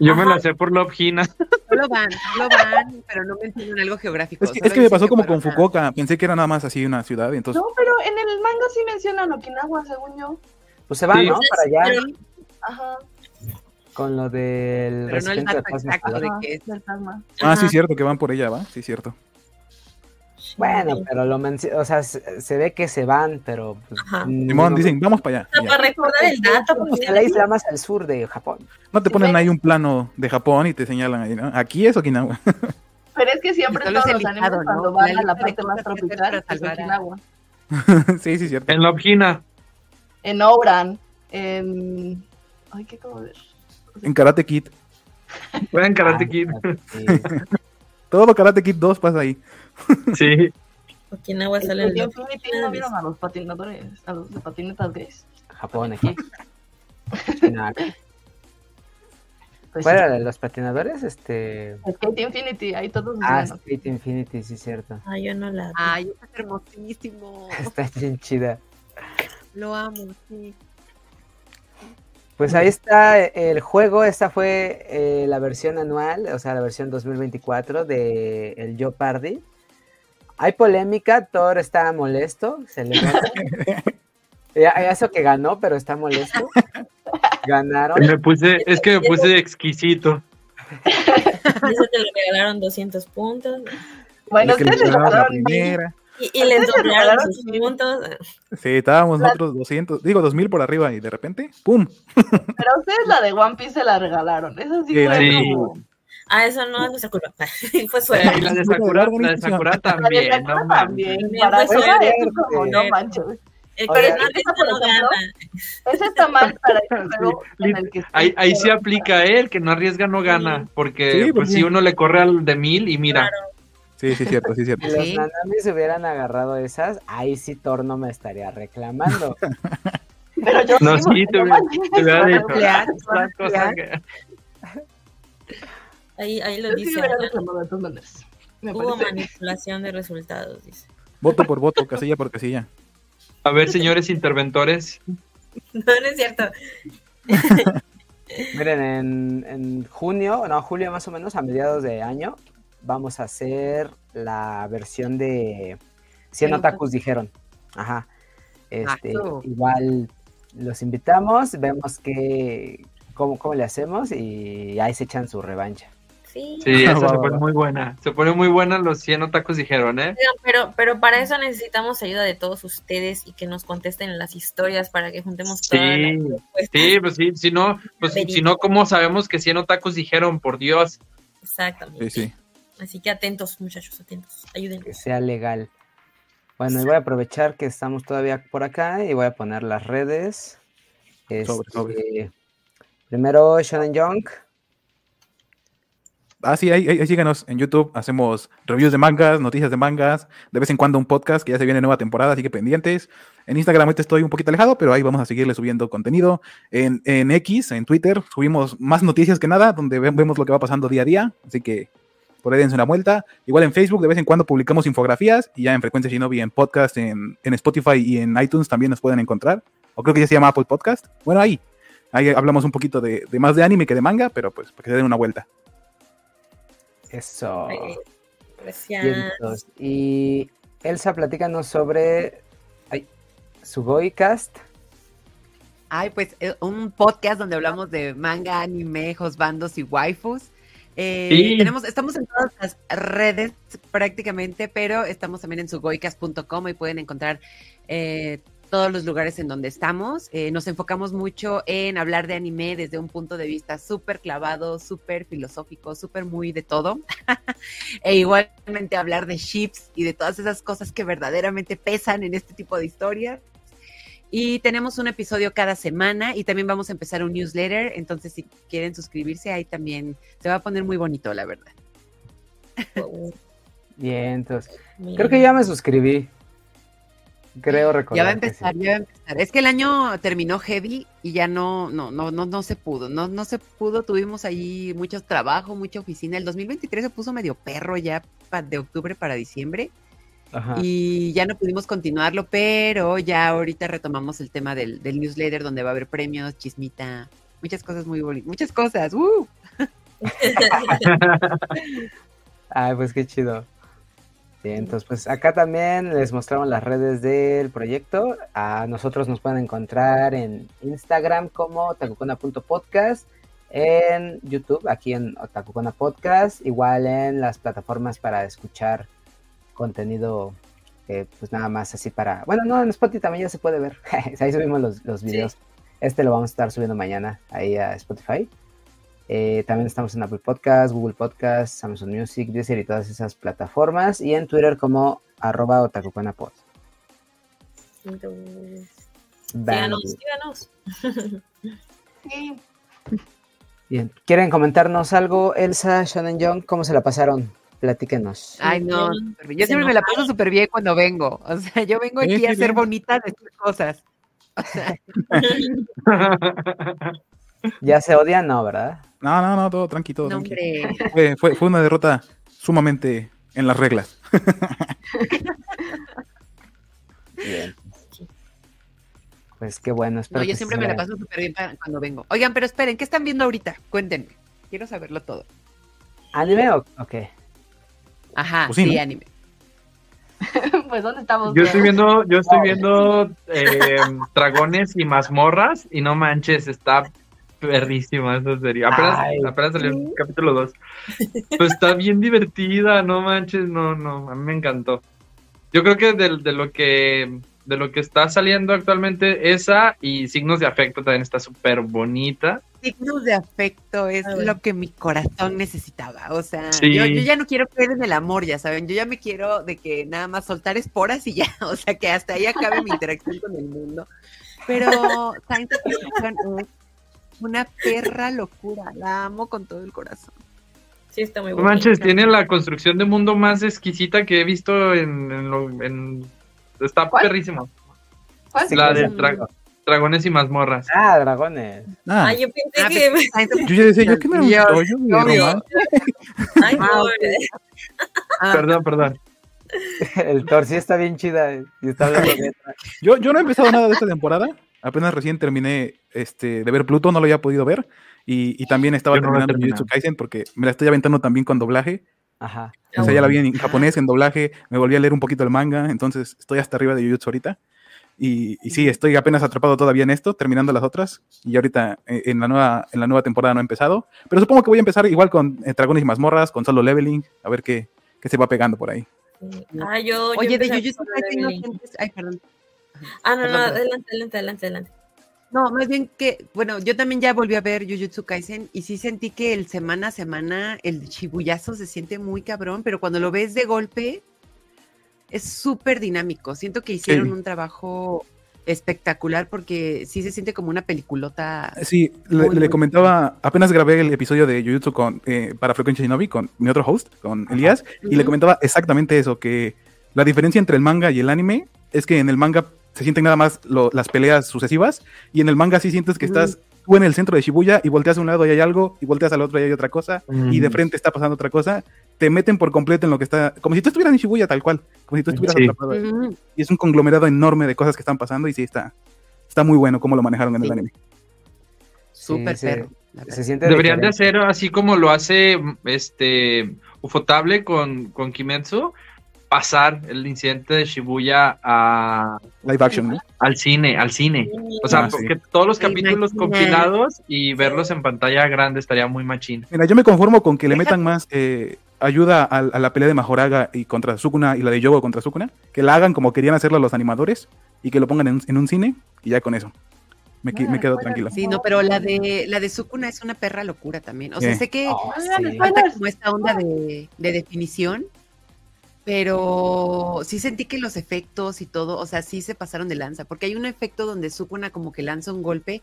S6: Yo me la sé por Love Hina.
S5: Solo van, solo van, pero no mencionan algo geográfico.
S2: Es que,
S5: solo
S2: es que me
S5: dicen
S2: pasó como con
S5: fueron a-
S2: Fukuoka. Pensé que era nada más así una ciudad. Entonces,
S4: No, pero en el manga sí mencionan Okinawa, según yo.
S3: Pues se va,
S6: Sí.
S3: ¿no? Para allá
S1: Pero-
S4: Ajá.
S3: con lo del
S5: Pero no el
S3: recipiente de
S5: dato
S3: plasma
S5: exacto de
S3: solar.
S4: ajá,
S5: qué es?
S4: del plasma.
S2: ah, sí,
S1: Ajá.
S2: cierto que van por ella, ¿va? Sí, cierto.
S3: Bueno, pero lo mencio- o sea, se, se ve que se van, pero pues,
S1: Ajá.
S3: mm,
S2: Simón,
S3: no-
S2: dicen, vamos para allá.
S1: O sea,
S2: y ya.
S1: para recordar el dato.
S3: Vamos
S1: porque-
S3: a la isla más al sur de Japón.
S2: No te ponen ahí un plano de Japón y te señalan ahí, ¿no? Aquí es Okinawa.
S4: Pero es que siempre
S5: Solo
S4: todos
S5: es
S4: los
S5: evitado,
S4: animes
S5: ¿no?
S4: cuando
S5: La
S4: van a
S5: lista
S4: la
S5: de
S4: parte más
S5: cosas que hacer
S4: tropical
S5: para
S4: es
S5: salvar a-
S4: Okinawa.
S2: sí, sí, cierto.
S6: En Love Hina.
S4: En Obran, en... Ay, qué como ver.
S2: En Karate Kid.
S6: Fue en Karate
S3: Ah,
S6: Kid.
S3: sí.
S2: Todo Karate Kid 2 pasa ahí.
S6: Sí.
S1: Okinawa
S4: En
S1: sale el dato.
S4: Infinity no vieron a los patinadores, a los de patinetas gays.
S3: Japón aquí. No, aquí.
S4: Pues
S3: ¿Cuál era la de los patinadores? Este.
S4: sí. Skate Infinity, ahí todos
S3: Ah,
S4: mencionan.
S3: Skate Infinity, sí, cierto.
S1: Ah, yo no la. vi.
S5: Ay, está hermosísimo.
S3: Está bien chida.
S5: Lo amo, sí.
S3: Pues ahí está el juego. Esta fue eh, la versión anual, o sea, la versión 2024 de el Yo Party. Hay polémica, Thor está molesto, se le nota. Eh, Eso que ganó, pero está molesto. Ganaron.
S6: Me puse, es que me puse exquisito.
S1: Dice que le regalaron 200 puntos.
S4: Bueno,
S2: Es que le
S4: ustedes les
S2: regalaron la
S4: hablaron
S2: primera.
S1: Y, y les
S4: Ustedes le
S1: doblaron
S4: regalaron
S1: sus
S4: su-
S1: puntos.
S2: Sí, estábamos nosotros 200, digo 2000 por arriba y de repente, ¡pum!
S4: Pero a ustedes la de One Piece se la regalaron. Esa sí
S2: Sí,
S4: fue
S6: sí.
S4: como-
S1: Ah, eso no es nuestra culpa. Fue
S6: Y
S1: suerte.
S6: la de Sakura, la de Sakura también, no mames.
S4: también.
S1: mames.
S4: Para
S1: Pues,
S4: esa
S3: oye,
S4: es como, no
S1: eh,
S4: manches.
S1: El
S3: Oye,
S1: coronel
S4: ¿esa,
S1: esta
S4: por
S1: no
S4: ejemplo?
S1: gana.
S4: Ese está mal para el juego
S6: Sí,
S4: en el que
S6: Ahí, ahí sí
S4: pero-
S6: aplica él, que no arriesga, no gana. Porque
S2: Sí,
S6: pues,
S2: porque-
S6: si uno le corre al de mil y mira,
S2: Sí, sí, cierto, sí, cierto.
S3: Si
S5: Sí.
S3: los nanamis hubieran agarrado esas, ahí sí Torno me estaría reclamando.
S4: Pero yo
S6: No,
S4: sí,
S6: sí, te
S4: no
S6: hubiera-
S4: manches,
S6: te hubiera
S4: van a
S6: dicho,
S4: pelear,
S6: "Ah,
S4: van a
S6: esa cosa
S4: pelear".
S6: que-
S1: Ahí, ahí lo
S4: Yo sí
S1: dice.
S4: hubiera
S1: Ana.
S4: reclamado de todas maneras. Me
S1: Hubo
S4: parece.
S1: manipulación de resultados, dice.
S2: Voto por voto, casilla por casilla.
S6: A ver, señores interventores,
S1: No, no es cierto.
S3: Miren, en, en junio, no, julio más o menos, a mediados de año, vamos a hacer la versión de 100
S4: Cien
S3: otakus, dijeron. Ajá. Este,
S5: Ah, tú.
S3: igual los invitamos, vemos qué, cómo, cómo le hacemos y ahí se echan su revancha.
S1: Sí.
S6: sí, esa
S2: Ah, Va,
S6: se
S2: va,
S6: pone
S2: va.
S6: muy buena. Se pone muy buena los 100 tacos dijeron, ¿eh?
S1: Oigan, Pero, pero para eso necesitamos ayuda de todos ustedes y que nos contesten las historias para que juntemos todas
S6: Sí.
S1: las respuestas.
S6: Sí, pues sí, si no, pues si no, ¿cómo sabemos que 100 tacos dijeron? Por Dios.
S1: Exactamente.
S2: Sí, sí.
S1: Así que atentos, muchachos, atentos. Ayúdenme.
S3: que sea legal. Bueno, y voy a aprovechar que estamos todavía por acá y voy a poner las redes.
S2: Sobre, sobre.
S3: Este, Primero Shonen Young.
S2: Ah, sí, ahí, ahí- ahí síganos en YouTube. Hacemos reviews de mangas, noticias de mangas, de vez en cuando un podcast que ya se viene nueva temporada, así que pendientes. En Instagram ahorita estoy un poquito alejado, pero ahí vamos a seguirle subiendo contenido. En, en X, en Twitter, subimos más noticias que nada, donde ve- vemos lo que va pasando día a día, así que por ahí dense una vuelta. Igual en Facebook, de vez en cuando publicamos infografías y ya en Frecuencia Shinobi, en podcast, en, en Spotify y en iTunes también nos pueden encontrar. O creo que ya se llama Apple Podcast. Bueno, ahí. Ahí hablamos un poquito de, de más de anime que de manga, pero pues para que se den una vuelta.
S3: Eso.
S1: eh, Gracias.
S3: Vientos. Y Elsa, platícanos sobre ay, su Goicast.
S5: Ay, pues eh, un podcast donde hablamos de manga, anime, bandos y waifus. Eh,
S6: Sí.
S5: tenemos, estamos en todas las redes prácticamente, pero estamos también en sugoicas.com y pueden encontrar eh, todos los lugares en donde estamos. Eh, nos enfocamos mucho en hablar de anime desde un punto de vista súper clavado, súper filosófico, súper muy de todo. e igualmente hablar de chips y de todas esas cosas que verdaderamente pesan en este tipo de historias. Y tenemos un episodio cada semana y también vamos a empezar un newsletter. Entonces, si quieren suscribirse, ahí también se va a poner muy bonito, la verdad.
S1: Wow,
S3: Vientos.
S1: miren.
S3: Creo que ya me suscribí. Creo recordar.
S5: ya va a
S3: que sí.
S5: empezar, ya va a empezar. Es que el año terminó heavy y ya no, no, no, no, no se pudo. No, no se pudo. Tuvimos ahí mucho trabajo, mucha oficina. El 2023 se puso medio perro ya pa- de octubre para diciembre.
S3: Ajá.
S5: y ya no pudimos continuarlo, pero ya ahorita retomamos el tema del, del newsletter donde va a haber premios, chismita, muchas cosas muy bonitas, muchas cosas. ¡uh!
S3: Ay, pues qué chido. Bien, entonces, pues acá también les mostramos las redes del proyecto. A nosotros nos pueden encontrar en Instagram como tacucona.podcast, en YouTube, aquí en Otakucona Podcast, igual en las plataformas para escuchar contenido, eh, pues nada más así para... Bueno, no, en Spotify también ya se puede ver. ahí subimos los, los videos. Este lo vamos a estar subiendo mañana ahí a Spotify. Eh, también estamos en Apple Podcast, Google Podcast, Amazon Music, Deezer y todas esas plataformas. Y en Twitter como arroba otakuconapod.
S1: Síganos, síganos.
S4: Sí.
S3: Bien. ¿Quieren comentarnos algo, Elsa, Shonen Young? ¿Cómo se la pasaron? Platíquenos.
S5: Ay, no,
S1: Sí.
S5: súper bien. yo siempre me la paso súper bien cuando vengo. O sea, yo vengo
S2: Sí,
S5: aquí a
S2: sí,
S5: ser
S2: bien.
S5: bonita de estas cosas.
S3: ¿Ya se odian? No, ¿verdad?
S2: No, no, no, todo tranqui, todo
S5: No,
S2: tranqui.
S5: hombre.
S2: Fue, fue- fue una derrota sumamente en las reglas.
S3: Bien. Pues qué bueno. espero
S5: No, yo
S3: que
S5: siempre
S3: se
S5: me la
S3: la-
S5: paso súper bien pa- cuando vengo. Oigan, pero esperen, ¿qué están viendo ahorita? Cuéntenme. Quiero saberlo todo.
S3: ¿Anime o o qué?
S5: Ajá,
S2: Pues sí,
S5: sí,
S2: ¿no?
S5: anime.
S4: Pues, ¿dónde estamos?
S6: Yo estoy viendo, yo estoy viendo eh, dragones y mazmorras y no manches, está perrísima esa serie. Apenas,
S3: Ay.
S6: apenas salió el capítulo 2. Pero está bien divertida, no manches, no, no, a mí me encantó. Yo creo que de, de lo que de lo que está saliendo actualmente esa y signos de afecto también está súper bonita.
S5: signos de afecto es ah, lo que mi corazón necesitaba. O sea,
S6: Sí.
S5: yo, yo ya no quiero creer en el amor, ya saben. Yo ya me quiero de que nada más soltar esporas y ya. O sea, que hasta ahí acabe mi interacción con el mundo. Pero Science Fiction es una perra locura. La amo con todo el corazón.
S1: Sí, está muy
S6: No
S1: bueno.
S6: manches, tiene la construcción de mundo más exquisita que he visto en... en lo- en- Está
S4: ¿Cuál?
S6: perrísimo.
S4: ¿Cuál?
S3: Sí,
S6: la de
S3: sí.
S6: dra- dragones y mazmorras.
S3: Ah, dragones.
S2: Ah,
S1: Ah, yo pensé
S5: Ah,
S1: que.
S5: Science
S2: yo ya decía, yo qué me
S5: Dios,
S2: lo yo de
S5: obvio.
S2: romance.
S1: Ay,
S5: Ah,
S1: no,
S5: ok. Ah,
S6: Perdón, perdón.
S3: El Thor sí está bien chida. eh, Y está hablando de otra.
S2: Yo, yo no he empezado nada de esta temporada. Apenas recién terminé este, de ver Pluto, no lo había podido ver. Y, y también estaba
S6: Yo no lo he
S2: terminando Jujutsu
S6: terminado.
S2: Kaisen porque me la estoy aventando también con doblaje.
S3: Ajá.
S2: O sea, ya la vi en japonés, en doblaje. Me volví a leer un poquito el manga. Entonces estoy hasta arriba de Jujutsu ahorita. Y, y sí, estoy apenas atrapado todavía en esto, terminando las otras. Y ahorita eh, en la nueva, en la nueva temporada no he empezado. Pero supongo que voy a empezar igual con eh, Dragones y Mazmorras, con Solo Leveling. A ver qué, qué se va pegando por ahí.
S1: Ah, yo.
S5: Oye,
S1: yo
S5: de
S1: pensaba
S5: Jujutsu
S1: que
S5: Kaisen no
S1: era Evelyn.
S5: sientes- Ay, perdón.
S1: Ah, no, no,
S5: Perdón, perdón.
S1: adelante, adelante, adelante, adelante.
S5: No, más bien que, bueno, yo también ya volví a ver Jujutsu Kaisen y sí sentí que el semana a semana el chibullazo se siente muy cabrón, pero cuando lo ves de golpe es súper dinámico. Siento que hicieron un trabajo espectacular porque sí se siente como una peliculota.
S2: Sí,
S5: Muy
S2: le, le
S5: bueno.
S2: comentaba, apenas grabé el episodio de Jujutsu con, eh, para Frecuencia Shinobi con mi otro host, con Elías, y le
S5: Ujú.
S2: comentaba exactamente eso, que la diferencia entre el manga y el anime es que en el manga se sienten nada más lo- las peleas sucesivas, y en el manga sí sientes que
S5: Mm.
S2: estás tú en el centro de Shibuya y volteas a un lado y hay algo, y volteas al otro y hay otra cosa, y de
S6: Mm.
S2: frente está pasando otra cosa, te meten por completo en lo que está, como si tú estuvieras en Shibuya tal cual, como si tú estuvieras
S6: Sí.
S2: atrapado ahí.
S5: Ujú.
S2: Y es un conglomerado enorme de cosas que están pasando, y sí, está, está muy bueno cómo lo manejaron en el
S5: Sí.
S2: anime.
S5: Súper
S3: sí.
S5: perro. la verdad.
S3: Se siente
S6: Deberían de
S3: diferente.
S6: hacer así como lo hace este Ufotable con, con Kimetsu, pasar el incidente de Shibuya a-
S2: Live action, ¿no?
S6: al cine, al cine.
S1: Mm,
S6: O sea,
S2: Ah, sí.
S6: que todos los
S5: Me
S6: capítulos
S5: imagino.
S6: compilados y verlos en pantalla grande estaría muy machín.
S2: Mira, yo me conformo con que le
S5: Deja-
S2: metan más eh, ayuda a, a la pelea de Majoraga y contra Sukuna y la de Yogo contra Sukuna. Que la hagan como querían hacerlo los animadores y que lo pongan en, un- en un cine y ya con eso. Me, que- me quedo tranquilo.
S5: Sí, no, pero la de la de Sukuna es una perra locura también. O sea,
S2: Sí.
S5: sé que
S3: Oh,
S4: Oigan,
S3: sí.
S5: falta
S4: Spoilers.
S5: como esta onda de, de definición, pero sí sentí que los efectos y todo, o sea, sí se pasaron de lanza, porque hay un efecto donde Sukuna como que lanza un golpe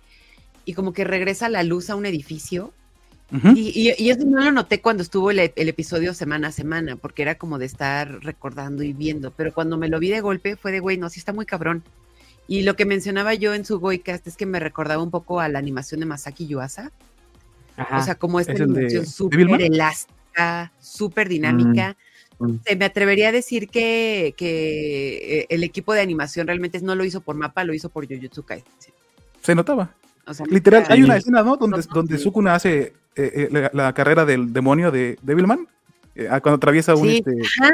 S5: y como que regresa la luz a un edificio.
S2: Ujú.
S5: Y, y- y eso no lo noté cuando estuvo el, e- el episodio semana a semana, porque era como de estar recordando y viendo, pero cuando me lo vi de golpe fue de, güey, no, sí está muy cabrón. Y lo que mencionaba yo en su Goicast es que me recordaba un poco a la animación de Masaki Yuasa,
S3: Ajá.
S5: o sea, como esta
S2: Ah, ¿es el de
S5: animación
S2: Devilman?
S5: súper elástica, súper dinámica.
S6: Mm, mm.
S5: Se me atrevería a decir que, que eh, el equipo de animación realmente no lo hizo por mapa, lo hizo por Jujutsu Kaisen.
S2: Se notaba.
S5: O sea,
S2: Literal,
S5: neta,
S2: hay una escena, ¿no? Donde,
S5: Ajá.
S2: donde Sukuna hace eh, eh, la, la carrera del demonio de Devilman. eh, ah, cuando atraviesa un,
S5: Sí.
S2: este,
S5: Ajá.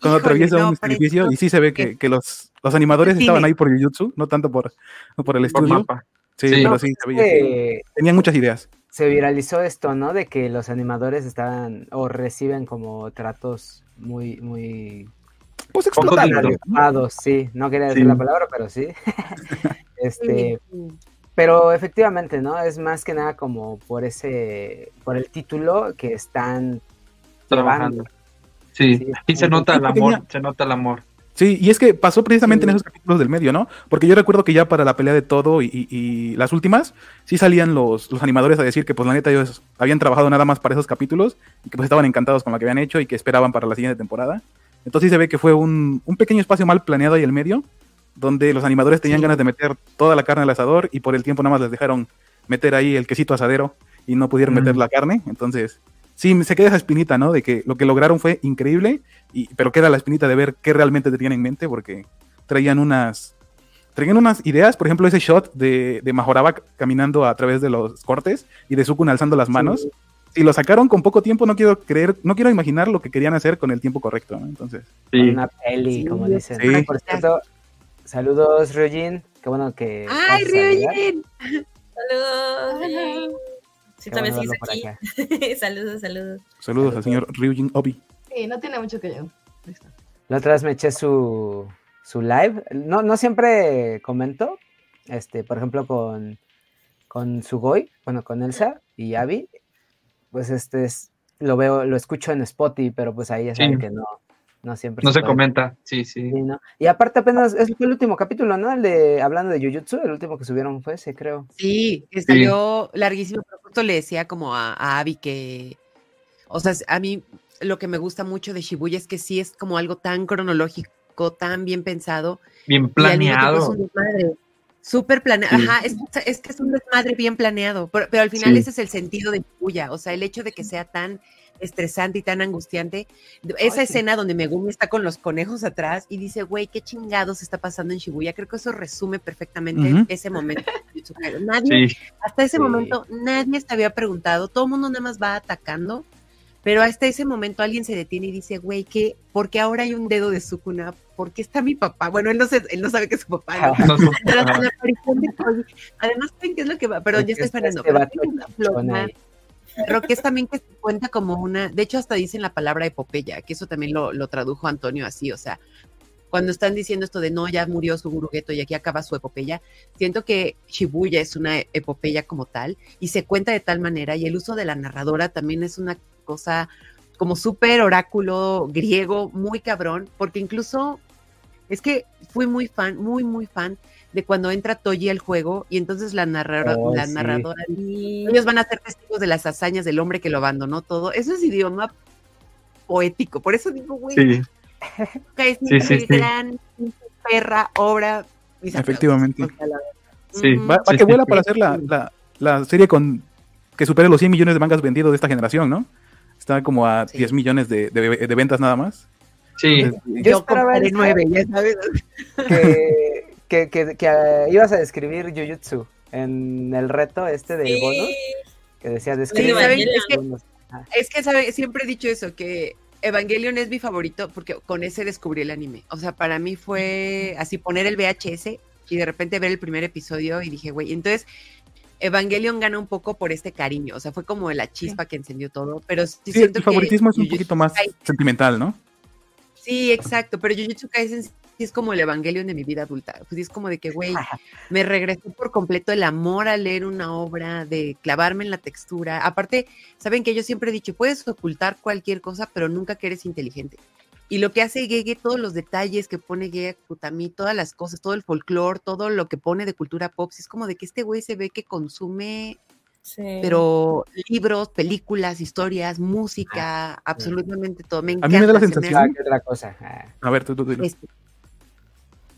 S2: cuando
S5: Híjole,
S2: atraviesa
S5: no,
S2: un
S5: pero
S2: edificio y
S5: esto-
S2: sí se ve que, que los, los animadores
S5: Cine.
S2: estaban ahí por Jujutsu, no tanto por, no por el
S6: Por
S2: estudio.
S6: mapa.
S2: Sí,
S6: Sí.
S2: pero
S3: No,
S2: sí, se veía que
S3: Eh,
S2: tenían muchas ideas.
S3: se viralizó esto, ¿no? De que los animadores están o reciben como tratos muy, muy
S2: Pues
S6: Poco
S2: explotar.
S6: digno.
S3: adecuados, sí. No quería decir
S6: Sí.
S3: la palabra, pero sí. este, pero efectivamente, ¿no? Es más que nada como por ese, por el título que están trabajando.
S6: Trabajando. Sí.
S3: Sí.
S6: Y se nota el
S2: Una
S6: amor,
S2: pequeña-
S6: se nota el amor.
S2: Sí, y es que pasó precisamente en
S3: Sí.
S2: esos capítulos del medio, ¿no? Porque yo recuerdo que ya para la pelea de todo y, y- y las últimas, sí salían los, los animadores a decir que pues la neta ellos habían trabajado nada más para esos capítulos y que pues estaban encantados con lo que habían hecho y que esperaban para la siguiente temporada. Entonces sí se ve que fue un, un pequeño espacio mal planeado ahí el medio, donde los animadores tenían
S5: Sí.
S2: ganas de meter toda la carne al asador y por el tiempo nada más les dejaron meter ahí el quesito asadero y no pudieron
S6: Mm.
S2: meter la carne. Entonces, sí, se queda esa espinita, ¿no? De que lo que lograron fue increíble y, pero queda la espinita de ver qué realmente tenían en mente, porque traían unas, traían unas ideas, por ejemplo, ese shot de, de Majoraba caminando a través de los cortes y de Sukun alzando las manos. Si lo sacaron con poco tiempo, no quiero creer, no quiero imaginar lo que querían hacer con el tiempo correcto, ¿no? Entonces,
S3: con
S6: Sí.
S3: Una peli,
S5: Sí,
S3: como dicen.
S2: sí.
S3: Por cierto, saludos, Ryujin. Qué bueno que. vas
S5: ¡Ay,
S3: a saludar.
S5: Ryujin!
S1: Saludos. eh.
S4: Hola.
S1: Sí,
S3: Qué
S1: también
S3: bueno verlo por
S1: sigues
S3: acá.
S1: aquí. saludos, saludos.
S2: saludos al señor Ryujin Obi.
S4: Sí, no tiene mucho que yo. Listo.
S3: La otra vez me eché su, su live. No, no siempre comento. Este, por ejemplo, con, con Sugoi, bueno, con Elsa y Abby, pues este es, lo veo, lo escucho en Spotify, pero pues ahí ya saben
S6: Sí.
S3: que no, no siempre
S6: No se
S3: puede.
S6: comenta, sí, sí.
S3: Sí, ¿no? Y aparte apenas, es fue el último capítulo, ¿no? El de, hablando de Jujutsu, el último que subieron fue ese, creo.
S5: Sí, que salió larguísimo, pero justo le decía como a, a Abby que, o sea, a mí lo que me gusta mucho de Shibuya es que sí es como algo tan cronológico, tan bien pensado.
S6: Bien
S5: y al mismo tiempo es
S6: planeado.
S5: un desmadre. Súper planeado.
S6: Sí.
S5: Ajá, es, es que es un desmadre bien planeado, pero, pero al final
S6: Sí.
S5: ese es el sentido de Shibuya, o sea, el hecho de que sea tan estresante y tan angustiante. Esa
S3: Ay, sí.
S5: escena donde Megumi está con los conejos atrás y dice, güey, qué chingados está pasando en Shibuya. Creo que eso resume perfectamente
S2: Ujú.
S5: ese momento. de Jujutsu. Nadie
S6: Sí,
S5: hasta ese
S3: Sí.
S5: momento nadie se había preguntado, todo el mundo nada más va atacando, pero hasta ese momento alguien se detiene y dice, güey, ¿qué? ¿por qué ahora hay un dedo de Sukuna? ¿Por qué está mi papá? Bueno, él no, se- él no sabe que es su papá. ¿no?
S6: no sé.
S5: Pero con la aparición de Koji, Además, ¿saben qué es lo que va? Pero
S3: Porque
S5: ya estoy
S3: está
S5: esperando.
S3: este
S5: pero
S3: vato
S5: tiene una
S3: con
S5: pluma,
S3: ahí.
S5: pero que es también que se cuenta como una, de hecho hasta dicen la palabra epopeya, que eso también lo, lo tradujo Antonio así, o sea, cuando están diciendo esto de no, ya murió su gurugueto y aquí acaba su epopeya, siento que Shibuya es una e- epopeya como tal y se cuenta de tal manera y el uso de la narradora también es una cosa como súper oráculo griego, muy cabrón, porque incluso es que fui muy fan, muy, muy fan de cuando entra Toji al juego y entonces la, narra-
S3: Oh,
S5: la
S3: sí.
S5: narradora
S1: Y-
S5: ellos van a ser testigos de las hazañas del hombre que lo abandonó todo. Eso es idioma poético. Por eso digo, güey,
S6: Sí,
S5: es
S6: sí, sí,
S5: mi
S6: sí.
S5: gran perra obra. Mis aplausos.
S2: Efectivamente.
S6: sí.
S5: Ujú.
S2: Va, va
S6: Sí,
S2: que
S6: sí,
S2: vuela
S6: sí.
S2: para hacer la, la- la serie con que supere los 100 millones de mangas vendidos de esta generación, ¿no? Está como a
S5: Sí.
S2: 10 millones de, de- de ventas nada más.
S6: Sí,
S3: Yo,
S5: Yo
S3: esperaba
S5: compré
S3: el-
S5: nueve, ya sabes.
S3: que, que, que- que, eh, ibas a describir Jujutsu en el reto este del bono, que decía describe.
S5: ¿saben?
S3: en
S5: Es que-
S3: segundos".
S5: Es que ¿sabe? siempre he dicho eso, que Evangelion es mi favorito porque con ese descubrí el anime. O sea, para mí fue así poner el VHS y de repente ver el primer episodio y dije, güey, entonces Evangelion gana un poco por este cariño. O sea, fue como la chispa que encendió todo, pero sí,
S2: Sí,
S5: siento
S2: el favoritismo
S5: que
S2: es un
S5: Jujutsu
S2: poquito más
S5: Kaisen-
S2: sentimental, ¿no?
S5: Sí, exacto, pero Jujutsu Kaisen sí es como el Evangelion de mi vida adulta. Pues sí es como de que, güey, me regresó por completo el amor a leer una obra, de clavarme en la textura. Aparte, saben que yo siempre he dicho, puedes ocultar cualquier cosa, pero nunca que eres inteligente. Y lo que hace Gege, todos los detalles que pone Gege Kutami, todas las cosas, todo el folclore, todo lo que pone de cultura pop, sí es como de que este güey se ve que consume
S1: Sí.
S5: pero libros, películas, historias, música, absolutamente todo. Me
S2: A mí me da la
S5: encanta, se me
S3: Ah,
S2: sensación-
S5: hace
S3: que otra cosa. ah.
S2: A ver, tú, tú, dilo.
S5: este-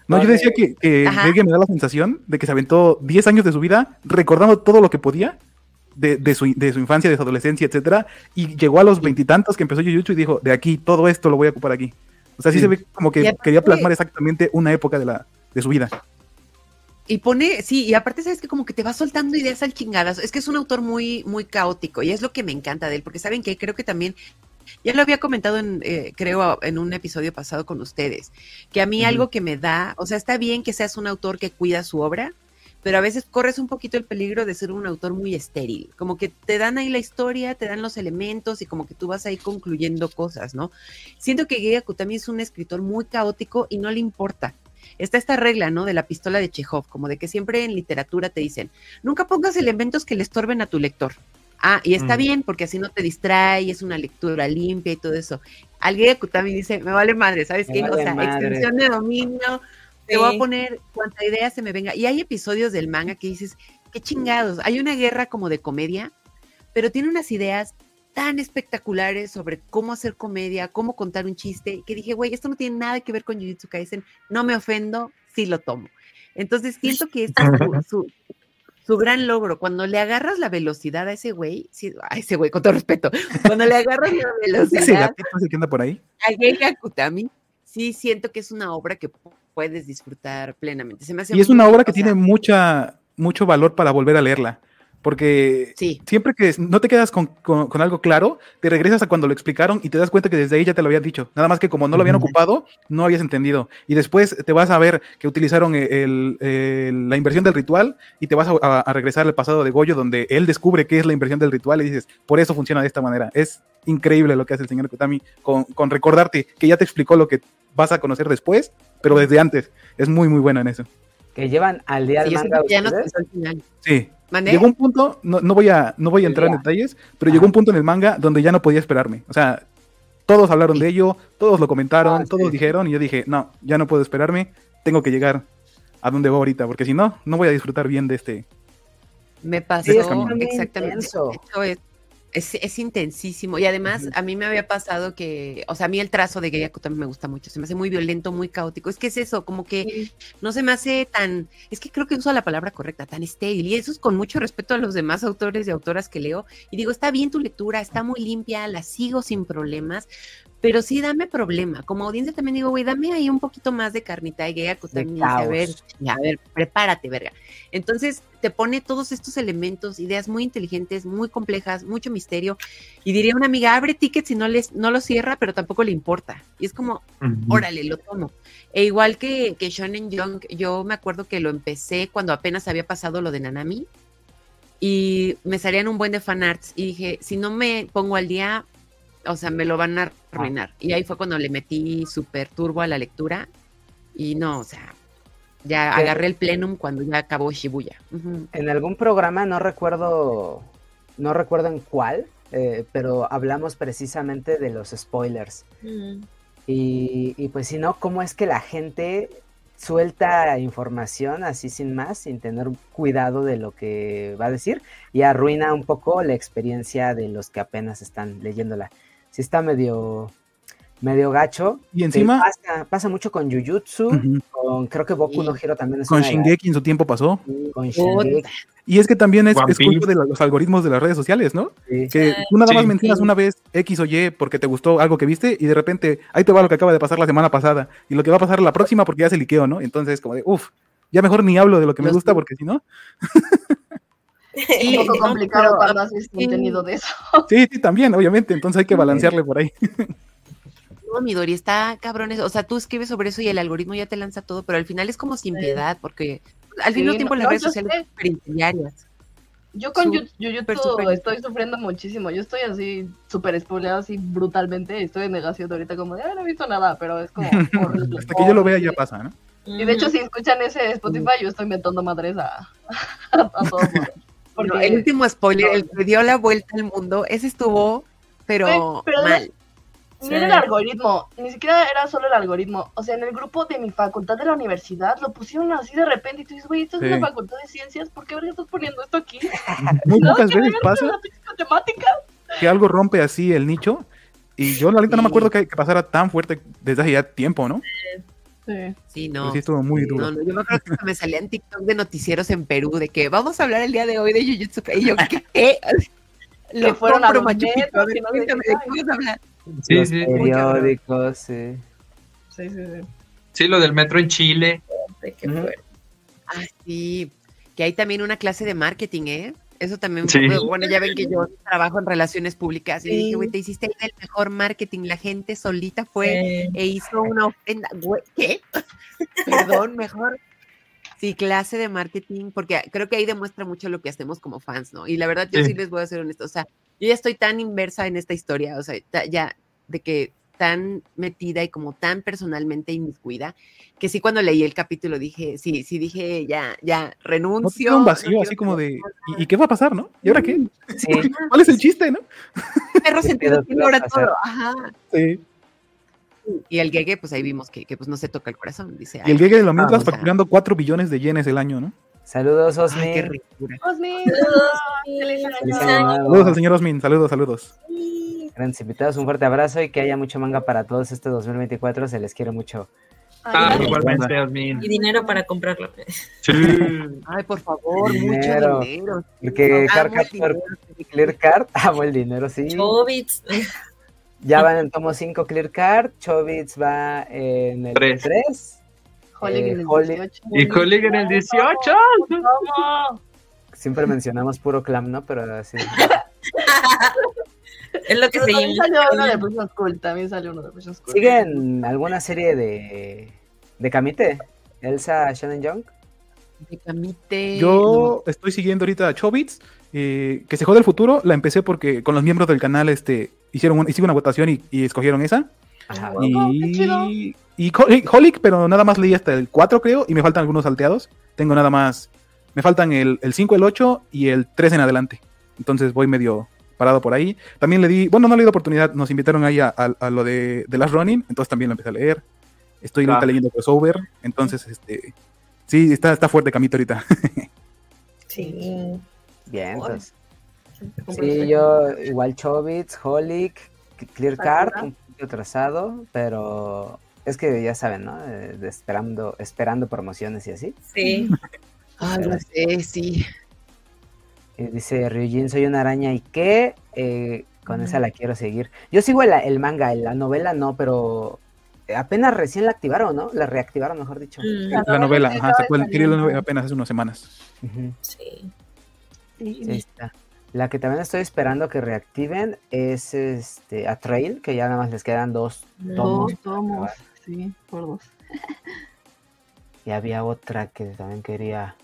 S2: No, yo
S3: Vale.
S2: decía que, que
S5: Ajá.
S2: Gege me da la sensación de que se aventó 10 años de su vida recordando todo lo que podía de, de su, de su infancia, de su adolescencia, etcétera, y llegó a los veintitantos que empezó Jujutsu y dijo, de aquí, todo esto lo voy a ocupar aquí. O sea, sí,
S6: Sí.
S2: se ve como que
S5: Y aparte-
S2: quería plasmar exactamente una época de, la, de su vida.
S5: Y pone, sí, y aparte sabes que como que te va soltando ideas al chingadazo. Es que es un autor muy, muy caótico y es lo que me encanta de él, porque saben que creo que también, ya lo había comentado en, eh, creo, a- en un episodio pasado con ustedes, que a mí
S2: Ujú.
S5: algo que me da, o sea, está bien que seas un autor que cuida su obra, pero a veces corres un poquito el peligro de ser un autor muy estéril, como que te dan ahí la historia, te dan los elementos y como que tú vas ahí concluyendo cosas, ¿no? Siento que Gege Kutami es un escritor muy caótico y no le importa está esta regla, ¿no? De la pistola de Chekhov, como de que siempre en literatura te dicen, nunca pongas elementos que le estorben a tu lector. Ah, y está
S2: Mm.
S5: bien, porque así no te distrae, es una lectura limpia y todo eso. Alguien que también dice, me vale madre, ¿sabes
S3: Me
S5: qué? o
S3: vale
S5: sea,
S3: madre.
S5: extensión de dominio, te
S1: Sí.
S5: voy a poner cuanta idea se me venga. Y hay episodios del manga que dices, qué chingados, hay una guerra como de comedia, pero tiene unas ideas tan espectaculares sobre cómo hacer comedia, cómo contar un chiste, que dije, güey, esto no tiene nada que ver con Jujutsu Kaisen, no me ofendo, sí lo tomo. Entonces siento que este es su, su- su gran logro. Cuando le agarras la velocidad a ese güey, sí, a ese güey, con todo respeto, cuando le agarras la
S2: Sí, sí,
S5: velocidad
S2: que anda por ahí.
S5: a Geiga Kutami, sí siento que es una obra que puedes disfrutar plenamente. Se me hace
S2: Y es
S5: muy-
S2: una obra que
S5: o sea,
S2: tiene mucha, mucho valor para volver a leerla, porque
S5: Sí,
S2: siempre que es- no te quedas con, con- con algo claro, te regresas a cuando lo explicaron y te das cuenta que desde ahí ya te lo habían dicho. Nada más que como no lo habían
S6: Ujú.
S2: ocupado, no habías entendido. Y después te vas a ver que utilizaron el- el- la inversión del ritual y te vas a, a- a regresar al pasado de Goyo, donde él descubre qué es la inversión del ritual y dices, por eso funciona de esta manera. Es increíble lo que hace el señor Kutami con, con recordarte que ya te explicó lo que vas a conocer después, pero desde antes. Es muy, muy buena en eso.
S3: Que llevan al día
S5: sí,
S3: el
S5: yo
S3: manga
S5: siento que ya nos
S3: ustedes.
S5: pasó al final.
S2: Sí,
S5: ¿Mané?
S2: Llegó un punto, no, no voy a, no voy a entrar en detalles, pero llegó un punto en el manga donde ya no podía esperarme. O sea, todos hablaron de ello, todos lo comentaron,
S5: Ah, sí.
S2: todos dijeron, y yo dije, no, ya no puedo esperarme, tengo que llegar a donde voy ahorita, porque si no, no voy a disfrutar bien de este.
S5: Me pasó
S2: Sí, es como muy
S5: exactamente.
S3: intenso.
S5: De hecho, es, es, es intensísimo. Y además, a mí me había pasado que, o sea, a mí el trazo de Geiaku también me gusta mucho. Se me hace muy violento, muy caótico. Es que es eso, como que no se me hace tan, es que creo que uso la palabra correcta, tan estéril. Y eso es con mucho respeto a los demás autores y autoras que leo. Y digo, está bien tu lectura, está muy limpia, la sigo sin problemas. Pero sí, dame problema. Como audiencia también digo, güey, dame ahí un poquito más de carnita y Geiaku
S3: De
S5: también. dice, A
S3: caos.
S5: ver, a ver, prepárate, verga. Entonces te pone todos estos elementos, ideas muy inteligentes, muy complejas, mucho misterio. Y diría una amiga, abre tickets y no, les, no lo cierra, pero tampoco le importa. Y es como, órale, lo tomo. E igual que, que Shonen Young, yo me acuerdo que lo empecé cuando apenas había pasado lo de Nanami. Y me salían un buen de fanarts. Y dije, si no me pongo al día, o sea, me lo van a arruinar.
S4: Ah.
S5: Y ahí fue cuando le metí súper turbo a la lectura. Y no, o sea, ya
S3: Sí.
S5: agarré el plenum cuando ya acabó Shibuya. Ujú.
S3: En algún programa, no recuerdo, no recuerdo en cuál, eh, pero hablamos precisamente de los spoilers.
S1: Mm.
S3: Y, y pues si no, ¿cómo es que la gente suelta información así sin más, sin tener cuidado de lo que va a decir y arruina un poco la experiencia de los que apenas están leyéndola? Sí está medio, medio gacho.
S2: Y
S3: Sí,
S2: encima,
S3: Pasa, pasa mucho con Jujutsu,
S2: ujú,
S3: con creo que Boku no
S5: Sí.
S3: Hero también es
S2: con
S3: una de las-
S2: Shingeki en su tiempo pasó.
S3: Con Shingeki,
S5: Puta.
S2: Y es que también es,
S6: One
S2: es culpa
S6: Piece.
S2: de la- los algoritmos de las redes sociales, ¿no?
S3: sí.
S2: Que
S5: Eh,
S2: tú nada más
S6: Sí.
S2: mencionas una vez X o Y porque te gustó algo que viste y de repente ahí te va lo que acaba de pasar la semana pasada y lo que va a pasar la próxima porque ya se liqueó, ¿no? Entonces, como de, uff, ya mejor ni hablo de lo que me
S5: Los-
S2: gusta porque si no.
S4: Es un
S5: Sí,
S4: poco
S5: no,
S4: complicado
S5: pero-
S4: cuando haces contenido de eso.
S2: Sí, sí, también, obviamente. Entonces hay que balancearle por ahí.
S5: No, Midori, está cabrón eso. O sea, tú escribes sobre eso y el algoritmo ya te lanza todo, pero al final es como sin
S1: Sí.
S5: piedad, porque al
S4: Sí,
S5: fin y al
S4: no-
S5: tiempo las
S4: no,
S5: redes
S4: yo
S5: sociales
S4: sé.
S5: son súper incendiarias.
S4: Yo con
S5: Súper,
S4: Yu- Jujutsu
S5: súper.
S4: estoy sufriendo muchísimo. Yo estoy así súper spoileado, así brutalmente. Estoy en negación ahorita, como de, "Ah, no he visto nada, pero es como horrible.
S2: Hasta que yo lo vea ya pasa, ¿no?
S4: Y de hecho,
S1: Ujú.
S4: si escuchan ese de Spotify, yo estoy inventando madres a, a todo mundo. Porque,
S5: No, el último spoiler, el que dio la vuelta al mundo, ese estuvo, pero,
S4: Güey, Pues, pero además-
S5: mal.
S4: ni era el algoritmo, ni siquiera era solo el algoritmo. O sea, en el grupo de mi facultad de la universidad lo pusieron así de repente. Y tú dices, güey, esto es
S2: Sí.
S4: una facultad de ciencias, ¿por qué verga estás poniendo esto aquí?
S2: Muy
S4: No,
S2: pocas
S4: que
S2: veces
S4: verga,
S2: pasa
S4: la pinche temática.
S2: que algo rompe así el nicho. Y yo, la neta, no me acuerdo que, que pasara tan fuerte desde hace ya tiempo, ¿no?
S4: Sí.
S5: Sí,
S2: Pero
S5: no.
S2: Pues sí, estuvo muy
S3: Sí,
S2: duro.
S5: No, no, yo me acuerdo que hasta me salía en TikTok de noticieros en Perú de que vamos a hablar el día de hoy de Jujutsu Kaisen. Y yo, ¿qué? ¿Qué? Lo
S4: Que Eh, fueron a
S5: compro,
S4: los
S5: Machu Picchu. A
S4: metros,
S5: ver,
S4: que no sé
S5: cuéntame,
S4: qué.
S5: ¿de qué vas a hablar?
S6: Sí,
S3: los
S6: sí.
S3: periódicos, sí.
S4: Sí, sí, sí.
S6: Sí, lo del metro en Chile.
S1: Ay, qué
S3: Ujú.
S1: fuerte.
S5: Ah, sí, que hay también una clase de marketing, ¿eh? Eso también,
S6: Sí.
S5: fue- bueno, ya ven que yo trabajo en relaciones públicas y dije,
S1: Sí.
S5: güey, te hiciste el mejor marketing, la gente solita fue
S1: Eh,
S5: e hizo una ofrenda, güey, ¿qué? Perdón, mejor. Sí, clase de marketing, porque creo que ahí demuestra mucho lo que hacemos como fans, ¿no? Y la verdad, yo sí,
S6: Sí.
S5: les voy a ser honesto, o sea, yo ya estoy tan inversa en esta historia, o sea, ta- ya de que tan metida y como tan personalmente inmiscuida, que sí cuando leí el capítulo dije, sí, sí dije, ya, ya,
S2: No
S5: renuncio.
S2: te queda un vacío
S5: no
S2: así
S5: quiero Mm,
S2: como
S5: saber
S2: de, ¿y, y qué va a pasar, no? ¿Y ahora qué?
S3: Sí,
S5: nada".
S2: ¿Cuál es el chiste, no?
S5: Perro
S3: ¿Qué
S5: sentido
S3: pedo?
S5: tiene ahora
S3: ¿Qué vas a
S5: todo, ajá.
S2: Sí.
S5: Y el Gege, pues ahí vimos que, que pues no se toca el corazón, dice.
S2: Y el Gege de lo mientras
S5: o sea.
S2: facturando 4 billones de yenes el año, ¿no?
S3: saludos, Osmi.
S5: ay, qué ricura.
S4: Dios mío, feliz
S3: Feliz
S1: Ay,
S4: año.
S3: año nuevo.
S2: Saludos al señor Osmin, saludos, saludos.
S1: sí.
S3: Grandes invitados, un fuerte abrazo y que haya mucho manga para todos este 2024. Se les quiere mucho.
S6: Ah,
S4: Ay,
S2: igual.
S6: igualmente,
S1: Y
S6: Yasmin.
S1: dinero para comprarlo.
S6: Sí.
S5: Ay, por favor,
S3: Dinero.
S5: mucho dinero.
S3: Porque
S5: Amo
S3: Car
S5: el
S3: Captor,
S5: dinero.
S3: Clear Card, amo el dinero, sí.
S1: Chobits.
S3: Ya van en tomo 5 Clear Card, Chobits va en el
S6: Tres.
S3: 3.
S4: Holly en
S3: Eh,
S4: el
S3: Holly.
S4: 18.
S6: Y Colig en el 18.
S4: ¿Cómo?
S3: Siempre mencionamos puro clam, ¿no? Pero así.
S1: Es lo que
S4: Pero también
S1: seguimos.
S4: salió uno de Prison School, también salió uno de Prison School.
S3: ¿Siguen alguna serie de, de Kamite? Elsa Shannon Young.
S5: De Camite,
S2: Yo estoy siguiendo ahorita a Chobits, eh, que se jode el futuro. La empecé porque con los miembros del canal este, hicieron un- hicieron una votación y, y escogieron esa.
S3: Ajá.
S4: Wow. Oh, qué chido.
S2: Y, y Hol- Holic, pero nada más leí hasta el 4, creo, y me faltan algunos salteados. Tengo nada más Me faltan el, el 5, el 8 y el 3 en adelante. Entonces voy medio parado por ahí. También le di, bueno, no le di la oportunidad, nos invitaron ahí a, a- a lo de, de Last Running, entonces también lo empecé a leer. Estoy
S6: Ah.
S2: ahorita leyendo crossover, entonces este sí, está, está fuerte Camito ahorita.
S1: Sí.
S3: Bien, entonces. Sí,
S1: Compré-
S3: yo igual Chobits, Holic, Clear Card,
S4: Sakura.
S3: un poquito atrasado, pero es que ya saben, ¿no? Eh, de esperando, esperando promociones y así.
S1: Sí.
S5: Ay, no sé, sí.
S3: Y dice Ryujin, soy una araña y qué, Eh, con esa la quiero seguir. Yo sigo el, el manga, la novela no, pero apenas recién la activaron, ¿no? La reactivaron, mejor dicho.
S1: Mm,
S4: La
S2: La
S4: novela
S2: novela,
S4: que
S2: ajá,
S4: acaba
S2: sacó
S4: de
S2: el tiré la
S4: salir, ¿no?
S2: novela apenas hace unas semanas.
S3: Ujú.
S1: sí.
S4: Sí,
S3: Sí, está. La que también estoy esperando que reactiven es este a Trail, que ya nada más les quedan dos
S1: No.
S3: Tomos.
S4: Dos tomos, sí, por dos.
S3: y había otra que también quería.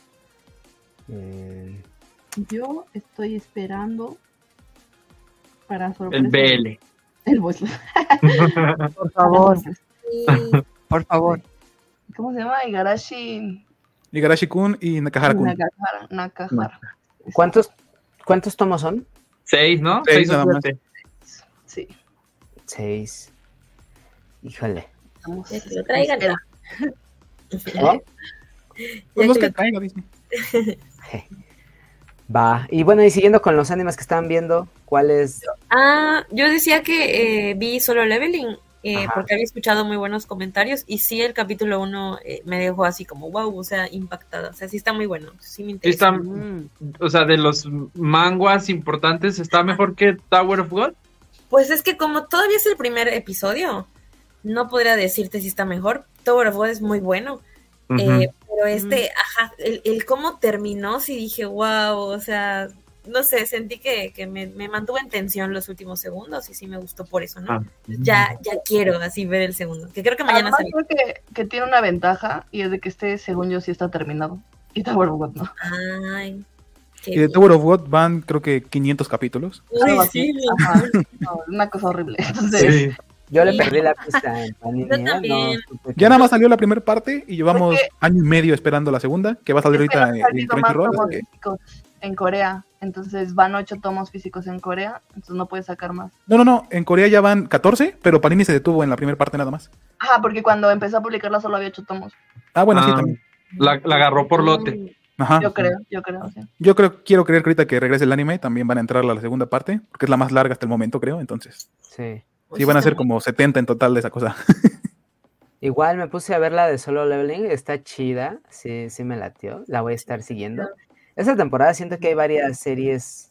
S3: eh,
S4: Yo estoy esperando para sorpresa.
S6: El BL.
S4: El Bosla.
S5: Por favor,
S1: Sí.
S5: por favor.
S4: ¿Cómo se llama? Igarashi
S2: Igarashi Kun y Nakahara Kun.
S4: Nakahara. Nakahara.
S3: ¿cuántos, ¿Cuántos tomos son?
S6: Seis, ¿no?
S2: Seis
S6: o
S2: nada más.
S6: siete.
S4: Sí,
S3: Seis. Híjole.
S4: estamos.
S1: Ya que lo traigan.
S4: espera.
S3: ¿no?
S2: Pues no es que
S1: que
S4: Este,
S2: caiga, dice.
S3: Va. Y bueno, y siguiendo con los animes que están viendo, ¿cuál es?
S1: Ah, yo decía que eh, vi solo Leveling eh,
S3: Ajá.
S1: porque había escuchado muy buenos comentarios y sí, el capítulo 1 me dejó así como wow, o sea, impactada. O sea, sí está muy bueno, sí me
S6: Sí
S1: interesa.
S6: está-
S5: Mm.
S6: o sea, de los manguas importantes, ¿está mejor que Tower of God?
S1: Pues es que como todavía es el primer episodio, no podría decirte si está mejor. Tower of God es muy bueno, eh, pero este, ajá, el, el cómo terminó, sí dije wow, o sea, no sé, sentí que, que me, me mantuvo en tensión los últimos segundos y sí me gustó por eso, ¿no?
S6: Ah.
S1: Ya, ya quiero así ver el segundo, que creo que mañana
S4: Además,
S1: sale.
S4: creo que, que tiene una ventaja y es de que este, según yo, sí está terminado. Y Tower of God no.
S1: Ay, qué
S2: Y de
S1: bien.
S2: Tower of God van creo que 500 capítulos.
S1: Ay,
S4: Algo
S1: sí,
S4: así. Ajá, no, una cosa horrible. Entonces,
S6: Sí.
S3: Yo le
S1: Sí.
S3: perdí la pista en Panini,
S1: Yo
S3: ¿eh? No,
S1: también.
S3: supe
S2: Ya
S3: que-
S2: nada más salió la primera parte y llevamos
S4: Porque-
S2: año y medio esperando la segunda, que va a salir
S4: es que
S2: ahorita
S4: han
S2: en- en
S4: salido más
S2: Crunchyroll.
S4: tomos
S2: así que-
S4: físicos en Corea. Entonces van ocho tomos físicos en Corea. Entonces no puedes sacar más.
S2: No, no, no, en Corea ya van 14, pero Panini se detuvo en la primera parte nada más.
S4: Ajá, porque cuando empezó a publicarla solo había ocho tomos.
S2: Ah, bueno, sí,
S6: Ah,
S2: también.
S6: La, la agarró por lote.
S2: Ajá.
S4: Yo creo, yo creo. sí.
S2: Yo creo, quiero creer que ahorita que regrese el anime también van a entrar a la segunda parte, porque es la más larga hasta el momento, creo. Entonces,
S3: Sí.
S4: Pues
S2: sí, van a ser como 70 en total de esa cosa.
S3: Igual me puse a ver la de Solo Leveling, está chida, sí, sí me latió, la voy a estar siguiendo. Esta temporada siento que hay varias series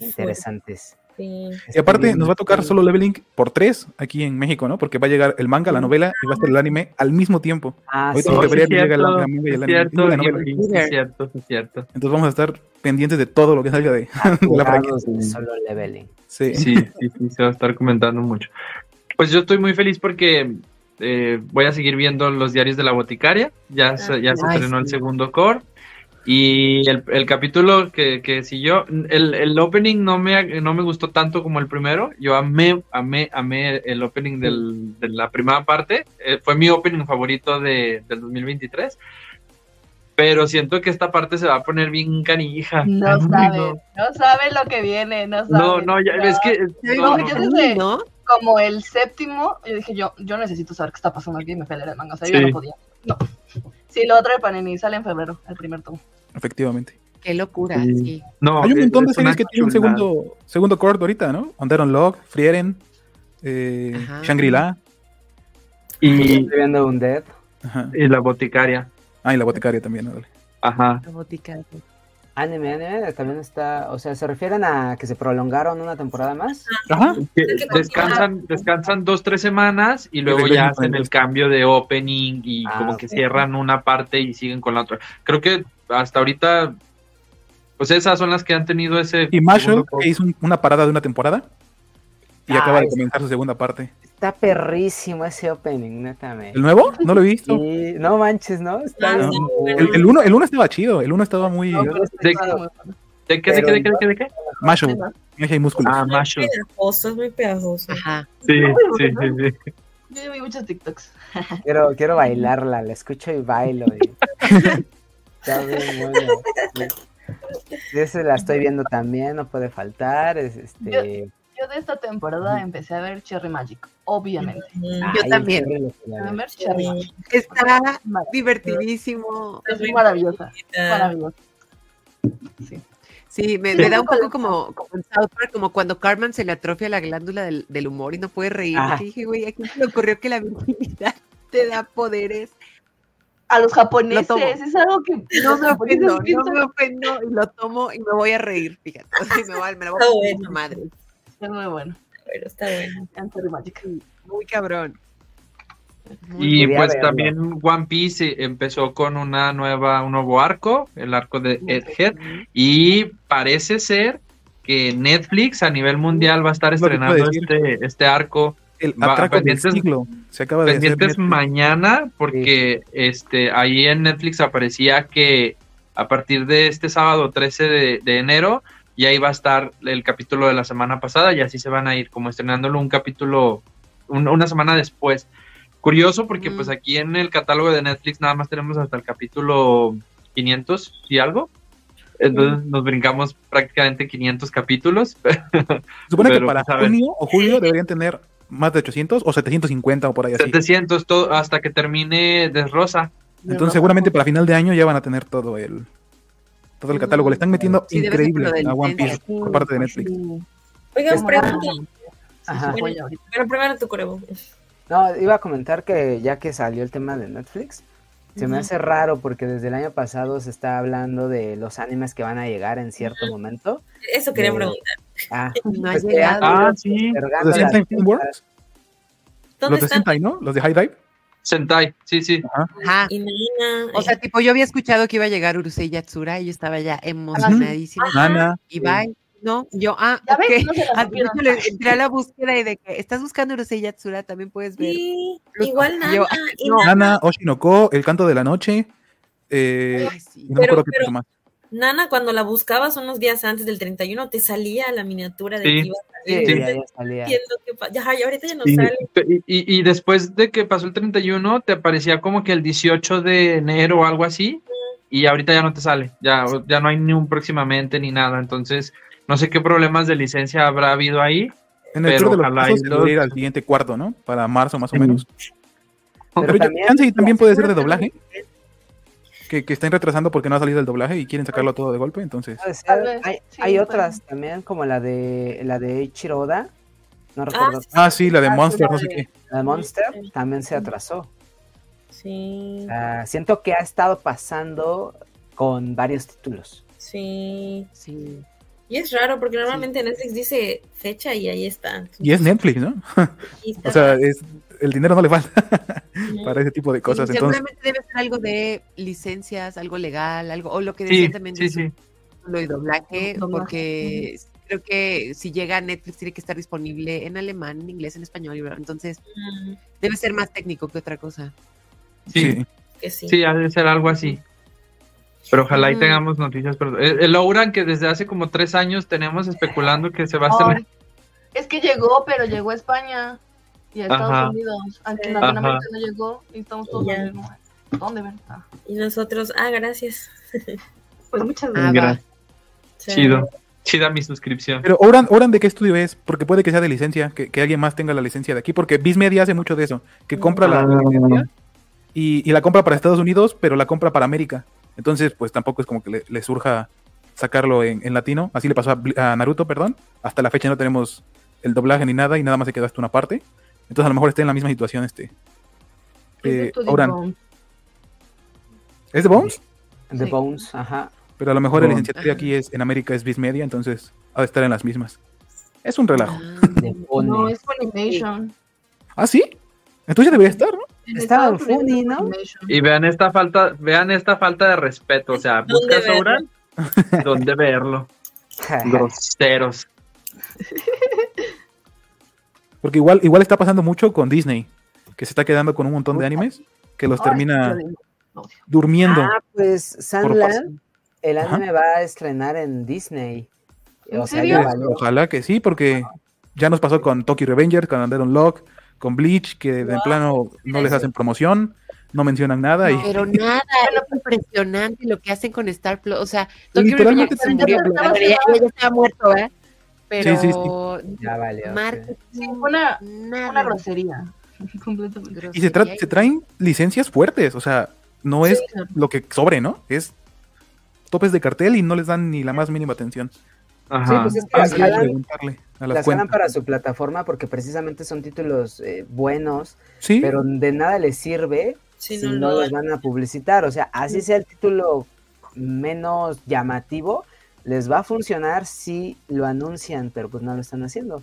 S3: interesantes.
S1: Sí.
S2: Y aparte, nos va a tocar solo Leveling por tres aquí en México, ¿no? Porque va a llegar el manga, la novela y va a estar el anime al mismo tiempo.
S3: Ah,
S2: Ahorita
S3: sí.
S2: en febrero
S6: Oh, Sí, es
S2: llega el manga, manga y el
S6: cierto, Es
S2: anime.
S6: cierto,
S2: la novela.
S6: Gibby, sí, es cierto, sí, es cierto.
S2: Entonces vamos a estar pendientes de todo lo que salga de,
S4: Ah,
S2: de la franquicia.
S3: Abogados de Solo Leveling.
S2: Sí.
S6: Sí, sí, sí, se va a estar comentando mucho. Pues yo estoy muy feliz porque eh, voy a seguir viendo los diarios de la boticaria. Ya se, ya se
S5: Ay,
S6: estrenó el
S5: sí.
S6: segundo core. Y el, el capítulo que, que siguió, el, el opening no me, no me gustó tanto como el primero. Yo amé, amé, amé el opening del- de la primera parte. Eh, fue mi opening favorito de, del 2023. Pero siento que esta parte se va a poner bien canija.
S4: No
S6: Ay,
S4: saben, no saben lo que viene, no saben.
S6: No, no, ya, es que...
S5: Yo
S6: no,
S5: digo,
S6: no,
S4: yo
S6: no.
S5: "Ay, ¿no?
S4: Como el séptimo, yo dije, yo, yo necesito saber qué está pasando aquí, me peleé el manga, o sea, yo
S6: Sí.
S4: no podía. No. Sí, lo otro de Panini sale en febrero, el primer tomo.
S2: Efectivamente.
S5: Qué locura,
S6: Sí.
S5: sí.
S6: No,
S2: Hay un
S6: es-
S2: montón de
S6: es una
S2: series que tienen
S6: chulada.
S2: segundo, segundo corto ahorita, ¿no? Ondaron Log, Frieren, eh,
S5: Ajá.
S2: Shangri-La.
S3: Yo
S6: Y,
S3: Estoy viendo un Dead.
S2: Ajá.
S6: y la boticaria.
S2: Ah, y la boticaria también, ándale.
S6: Ajá.
S5: La botica.
S3: Anime, anime también está. O sea, ¿se refieren a que se prolongaron una temporada más?
S2: Ajá.
S6: Que
S1: Es que
S6: Descansan, descansan dos, tres semanas y luego
S2: regresan
S6: ya
S2: con
S6: hacen
S2: el
S6: el cambio de opening y
S3: Ah,
S6: como que
S3: ok.
S6: cierran una parte y siguen con la otra. Creo que hasta ahorita, pues esas son las que han tenido ese.
S2: Y Marshall,
S6: segundo co-
S2: que hizo un- una parada de una temporada y
S3: Ah,
S2: acaba de
S3: está.
S2: comenzar su segunda parte.
S3: Está perrísimo ese opening, netamente.
S2: ¿El nuevo? No lo he visto.
S3: Y no manches, ¿no? Está.
S1: No,
S3: muy
S1: no,
S3: bueno.
S2: El, el uno, el uno estaba chido, el uno estaba muy...
S4: No, pero
S6: de-
S4: está muy bueno.
S6: ¿De qué, de qué, de qué, de qué, de qué?
S2: Marshall, magia y músculos.
S6: Ah,
S1: Es
S6: Marshall.
S1: muy pegajoso, es muy pegajoso.
S5: Ajá.
S6: Sí, sí,
S4: sí,
S6: sí.
S4: Yo vi muchos TikToks.
S3: Quiero, quiero bailarla, la escucho y bailo. y- Está bien buena. Esa la estoy viendo también, no puede faltar. es- este...
S4: Yo de esta temporada empecé a ver Cherry Magic, obviamente.
S1: Mm,
S5: Yo también.
S3: qué rico, la
S4: A
S3: verdad.
S4: ver Cherry Magic.
S5: Está
S4: Mar-
S5: divertidísimo.
S4: Es maravillosa,
S1: Para
S4: maravillosa.
S5: Sí, me, me da un poco como, como en South Park, como cuando Carmen se le atrofia la glándula del, del humor y no puede reír.
S3: Ah.
S5: Porque dije, güey, ¿a quién se le ocurrió que la virginidad te da poderes?
S4: A los
S5: Lo tomo.
S4: japoneses, es algo que
S5: No
S4: los
S5: me
S4: japoneses
S5: ofendo, no
S4: piensan
S5: me ofendo y lo tomo y me voy a reír, fíjate. O sea, me, voy, me la voy a
S1: Está
S5: poner
S1: bueno.
S5: a madre.
S4: que es muy bueno.
S1: Pero está bueno.
S4: en Cherry Magic.
S5: Muy cabrón.
S6: Y
S3: Podría
S6: pues
S3: verlo.
S6: también One Piece eh, empezó con una nueva, un nuevo arco, el arco de Egghead, y parece ser que Netflix a nivel mundial va a estar
S2: Es lo que te iba a
S6: estrenando este, este arco
S2: El
S6: Va-
S2: atraco del
S6: pendientes-
S2: siglo. Se acaba de hacer
S6: pendientes
S2: Netflix.
S6: mañana porque este ahí en Netflix aparecía que a partir de este sábado 13 de, de enero y ahí va a estar el capítulo de la semana pasada y así se van a ir como estrenándolo un capítulo un- una semana después. Curioso porque
S5: Mm.
S6: pues aquí en el catálogo de Netflix nada más tenemos hasta el capítulo 500 y algo. Entonces nos brincamos prácticamente 500 capítulos.
S2: Se supone que
S6: Pero,
S2: para
S6: pues, a ver.
S2: junio o julio deberían tener más de 800 o 750 o por ahí así.
S6: 700 todo, hasta que termine Desrosa.
S2: Entonces seguramente para final de año ya van a tener todo el todo el catálogo. Le están metiendo
S5: Sí, debe ser por
S2: increíble
S5: lo del
S2: a One Piece
S5: licencia.
S2: por parte de Netflix.
S1: Oigan, pregunta.
S3: Ajá.
S4: Bueno, ahorita.
S1: Pero primero tu corebo.
S3: No, iba a comentar que ya que salió el tema de Netflix, se me
S1: Ujú.
S3: hace raro porque desde el año pasado se está hablando de los animes que van a llegar en cierto momento.
S1: Eso quería
S3: Eh,
S1: preguntar.
S3: Ah,
S5: No ha
S3: pues que
S5: llegado.
S3: han ido
S6: Ah, sí.
S2: Los
S3: postergando
S2: de
S3: las
S2: Sentai
S3: fechas.
S2: Filmworks, los
S1: ¿Dónde
S2: de
S1: están?
S2: Sentai, ¿no? Los de High Dive.
S6: Sentai, sí, sí.
S5: Ajá.
S1: Y Nana.
S5: O sea, tipo, yo había escuchado que iba a llegar Urusei Yatsura y yo estaba ya emocionadísima.
S6: Ah,
S2: Nana.
S5: Y bye. No, yo, ah,
S4: Ya ves,
S5: ok.
S4: no se la
S5: Ah, de
S4: supieron.
S5: hecho, le entré a la búsqueda y de que estás buscando Urusei Yatsura, también puedes ver.
S1: sí,
S5: Los-
S1: igual Nana.
S5: yo-
S1: y
S5: no.
S1: Nana,
S2: Nana, Oshinoko, El Canto de la Noche. Eh,
S5: Ay, sí.
S2: no me
S1: Pero-
S2: acuerdo qué
S1: pero-
S2: otro más.
S1: Nana, cuando la buscabas unos días antes del 31, te salía la miniatura de
S6: Sí.
S1: que iba a
S3: Sí,
S1: salir.
S6: Sí.
S3: ya- ya salía.
S1: Entiendo que pa- ya, y ahorita ya no
S2: Sí.
S1: sale.
S6: Y, y- y después de que pasó el 31, te aparecía como que el 18 de enero o algo así, y ahorita ya no te sale, ya, ya no hay ni un próximamente ni nada, entonces no sé qué problemas de licencia habrá habido ahí.
S2: En el
S6: Pero
S2: Tour de los
S6: ojalá
S2: Pasos
S6: y
S2: se
S6: los-
S2: debería ir al siguiente cuarto, ¿no? Para marzo más o
S6: Sí.
S2: menos.
S3: Pero
S2: Pero yo-
S3: también-
S2: chance y también puede ser de doblaje. Que, que están retrasando porque no ha salido el doblaje y quieren sacarlo todo de golpe, entonces.
S3: Puede ser.
S4: Tal vez,
S3: Hay,
S4: sí,
S3: hay
S4: puede.
S3: otras también, como la de la de Eiichiro Oda, no recuerdo,
S1: sí.
S2: Ah, sí, la de Monster, no sé
S4: de-
S2: qué.
S3: la de Monster, también se atrasó.
S1: Sí,
S2: Ah.
S3: O sea, siento que ha estado pasando con varios títulos.
S1: sí.
S5: Sí.
S1: Y es raro porque normalmente Netflix dice fecha y ahí está.
S2: Y es Netflix, ¿no?
S1: Ahí está.
S2: O sea, es, el dinero no le falta
S1: Ujú.
S2: para ese tipo de cosas.
S5: Sí,
S2: Entonces,
S5: Seguramente debe ser algo de licencias, algo legal, algo, o lo que decían
S6: Sí,
S5: también
S6: sí,
S5: de
S6: sí.
S5: subtítulo y doblaje,
S4: Doblaje,
S5: porque creo que si llega a Netflix tiene que estar disponible en alemán, en inglés, en español, y bla, entonces
S1: Mm,
S5: debe ser más técnico que otra cosa.
S6: Sí,
S2: sí.
S1: Que sí.
S6: sí, ha de ser algo así. Pero ojalá y
S5: Ujú.
S6: tengamos noticias. Pero, el, el Ouran que desde hace como tres años tenemos especulando que se va a hacer...
S4: Ay, es que llegó, pero llegó a España y a Estados
S6: Ajá.
S4: Unidos. Aunque en
S1: Ajá.
S4: Latinoamérica no llegó y estamos todos
S1: Ya.
S4: en el mismo lugar. ¿Dónde, verdad?
S1: Y nosotros, ah, gracias.
S4: Pues muchas
S5: Ah,
S4: gracias.
S5: va.
S6: Gra-
S1: O sea,
S6: Chido. Chida mi suscripción.
S2: Pero Oran, Oran, ¿de qué estudio es? Porque puede que sea de licencia, que, que alguien más tenga la licencia de aquí, porque Viz Media hace mucho de eso, que compra la,
S6: Ah.
S2: la licencia y, y la compra para Estados Unidos, pero la compra para América. Entonces, pues tampoco es como que le, le surja sacarlo en, en latino. Así le pasó a, Bl- a Naruto, perdón. Hasta la fecha no tenemos el doblaje ni nada y nada más se quedó hasta una parte. Entonces, a lo mejor está en la misma situación este.
S4: Es de
S2: eh,
S4: Studio
S2: Oran.
S4: Bones.
S2: ¿Es de Bones?
S3: The
S5: Sí.
S3: Bones, ajá.
S2: Pero a lo mejor el
S6: Bones.
S2: licenciatura aquí es en América es Viz Media, entonces ha de estar en las mismas. Es un relajo.
S5: Ah,
S3: De
S4: No,
S3: Bones.
S4: es Funimation.
S2: ¿Ah, sí. Entonces ya debería estar, ¿no?
S4: En
S3: Estaba en
S4: Estados Unidos
S3: Funi,
S4: es
S3: ¿no?
S4: Funimation.
S6: Y vean esta falta, vean esta falta de respeto. O sea,
S1: ¿Dónde
S6: buscas
S1: verlo?
S6: Ouran, ¿dónde verlo? Groseros.
S2: Porque igual, igual está pasando mucho con Disney, que se está quedando con un montón de animes que los
S4: Ay,
S2: termina
S4: yo digo,
S2: durmiendo.
S3: ah, pues
S2: por
S3: Sandland, el
S2: Ajá.
S3: anime va a estrenar en Disney.
S4: ¿En
S3: O sea,
S4: serio?
S3: ya
S2: Eh,
S3: valió.
S2: Ojalá que sí, porque ya nos pasó con Tokyo Revengers, con Under Unlock, con Bleach, que de plano no les hacen promoción. no mencionan nada. y...
S7: Pero nada, es impresionante lo que hacen con Star Plus. O sea, Tokyo
S2: Literalmente
S7: Revengers se murió, pero ya, ya estaba muerto, ¿eh? Pero
S2: Sí, sí,
S3: Ya valió.
S7: marketing,
S4: Sí, fue una,
S7: nada.
S4: una grosería. Completamente.
S2: Y se, tra- se traen licencias fuertes, o sea, no es lo que sobre, ¿no? Es topes de cartel y no les dan ni la más mínima atención.
S3: Sí,
S6: Ajá.
S3: pues es que
S2: Hay
S3: las
S2: que
S3: jalan,
S2: preguntarle a las
S3: las jalan
S2: cuentas.
S3: para su plataforma porque precisamente son títulos eh, buenos,
S2: Sí,
S3: pero de nada les sirve
S1: Sí,
S3: si
S1: no,
S3: no
S1: no,
S3: los van a publicitar. O sea, así sea el título menos llamativo, les va a funcionar si lo anuncian, pero pues no lo están haciendo.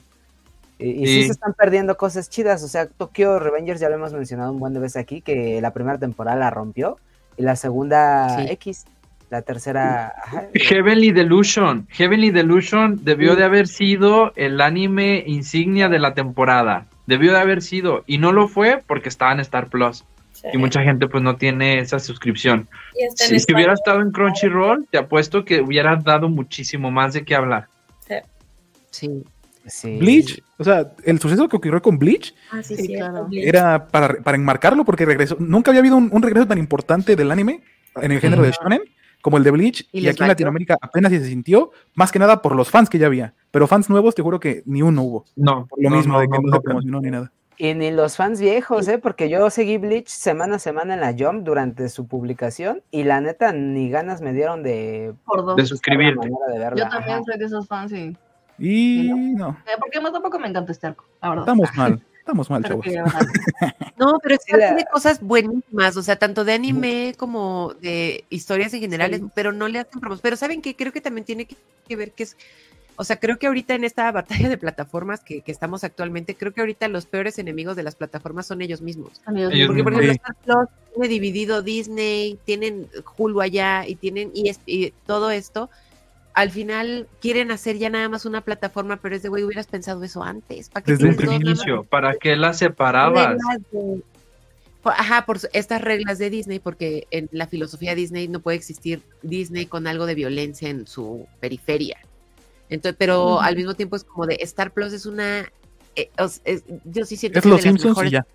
S3: Y, y sí
S6: Sí.
S3: se están perdiendo cosas chidas. O sea, Tokyo Revengers ya lo hemos mencionado un buen de veces aquí, que la primera temporada la rompió y la segunda
S7: Sí.
S3: X, la tercera... ajá,
S6: Heavenly Delusion. Heavenly Delusion debió de haber sido el anime insignia de la temporada. Debió de haber sido. Y no lo fue porque estaba en Star Plus.
S1: sí.
S6: Y mucha gente pues no tiene esa suscripción.
S1: Y hasta en
S6: Si, si
S1: España.
S6: hubiera estado en Crunchyroll, te apuesto que hubieras dado muchísimo más de qué hablar.
S7: Sí.
S3: sí.
S2: Bleach, o sea, el suceso que ocurrió con Bleach
S1: Ah, sí,
S7: Sí,
S1: sí,
S7: claro.
S2: era para, para enmarcarlo porque regresó. Nunca había habido un, un regreso tan importante del anime en el género de shonen como el de Bleach
S5: Y
S2: y,
S5: les
S2: aquí en
S5: valió.
S2: Latinoamérica apenas si se sintió, más que nada por los fans que ya había, pero fans nuevos te juro que ni uno hubo.
S6: No,
S2: Por lo
S6: no,
S2: mismo
S6: no,
S2: de que
S6: no,
S2: no,
S6: no,
S2: se promocionó ni nada.
S3: Y ni los fans viejos, ¿eh? Porque yo seguí Bleach semana a semana en la Jump durante su publicación y la neta ni ganas me dieron de...
S4: Por dos.
S6: de suscribirte.
S3: manera de verla,
S4: Yo también
S3: ajá.
S4: soy de esos fans, sí.
S2: Y no,
S4: Eh, Porque más tampoco me encanta este arco, la verdad.
S2: estamos mal, estamos mal,
S4: Pero
S2: chavos.
S4: que, la verdad,
S5: No, pero es que
S3: Sí, la-
S5: tiene cosas buenísimas, o sea, tanto de anime como de historias en general,
S1: Sí.
S5: pero no le hacen promos. Pero ¿saben qué? Creo que también tiene que, que ver que es, o sea, creo que ahorita en esta batalla de plataformas que, que estamos actualmente, creo que ahorita los peores enemigos de las plataformas son ellos mismos.
S4: amigos,
S6: Ellos
S5: Porque, por
S6: mismos.
S5: ejemplo,
S2: Sí.
S5: Star Plus tiene dividido Disney, tienen Hulu allá y tienen ES y todo esto. Al final quieren hacer ya nada más una plataforma, pero es de, güey, hubieras pensado eso antes. ¿Para qué
S2: Desde
S6: Desde
S2: el
S6: un
S5: tienes dos nada más?
S6: inicio, ¿para qué las separabas?
S5: reglas de- por- Ajá, por su- estas reglas de Disney, porque en la filosofía Disney no puede existir Disney con algo de violencia en su periferia. Entonces, pero
S4: Ujú.
S5: al mismo tiempo es como de Star Plus es una. eh, os- es- yo sí siento
S2: Es
S5: que
S2: los
S5: es de las
S2: Simpsons y
S5: mejores
S2: ya.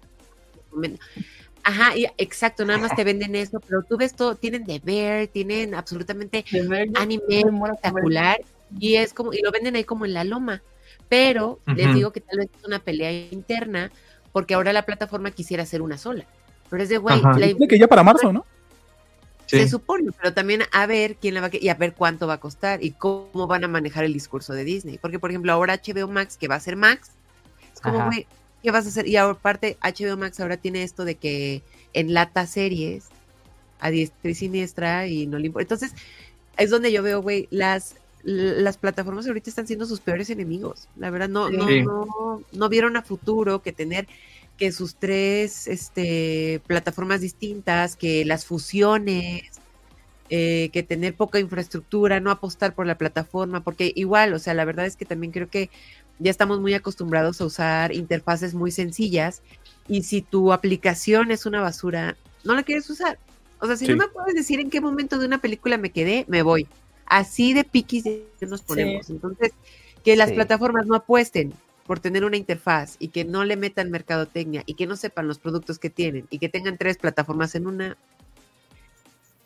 S5: momento. Ajá, y- exacto, nada más te venden eso, pero tú ves todo, tienen de ver, tienen absolutamente
S4: de ver, yo
S5: anime
S4: me muero por ver.
S5: espectacular y es como y lo venden ahí como en la loma, pero les
S6: Ujú.
S5: digo que tal vez es una pelea interna porque ahora la plataforma quisiera ser una sola. Pero es de güey,
S6: Ajá.
S5: la-
S2: Supone que ya para marzo, ¿no?
S5: se
S6: Sí.
S5: supone, pero también a ver quién la va a que- y a ver cuánto va a costar y cómo van a manejar el discurso de Disney, porque por ejemplo, ahora HBO Max que va a ser Max es como,
S3: Ajá.
S5: güey, ¿qué vas a hacer? Y ahora, aparte, HBO Max ahora tiene esto de que enlata series a diestra y siniestra y no le importa. Entonces, es donde yo veo, güey, las, las plataformas ahorita están siendo sus peores enemigos. La verdad, no, no,
S6: Sí.
S5: no, no vieron a futuro que tener que sus tres este, plataformas distintas, que las fusiones, eh, que tener poca infraestructura, no apostar por la plataforma, porque igual, o sea, la verdad es que también creo que ya estamos muy acostumbrados a usar interfaces muy sencillas y si tu aplicación es una basura, no la quieres usar. O sea, si
S2: Sí.
S5: no me puedes decir en qué momento de una película me quedé, me voy. Así de piquis nos ponemos. Entonces, que las
S3: Sí.
S5: plataformas no apuesten por tener una interfaz y que no le metan mercadotecnia y que no sepan los productos que tienen y que tengan tres plataformas en una,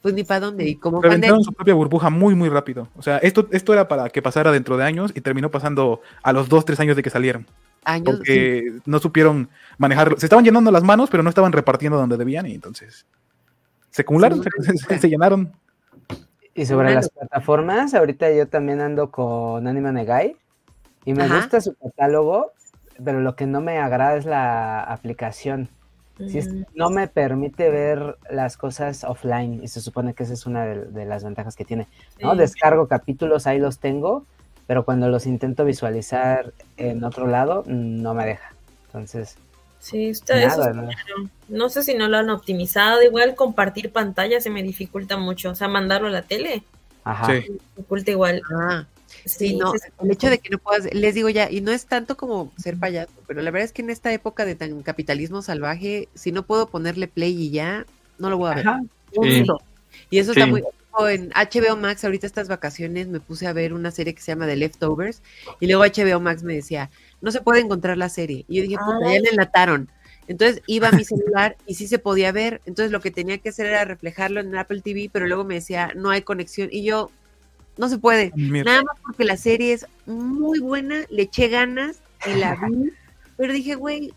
S5: pues ni para dónde. Y como fan de-
S2: Reventaron su propia burbuja muy, muy rápido. O sea, esto, esto era para que pasara dentro de años y terminó pasando a los dos, tres años de que salieron.
S5: años, sí,
S2: Porque no supieron manejarlo. Se estaban llenando las manos, pero no estaban repartiendo donde debían y entonces se acumularon,
S5: Sí,
S2: se, se- se llenaron.
S3: Y sobre
S5: Una
S3: las plataformas, ahorita yo también ando con Anime Negai y me
S5: Ajá.
S3: gusta su catálogo, pero lo que no me agrada es la aplicación. Sí, es-
S1: Ujú.
S3: no me permite ver las cosas offline y se supone que esa es una de, de las ventajas que tiene. ¿no?
S1: Sí.
S3: Descargo capítulos, ahí los tengo, pero cuando los intento visualizar en otro lado, mm, no me deja. Entonces,
S1: Sí, está, eso
S3: nada, ¿no?
S1: No sé si no lo han optimizado. Igual compartir pantalla se me dificulta mucho. O sea, mandarlo a la tele
S3: Ajá.
S2: Sí.
S1: me dificulta igual.
S5: ah, Sí, no,
S1: se-
S5: el hecho de que no puedas, les digo ya, y no es tanto como ser payaso, pero la verdad es que en esta época de tan capitalismo salvaje, si no puedo ponerle play y ya, no lo voy a ver.
S3: Ajá.
S5: Punto. Y eso está
S6: Sí.
S5: muy... o En HBO Max, ahorita estas vacaciones me puse a ver una serie que se llama The Leftovers y luego HBO Max me decía, no se puede encontrar la serie. Y yo dije, puta,
S1: Ay.
S5: ya la enlataron. Entonces iba a mi celular y sí se podía ver. Entonces lo que tenía que hacer era reflejarlo en Apple TV, pero luego me decía, no hay conexión. Y yo, no se puede.
S2: Mierda.
S5: Nada más porque la serie es muy buena, le eché ganas y la vi, pero dije, güey,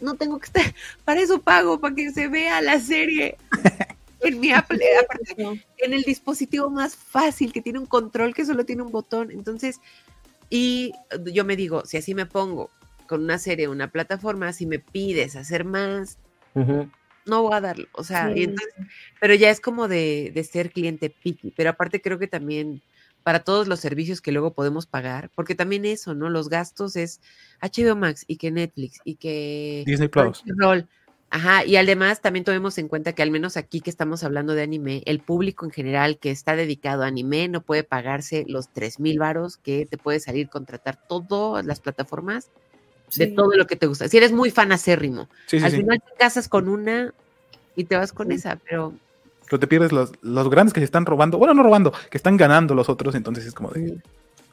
S5: no tengo que estar, para eso pago, para que se vea la serie. En mi Apple, aparte, en el dispositivo más fácil, que tiene un control que solo tiene un botón. Entonces, y yo me digo, si así me pongo con una serie, una plataforma, si me pides hacer más,
S3: Ujú.
S5: no voy a darlo. O sea, y
S1: Sí.
S5: entonces, pero ya es como de, de ser cliente picky. Pero aparte creo que también para todos los servicios que luego podemos pagar, porque también eso, ¿no? Los gastos es HBO Max y que Netflix y que
S2: Disney Plus.
S5: Crunchyroll. Ajá, y además también tomemos en cuenta que al menos aquí que estamos hablando de anime, el público en general que está dedicado a anime no puede pagarse los tres mil varos que te puede salir contratar todas las plataformas de
S1: Sí.
S5: todo lo que te gusta. Si eres muy fanacérrimo,
S2: Sí, sí,
S5: al
S2: sí.
S5: final te casas con una y te vas con
S1: Sí.
S5: esa, pero
S2: Pero te pierdes los, los grandes que se están robando. Bueno, no robando, que están ganando los otros. Entonces es como de.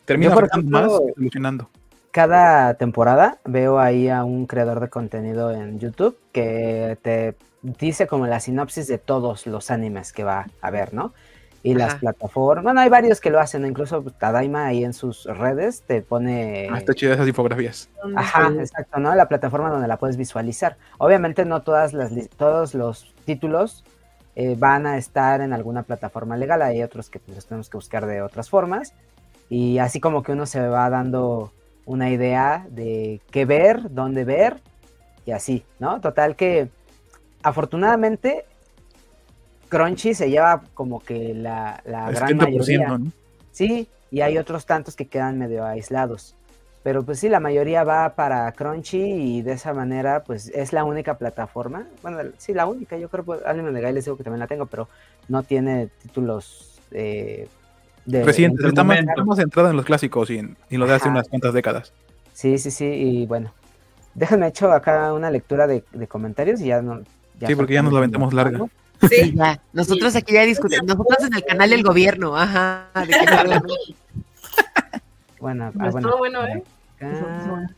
S2: Termina
S3: Yo, por
S2: afectando
S3: ejemplo-
S2: más que solucionando.
S3: Cada temporada veo ahí a un creador de contenido en YouTube que te dice como la sinopsis de todos los animes que va a ver, ¿no? Y las
S5: Ajá.
S3: plataformas, bueno, hay varios que lo hacen, incluso Tadaima ahí en sus redes te pone...
S2: Ah, está chida esas infografías.
S3: Ajá, exacto, ¿no? La plataforma donde la puedes visualizar. Obviamente no todas las li- todos los títulos eh, van a estar en alguna plataforma legal, hay otros que pues, los tenemos que buscar de otras formas. Y así como que uno se va dando una idea de qué ver, dónde ver y así, ¿no? Total que afortunadamente Crunchy se lleva como que la, la
S2: El
S3: gran mayoría.
S2: 70%, ¿no?
S3: Sí, y hay otros tantos que quedan medio aislados. Pero pues sí, la mayoría va para Crunchy y de esa manera pues es la única plataforma. Bueno, sí, la única, yo creo, pues, alguien me y les digo que también la tengo, pero no tiene títulos eh, de...
S2: Recientes.
S6: del
S2: Estamos,
S6: momento.
S2: estamos centrados en los clásicos y en, y en los de hace
S3: Ajá.
S2: unas cuantas décadas.
S3: Sí, sí, sí, y bueno. Déjenme hecho acá una lectura de, de comentarios y ya no...
S2: Sí, porque ya nos la aventamos larga.
S1: Sí,
S5: ya, nosotros aquí ya discutimos, nosotros en el canal del gobierno, ajá, de que no hablamos.
S3: Bueno,
S4: Pero
S3: ah, bueno,
S4: estuvo bueno, ¿eh?
S3: acá.
S4: Estuvo- estuvo bueno.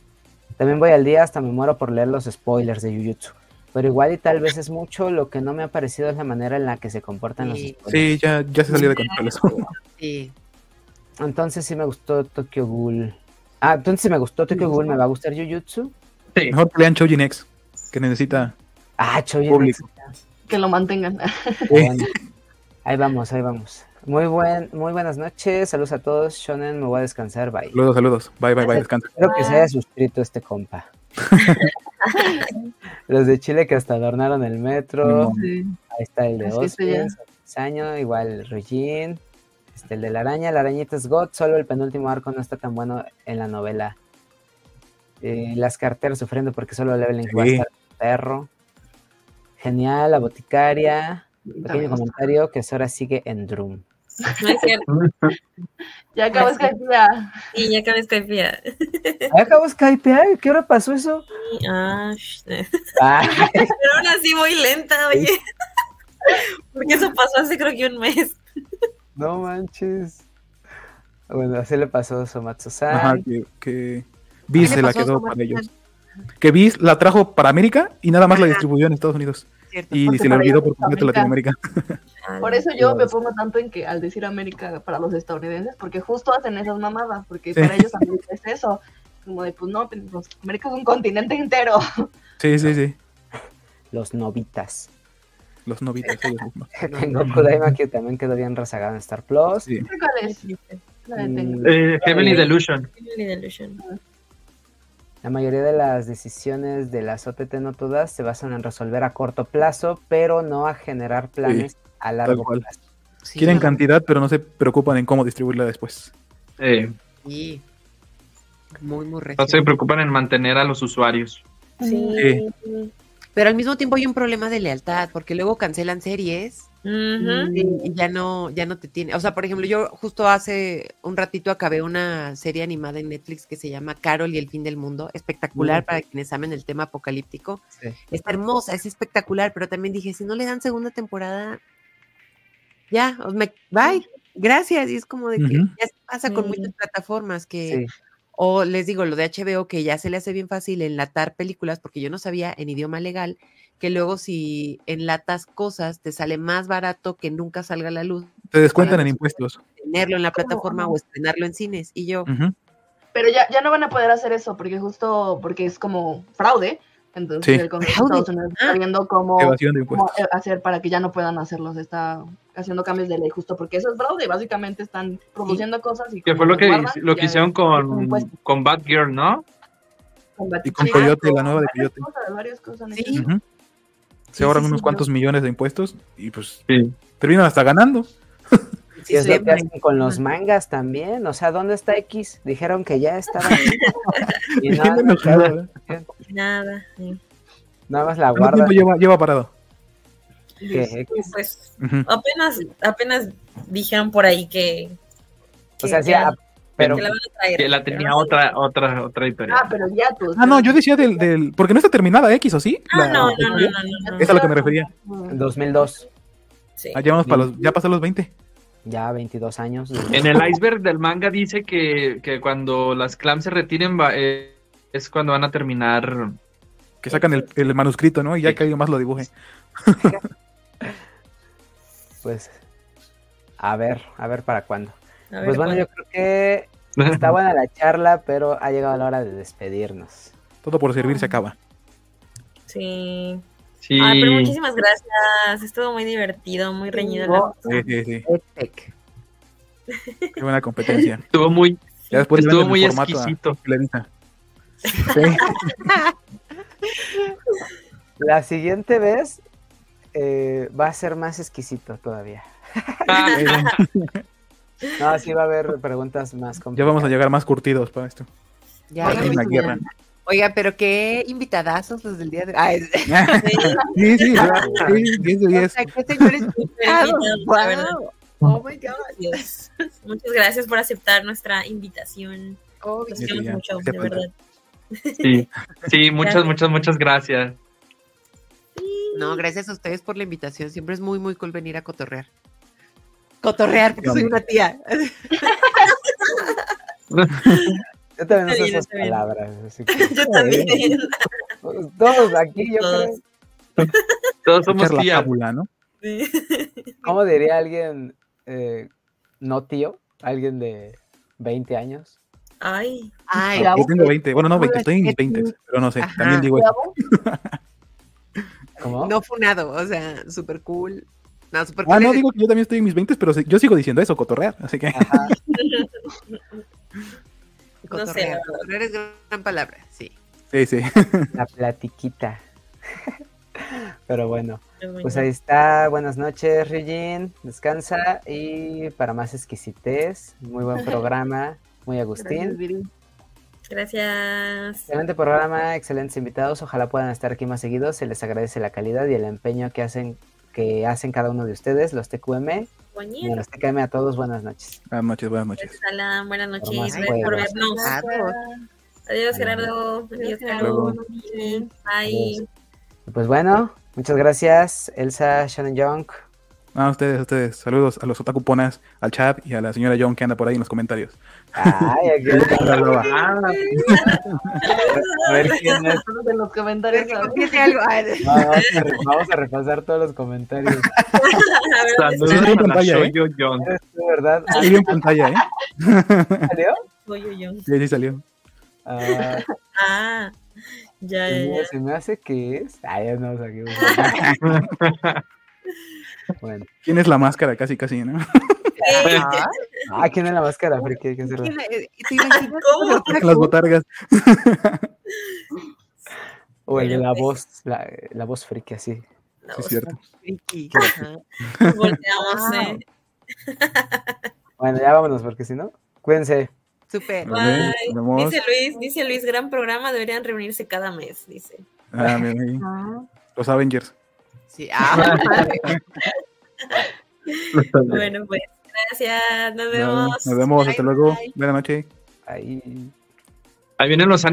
S3: También voy al día, hasta me muero por leer los spoilers de Jujutsu. Pero igual y tal vez es mucho, lo que no me ha parecido es la manera en la que se comportan los
S5: Sí.
S3: spoilers.
S2: Sí, ya, ya se salió de control eso.
S5: Sí.
S3: Entonces sí me gustó Tokyo Ghoul. Ah, entonces si me gustó Tokyo Ghoul, ¿me va a gustar Jujutsu?
S6: Sí.
S2: Mejor que lean Chojin X, que necesita.
S3: Ah, Choyo.
S2: Público.
S4: Que lo mantengan.
S3: Ahí vamos, ahí vamos. Muy, buen, muy buenas noches, saludos a todos. Shonen, me voy a descansar, bye.
S2: Saludos, saludos. Bye, bye, bye. Descansa.
S3: Espero que se haya suscrito este compa. los de Chile que hasta adornaron el metro.
S2: No.
S4: Sí.
S3: Ahí está el de
S4: Así está ya.
S3: Osprey, Saño, igual Rujin, este, el de la araña, la arañita es God, solo el penúltimo arco no está tan bueno en la novela. Eh, las carteras sufriendo porque solo Leveling
S2: Sí.
S3: va a estar perro. Genial, la boticaria. Pequeño
S4: También está.
S3: comentario que Sora sigue en Drum.
S1: no es cierto.
S4: Ya acabas que ya.
S1: Y ya acabé Skypeada.
S4: Eh.
S3: Ah, Acabo de skypear, ¿qué hora pasó eso?
S1: Ah, sh- pero
S3: Ah,
S1: aún así voy lenta, oye. Porque eso pasó hace creo que un mes.
S3: no manches. Bueno, así le pasó a Somatsu-san.
S2: Ajá, que, que Viz se
S5: ¿Qué le
S2: la
S5: pasó
S2: quedó
S5: con
S2: para
S5: Batman?
S2: ellos. Que Viz la trajo para América y nada más la distribuyó en Estados Unidos.
S8: Cierto.
S2: Y
S4: Porque
S2: se le
S4: para
S2: olvidó
S4: ellos
S2: por completo
S4: América.
S2: Latinoamérica.
S4: Por eso yo me
S3: Dios.
S4: pongo tanto en que al decir América para los estadounidenses, porque justo hacen esas mamadas, porque
S2: Sí.
S4: para ellos América es eso. Como de, pues no, pendejos, América es un continente entero.
S2: Sí, sí, sí.
S3: Los novitas.
S2: Los novitos. ellos mismos.
S3: Tengo Kudaima que también quedó bien rezagado en Star Plus.
S2: Sí.
S4: ¿Cuál es? La de Tengu.
S3: Mm,
S6: Eh, Heavenly Delusion.
S1: Heavenly Delusion.
S3: La mayoría de las decisiones de las OTT, no todas, se basan en resolver a corto plazo, pero no a generar planes a largo
S2: cual.
S3: plazo.
S5: Sí,
S2: Quieren cantidad, pero no se preocupan en cómo distribuirla después.
S6: Eh,
S5: sí. Muy, muy recio.
S6: no se preocupan en mantener a los usuarios.
S1: Sí.
S5: Pero al mismo tiempo hay un problema de lealtad, porque luego cancelan series
S1: Ujú.
S5: y, y ya no, ya no te tiene. O sea, por ejemplo, yo justo hace un ratito acabé una serie animada en Netflix que se llama Carol y el fin del mundo,
S2: Mm.
S5: espectacular para quienes amen el tema apocalíptico.
S3: Sí.
S5: Está hermosa, es espectacular, pero también dije, si no le dan segunda temporada, ya, o me- bye, gracias. Y es como de que
S2: Ujú.
S5: ya se pasa con
S1: Sí.
S5: muchas plataformas
S3: Sí.
S5: que O les digo, lo de HBO, que ya se le hace bien fácil enlatar películas, porque yo no sabía en idioma legal que luego si enlatas cosas te sale más barato que nunca salga a la luz.
S2: Te descuentan en impuestos.
S5: Tenerlo en la plataforma o estrenarlo en cines. Y yo,
S2: Ujú.
S4: Pero ya, ya no van a poder hacer eso porque justo porque es como fraude. Entonces
S2: Sí.
S4: el Congreso de
S5: Fraude.
S4: Estados Unidos está viendo cómo,
S2: Evasión de
S4: cómo,
S2: impuestos.
S4: eh, hacer para que ya no puedan hacerlos. Está haciendo cambios de ley justo porque eso es fraude. Básicamente están produciendo cosas y
S6: Que fue
S4: como
S6: lo que,
S4: guardan,
S6: lo que
S4: ya
S6: hicieron
S4: con
S6: con,
S4: impuestos.
S6: con Batgirl, ¿no?
S2: Y con
S4: Sí,
S2: Coyote, la
S4: con
S2: nueva de
S4: varias
S2: Coyote.
S4: cosas, varias cosas este han
S5: Sí.
S4: hecho.
S2: Ujú. Se
S5: Sí,
S2: ahorran
S5: sí,
S2: unos
S5: sí,
S2: cuantos millones de impuestos y pues
S6: Sí.
S2: terminan hasta ganando.
S5: sí,
S3: Y es
S5: soy
S3: lo que hacen con los
S5: Ajá.
S3: mangas también. O sea, ¿dónde está X? Dijeron que ya estaba. aquí. y nada,
S2: Bien
S3: más-
S2: enojado, ¿eh?
S1: Nada. eh.
S3: nada más la
S2: ¿Cuánto
S3: guarda.
S2: tiempo lleva, lleva parado?
S3: que X.
S1: Pues
S2: Ujú.
S1: apenas, apenas dijeron por ahí que.
S3: O sea,
S1: que-
S3: sí, ah, pero
S1: que la van a traer.
S6: Que la tenía otra, otra, otra
S4: Ah,
S6: editorial.
S4: pero ya tú.
S2: Ah, no, yo decía del, del- Porque no está terminada X, ¿o sí?
S1: Ah,
S2: La-
S1: no, no, no, no, no, no,
S2: Es a lo que me refería.
S4: Ujú.
S3: 2002,
S1: sí.
S2: Ah, ya, vamos para los, ya pasaron los 20.
S3: ya 22 años.
S6: En el iceberg del manga dice que, que cuando las clams se retiren va- eh, es cuando van a terminar.
S2: Que sacan el, el manuscrito, ¿no? Y ya que alguien más lo dibuje.
S3: Pues, a ver, a ver para cuándo.
S1: A ver,
S3: Pues bueno,
S1: bueno.
S3: yo creo que está buena la charla, pero ha llegado la hora de despedirnos.
S2: Todo por servir
S1: Ah.
S2: se acaba.
S1: Sí.
S6: Sí.
S1: Ay, pero muchísimas gracias. Estuvo muy divertido, muy reñido. la-
S2: Sí, sí, sí.
S5: tech.
S2: Qué buena competencia.
S6: Estuvo muy,
S2: Ya después le
S6: estuvo
S2: dan Pues el
S6: muy
S2: formato ¿eh? a- a
S6: exquisito.
S2: Televisa.
S3: La siguiente vez eh, va a ser más exquisito todavía.
S6: Ah,
S2: Sí, sí.
S3: No, sí va a haber preguntas más
S2: Ya
S3: complicadas.
S2: vamos a llegar más curtidos para esto.
S5: Ya,
S2: Para
S5: ya
S2: la
S5: me
S2: guerra.
S5: Oiga, pero qué invitadazos los del día de Ay,
S2: Sí, sí, ya, sí, 10 de
S5: o
S2: 10.
S5: sea, qué señores invitados.
S1: invitados, la verdad.
S5: Wow. Oh my God.
S1: Dios. Muchas gracias por aceptar nuestra invitación.
S5: Oh,
S1: Los
S2: Sí, sí,
S1: queremos
S2: ya.
S1: mucho,
S2: Se
S1: de
S2: cuenta.
S1: verdad.
S6: sí. Sí, muchas,
S1: Gracias.
S6: muchas, muchas gracias.
S5: No, gracias a ustedes por la invitación. Siempre es muy, muy cool venir a cotorrear. Cotorrear, porque
S2: Sí,
S5: soy una tía.
S3: Yo también
S1: Está
S3: uso
S1: bien,
S3: esas
S1: está bien.
S3: palabras. así que-
S1: Yo también.
S3: Todos aquí, yo creo.
S1: Todos.
S6: Todos somos
S2: Echar la
S6: tías.
S2: fábula, ¿no?
S3: ¿Cómo diría alguien eh, no tío? Alguien de 20 años.
S1: Ay,
S5: Ay,
S4: Bravo.
S2: Yo tengo 20. Bueno, no 20, estoy en mis
S5: Hola,
S2: 20, pero no sé.
S5: Ajá.
S2: También digo eso.
S4: Bravo.
S3: ¿Cómo?
S5: no funado. O sea, súper cool. No, súper cool.
S2: Ah, no,
S5: es-
S2: digo que yo también estoy en mis 20, pero sí- yo sigo diciendo eso, cotorrear. Así que
S3: Ajá.
S5: cotorrear.
S1: No sé, la verdad.
S5: Cotorrear es gran palabra. Sí.
S2: sí, sí.
S3: La platiquita. Pero bueno,
S1: pero bueno.
S3: pues ahí está. Buenas noches, Regine. Descansa. Y para más exquisitez, muy buen programa. Muy
S4: Gracias,
S3: Agustín.
S4: Viri.
S1: Gracias.
S3: Excelente programa, excelentes invitados. Ojalá puedan estar aquí más seguidos. Se les agradece la calidad y el empeño que hacen, que hacen cada uno de ustedes, los TQM. Y a
S1: Compañeros.
S3: los TQM a todos, buenas noches.
S2: Buenas noches, buenas noches.
S1: Gracias, Pues, Alan. Buenas noches.
S3: Por más
S1: Gracias por
S3: juegos.
S1: vernos.
S5: Claro.
S1: Adiós, Gerardo.
S2: Luego.
S1: Adiós, Gerardo. Bye.
S3: Adiós. Y pues bueno, muchas gracias, Elsa, Shannon Young.
S2: A Ah, ustedes, a ustedes. Saludos a los otakuponas, al chat y a la señora John que anda por ahí en los comentarios.
S3: Ay, aquí está. A ver quién es.
S4: Todos en los
S5: A
S4: comentarios.
S5: ver, que contiene algo. Ah, Ay,
S3: No, vamos, a, re- vamos a repasar todos los comentarios.
S1: A ver,
S6: Saludos
S2: Sí,
S6: a
S2: sí,
S6: la
S2: pantalla, ¿eh?
S6: Shoyo Young.
S3: Eres tú, ¿verdad? Ah,
S2: Salió en pantalla, ¿eh?
S3: ¿Salió?
S1: soy yo, yo.
S2: Sí, sí salió.
S3: Ah,
S1: Ah, ya, ya, ya.
S3: se me hace que es. Ay, ya no, o sea, que- Bueno.
S2: ¿Quién es la máscara? Casi, casi, ¿no?
S1: Ey,
S3: Ah, ¿quién es la máscara? Friki? Hay que hacerla.
S5: ¿quién la- eh, ¿Te imaginas
S1: ¿Cómo?
S5: otra
S2: Las botargas.
S3: O el de la
S1: Bueno,
S3: voz, la, la voz friki, así.
S1: No,
S2: Sí, es cierto.
S5: friki? Ajá.
S1: volteamos, eh.
S3: Bueno, ya vámonos, porque si no, cuídense.
S5: Súper.
S2: Nos vemos, nos vemos.
S1: Dice Luis, dice Luis, gran programa, deberían reunirse cada mes, dice.
S2: Ah, mira ahí.
S4: Ah,
S2: Los Avengers.
S5: Sí. Ah,
S1: Bueno, pues, gracias, nos
S2: Nos
S1: vemos.
S2: vemos, hasta
S1: Bye,
S2: luego.
S1: bye.
S2: Buenas noches.
S3: Ahí.
S6: Ahí vienen los animes.